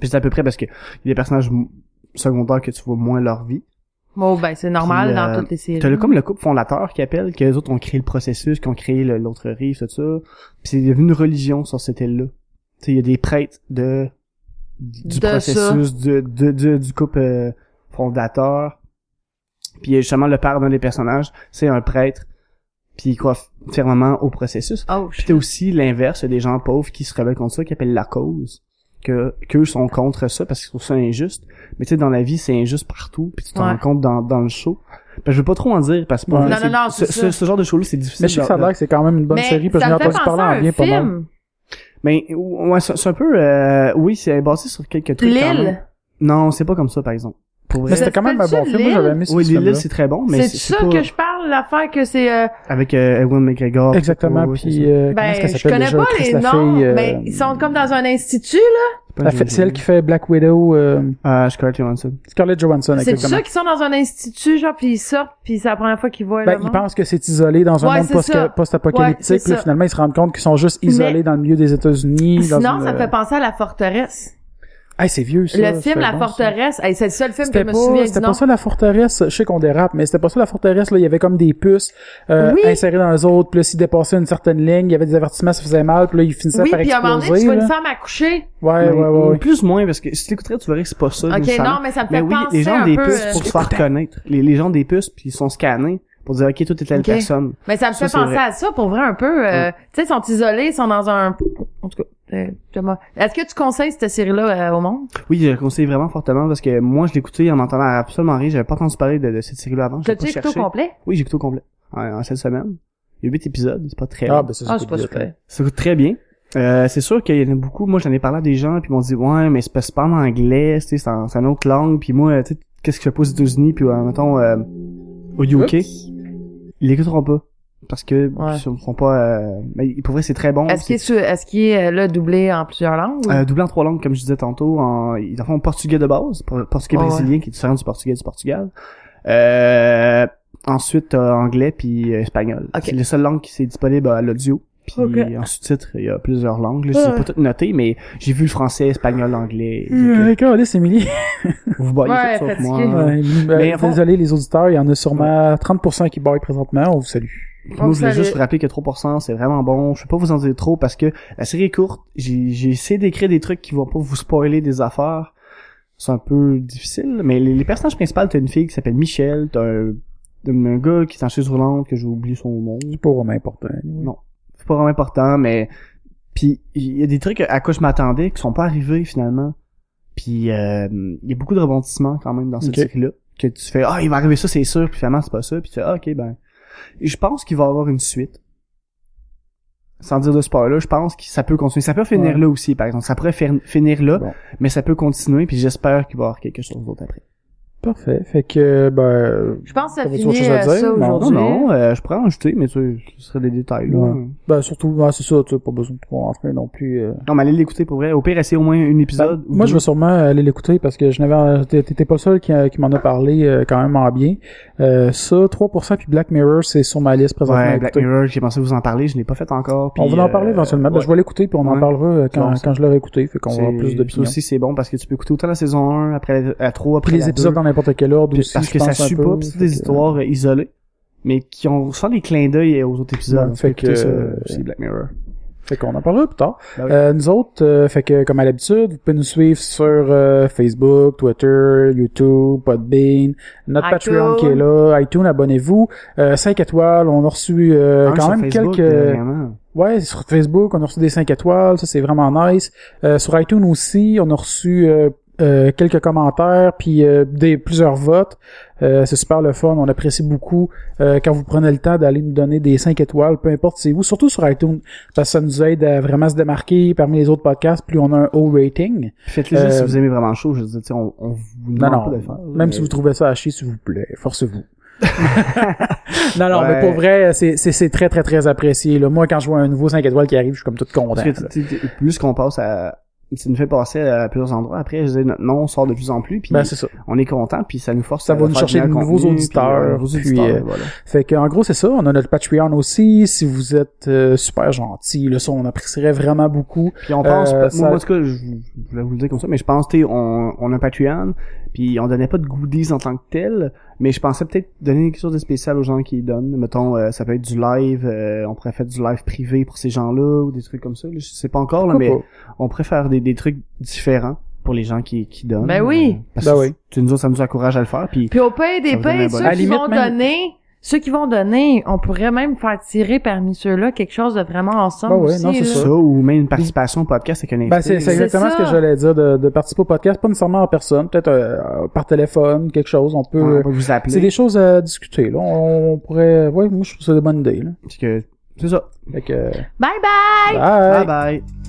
Puis c'est à peu près parce que il y a des personnages m- secondaires que tu vois moins leur vie.
Bon, ben, c'est normal
Puis, euh,
dans toutes les séries.
T'as le, comme le couple fondateur qui appelle, que les autres ont créé le processus, qui ont créé le- l'autre rive, tout ça. Puis c'est devenu une religion sur cette île-là. Tu sais, il y a des prêtres de du
De ça.
processus, du, de, de- du couple euh, fondateur. Puis il y a justement le père d'un des personnages, c'est un prêtre. Puis il croit fermement au processus.
Oh,
Puis t'as aussi l'inverse, il y a des gens pauvres qui se rebellent contre ça, qui appellent la cause. Que qu'eux sont contre ça parce qu'ils trouvent ça injuste. Mais tu sais, dans la vie, c'est injuste partout. Puis tu t'en
Ouais.
rends compte dans, dans le show. Ben, je veux pas trop en dire parce que pour
Ouais.
vrai,
Non, non, non,
c'est-
c'est
ce, ce,
ça.
ce genre de show-là, c'est difficile.
Mais je sais que ça a
de-
l'air que c'est quand même une bonne série, parce que j'ai entendu parler en bien pas mal.
Mais Ben, ouais, c'est c'est un peu... euh, oui, c'est basé sur quelques trucs quand même.
L'île.
Non, c'est pas comme ça, par exemple. Pour vrai.
Mais c'était quand même un bon
S'appelle-tu
film. Moi, j'avais aimé ce
Oui,
film
Lille, c'est très bon, mais
C'est
c'est
de
c'est
ça
pas...
que je parle, l'affaire que c'est... euh,
Avec euh, Ewan McGregor.
Exactement.
Ouais, ouais, c'est
Puis,
ça.
euh, comment est-ce
Ben,
qu'elle
je
s'appelle
connais
déjà?
pas
Chris,
les
la
noms,
fille, euh,
mais ils sont comme dans un institut, là.
Pas
la fille-
Jane
celle
Jane.
qui fait Black Widow, euh,
Ah, Scarlett Johansson.
Scarlett Johansson,
C'est ça
exactement.
qui sont dans un institut, genre, puis ils sortent, puis c'est la première fois qu'ils voient
Ben,
le
ils
monde.
pensent que c'est isolé dans un
Ouais,
monde
c'est
post-
ça.
post-apocalyptique,
Ouais, c'est
là,
ça.
finalement, ils se rendent compte qu'ils sont juste isolés
Mais-
dans le milieu des États-Unis. dans
Sinon,
une,
ça me
euh,
fait penser à La Forteresse.
Hey, c'est vieux, ça.
Le
ça
film
fait
La
bon, ça.
Forteresse, hey, c'est le seul film
C'était
que je me
pas,
souviens
c'était
du
pas
nom.
ça la forteresse. Je sais qu'on dérape, mais c'était pas ça la forteresse. Là, il y avait comme des puces euh,
Oui.
insérées dans les autres. Puis là, s'ils dépassaient une certaine ligne, il y avait des avertissements, ça faisait mal. Puis là, ils finissaient
Oui,
par
puis à un moment donné,
exploser.
tu vois
là.
une femme accoucher.
Ouais, ouais,
Mais-
ouais, ouais.
Plus ou moins, parce que si t'écouterais, tu verrais que c'est pas ça.
Ok,
nécessairement.
non, mais ça me fait
Mais Ben oui,
penser
les gens
un
des
peu...
puces
euh,
pour se faire connaître. Les, les gens des puces, puis ils sont scannés. pour dire, OK, tout est telle
Ok.
personne.
Mais ça me
Ça,
fait
c'est
penser
vrai.
à ça pour vrai un peu. euh, Tu sais, ils sont isolés, ils sont dans un. En tout cas, euh, Thomas. Est-ce que tu conseilles cette série-là euh, au monde?
Oui, je le conseille vraiment fortement parce que moi, je l'écoutais en entendant absolument rien. J'avais pas entendu parler de, de cette série-là avant.
Je
J'ai
tu
pas
écouté au
cherché.
complet?
Oui, j'ai écouté au complet. En, en cette semaine. Il y a huit épisodes, c'est pas très long.
Ah, ben ça,
Ah, c'est pas
vite,
super.
hein.
Ça coûte très bien. Euh, c'est sûr qu'il y en a beaucoup. Moi, j'en ai parlé à des gens, puis ils m'ont dit, ouais, mais c'est pas, c'est pas en anglais, tu sais, c'est en- c'est une autre langue. Puis moi, tu sais, qu'est-ce que je fais aux États-Unis, puis euh, mettons, euh, au UK, ils l'écouteront pas. Parce que
Ouais.
ils sont sont pas... euh, mais pour vrai, c'est très bon.
Est-ce qu'il est, sur- est-ce qu'il est euh, là doublé en plusieurs langues? ou-
Euh, doublé en trois langues, comme je disais tantôt, en, ils en font portugais de base, por- portugais
Ah ouais.
brésilien qui est différent du portugais du Portugal. Euh, ensuite, t'as anglais puis euh, espagnol.
Ok.
C'est la seule langue qui s'est disponible à l'audio. Puis
Ok.
en sous-titre, il y a plusieurs langues. Là, c'est
Ouais.
pas tout noté, mais j'ai vu le français, espagnol, anglais.
Euh, calisse, Émilie.
Vous baillez
Ouais,
tout sauf
fatigué.
moi.
Ouais, ben,
Mais en fait-
désolé, les auditeurs, il y en a sûrement 30% qui baillent présentement. On vous salue.
Puis
On
Moi, je voulais
savait.
juste vous rappeler que 3%, c'est vraiment bon. Je peux pas vous en dire trop parce que la série est courte. J'ai j'ai essayé d'écrire des trucs qui vont pas vous spoiler des affaires. C'est un peu difficile, mais les, les personnages principaux, t'as une fille qui s'appelle Michelle, t'as un, un gars qui est en chaise roulante, que j'ai oublié son nom.
C'est pas vraiment important. anyway.
C'est pas vraiment important, mais... Puis, il y a des trucs à quoi je m'attendais qui sont pas arrivés, finalement. Puis, euh, il y a beaucoup de rebondissements, quand même, dans cette
Ok.
série-là. Que tu fais « Ah, il va arriver ça, c'est sûr », puis finalement, c'est pas ça. Puis tu fais « Ah, OK, ben... » Et Je pense qu'il va y avoir une suite. Sans dire de spoiler, je pense que ça peut continuer. Ça peut finir
Ouais.
là aussi, par exemple. Ça pourrait fer- finir là,
Bon.
mais ça peut continuer, puis j'espère qu'il va y avoir quelque chose d'autre après.
Parfait. Fait que, ben,
Je pense que ça
T'avais-tu
finit
autre chose à
euh,
dire?
ça
Non, non,
Non,
aujourd'hui.
non, euh, je pourrais en ajouter, mais tu sais, ce serait des détails, là.
Ouais. ben, surtout, ben, c'est ça, tu sais, pas besoin de trop rentrer non plus. euh.
Non, mais allez l'écouter pour vrai. Au pire, essayez au moins un épisode. ou
Ben, Moi,
deux.
je vais sûrement aller l'écouter parce que je n'avais, t'é- t'étais pas seul qui, euh, qui m'en a parlé euh, quand même en bien. Euh, ça, 3% puis Black Mirror, c'est sur ma liste présentement. à
Ouais, Black
écouter.
Mirror, j'ai pensé vous en parler, je l'ai pas fait encore. puis,
on va en
euh,
parler éventuellement. Ben,
ouais.
je vais l'écouter puis on en
Ouais.
parlera euh, quand,
Bon, ça.
quand je l'aurai écouté. Fait qu'on va avoir
C'est-
plus
ça
d'opinions.
aussi, c'est bon parce que tu peux écouter autant la saison 1, après la, la 3, après
Puis
la
les
2,
épisodes dans n'importe quel ordre
puis-
aussi.
parce
je
que
pense
ça
un
suit
peu.
pas, puis c'est
Fait
des
que,
histoires euh, isolées, mais qui ont sans les clins d'œil aux autres épisodes.
Ouais,
On peut
fait
écouter
que-
ça euh, aussi, Black Mirror.
Fait qu'on en parlera plus tard.
Ben oui.
Euh, nous autres, euh, fait que comme à l'habitude, vous pouvez nous suivre sur euh, Facebook, Twitter, YouTube, Podbean, notre
iTunes.
Patreon qui est là, iTunes, abonnez-vous. Euh, 5 étoiles, on a reçu euh,
Hein,
quand
sur
même
Facebook,
quelques...
euh, vraiment.
Ouais, sur Facebook, on a reçu des 5 étoiles, ça c'est vraiment nice. Euh, sur iTunes aussi, on a reçu euh, euh, quelques commentaires, puis euh, des, plusieurs votes. Euh, c'est super le fun, on apprécie beaucoup euh, quand vous prenez le temps d'aller nous donner des 5 étoiles, peu importe c'est où, surtout sur iTunes, parce que ça nous aide à vraiment se démarquer parmi les autres podcasts, plus on a un haut rating.
Faites-le
euh,
juste si vous aimez vraiment chaud, je veux dire, tu sais, on, on vous
Non,
demande
non,
pas de le faire.
même si vous trouvez ça à chier, s'il vous plaît, forcez-vous. non, non, mais
Ouais.
pour vrai, c'est- c'est c'est très, très, très apprécié. Là. Moi, quand je vois un nouveau 5 étoiles qui arrive, je suis comme tout content.
Parce que,
là.
tu- tu- tu- plus qu'on passe à... Ça nous fait passer à plusieurs endroits. Après, je veux dire, notre nom sort de plus en plus, puis
Ben, c'est ça.
on est content, puis ça nous force
Ça
à
va nous
faire
chercher
du
de
meilleur
nouveaux
contenu,
auditeurs,
puis, euh, nouveaux
puis,
auditeurs,
euh,
voilà.
Fait que en gros c'est ça, on a notre Patreon aussi, si vous êtes euh, super gentil, le son on apprécierait vraiment beaucoup.
Puis on pense,
Euh,
moi,
ça-
moi, en tout cas, je, je voulais vous le dire comme ça, mais je pense, tu sais, on, on a un Patreon, puis on donnait pas de goodies en tant que tel, mais je pensais peut-être donner quelque chose de spécial aux gens qui y donnent. Mettons, euh, ça peut être du live, euh, on pourrait faire du live privé pour ces gens-là, ou des trucs comme ça, là, je sais pas encore, là, Oh, mais
Pourquoi
on pourrait faire des, des trucs différents pour les gens qui, qui donnent.
Ben oui.
Euh, parce
Ben
que
oui.
tu nous autres, ça nous encourage à le faire, puis
Puis au pays
Ça
des
vous donne un
pays,
bon-
ceux
À la
qui
limite,
vont
même-
donner, ceux qui vont donner, on pourrait même faire tirer parmi ceux-là quelque chose de vraiment ensemble
Ben ouais,
aussi.
non, c'est
là.
ça.
ça, ou même une participation au podcast avec un invité.
Ben, c'est c'est
C'est
exactement ce
ça.
que j'allais dire de, de participer au podcast, pas nécessairement en personne, peut-être euh, par téléphone, quelque chose, on peut.
on
euh,
peut vous
c'est
appeler,
des choses à discuter là. On, on pourrait. Ouais, moi je trouve ça des bonnes idées là.
parce que c'est ça.
Fait que.
Bye bye!
bye.
Bye.
bye.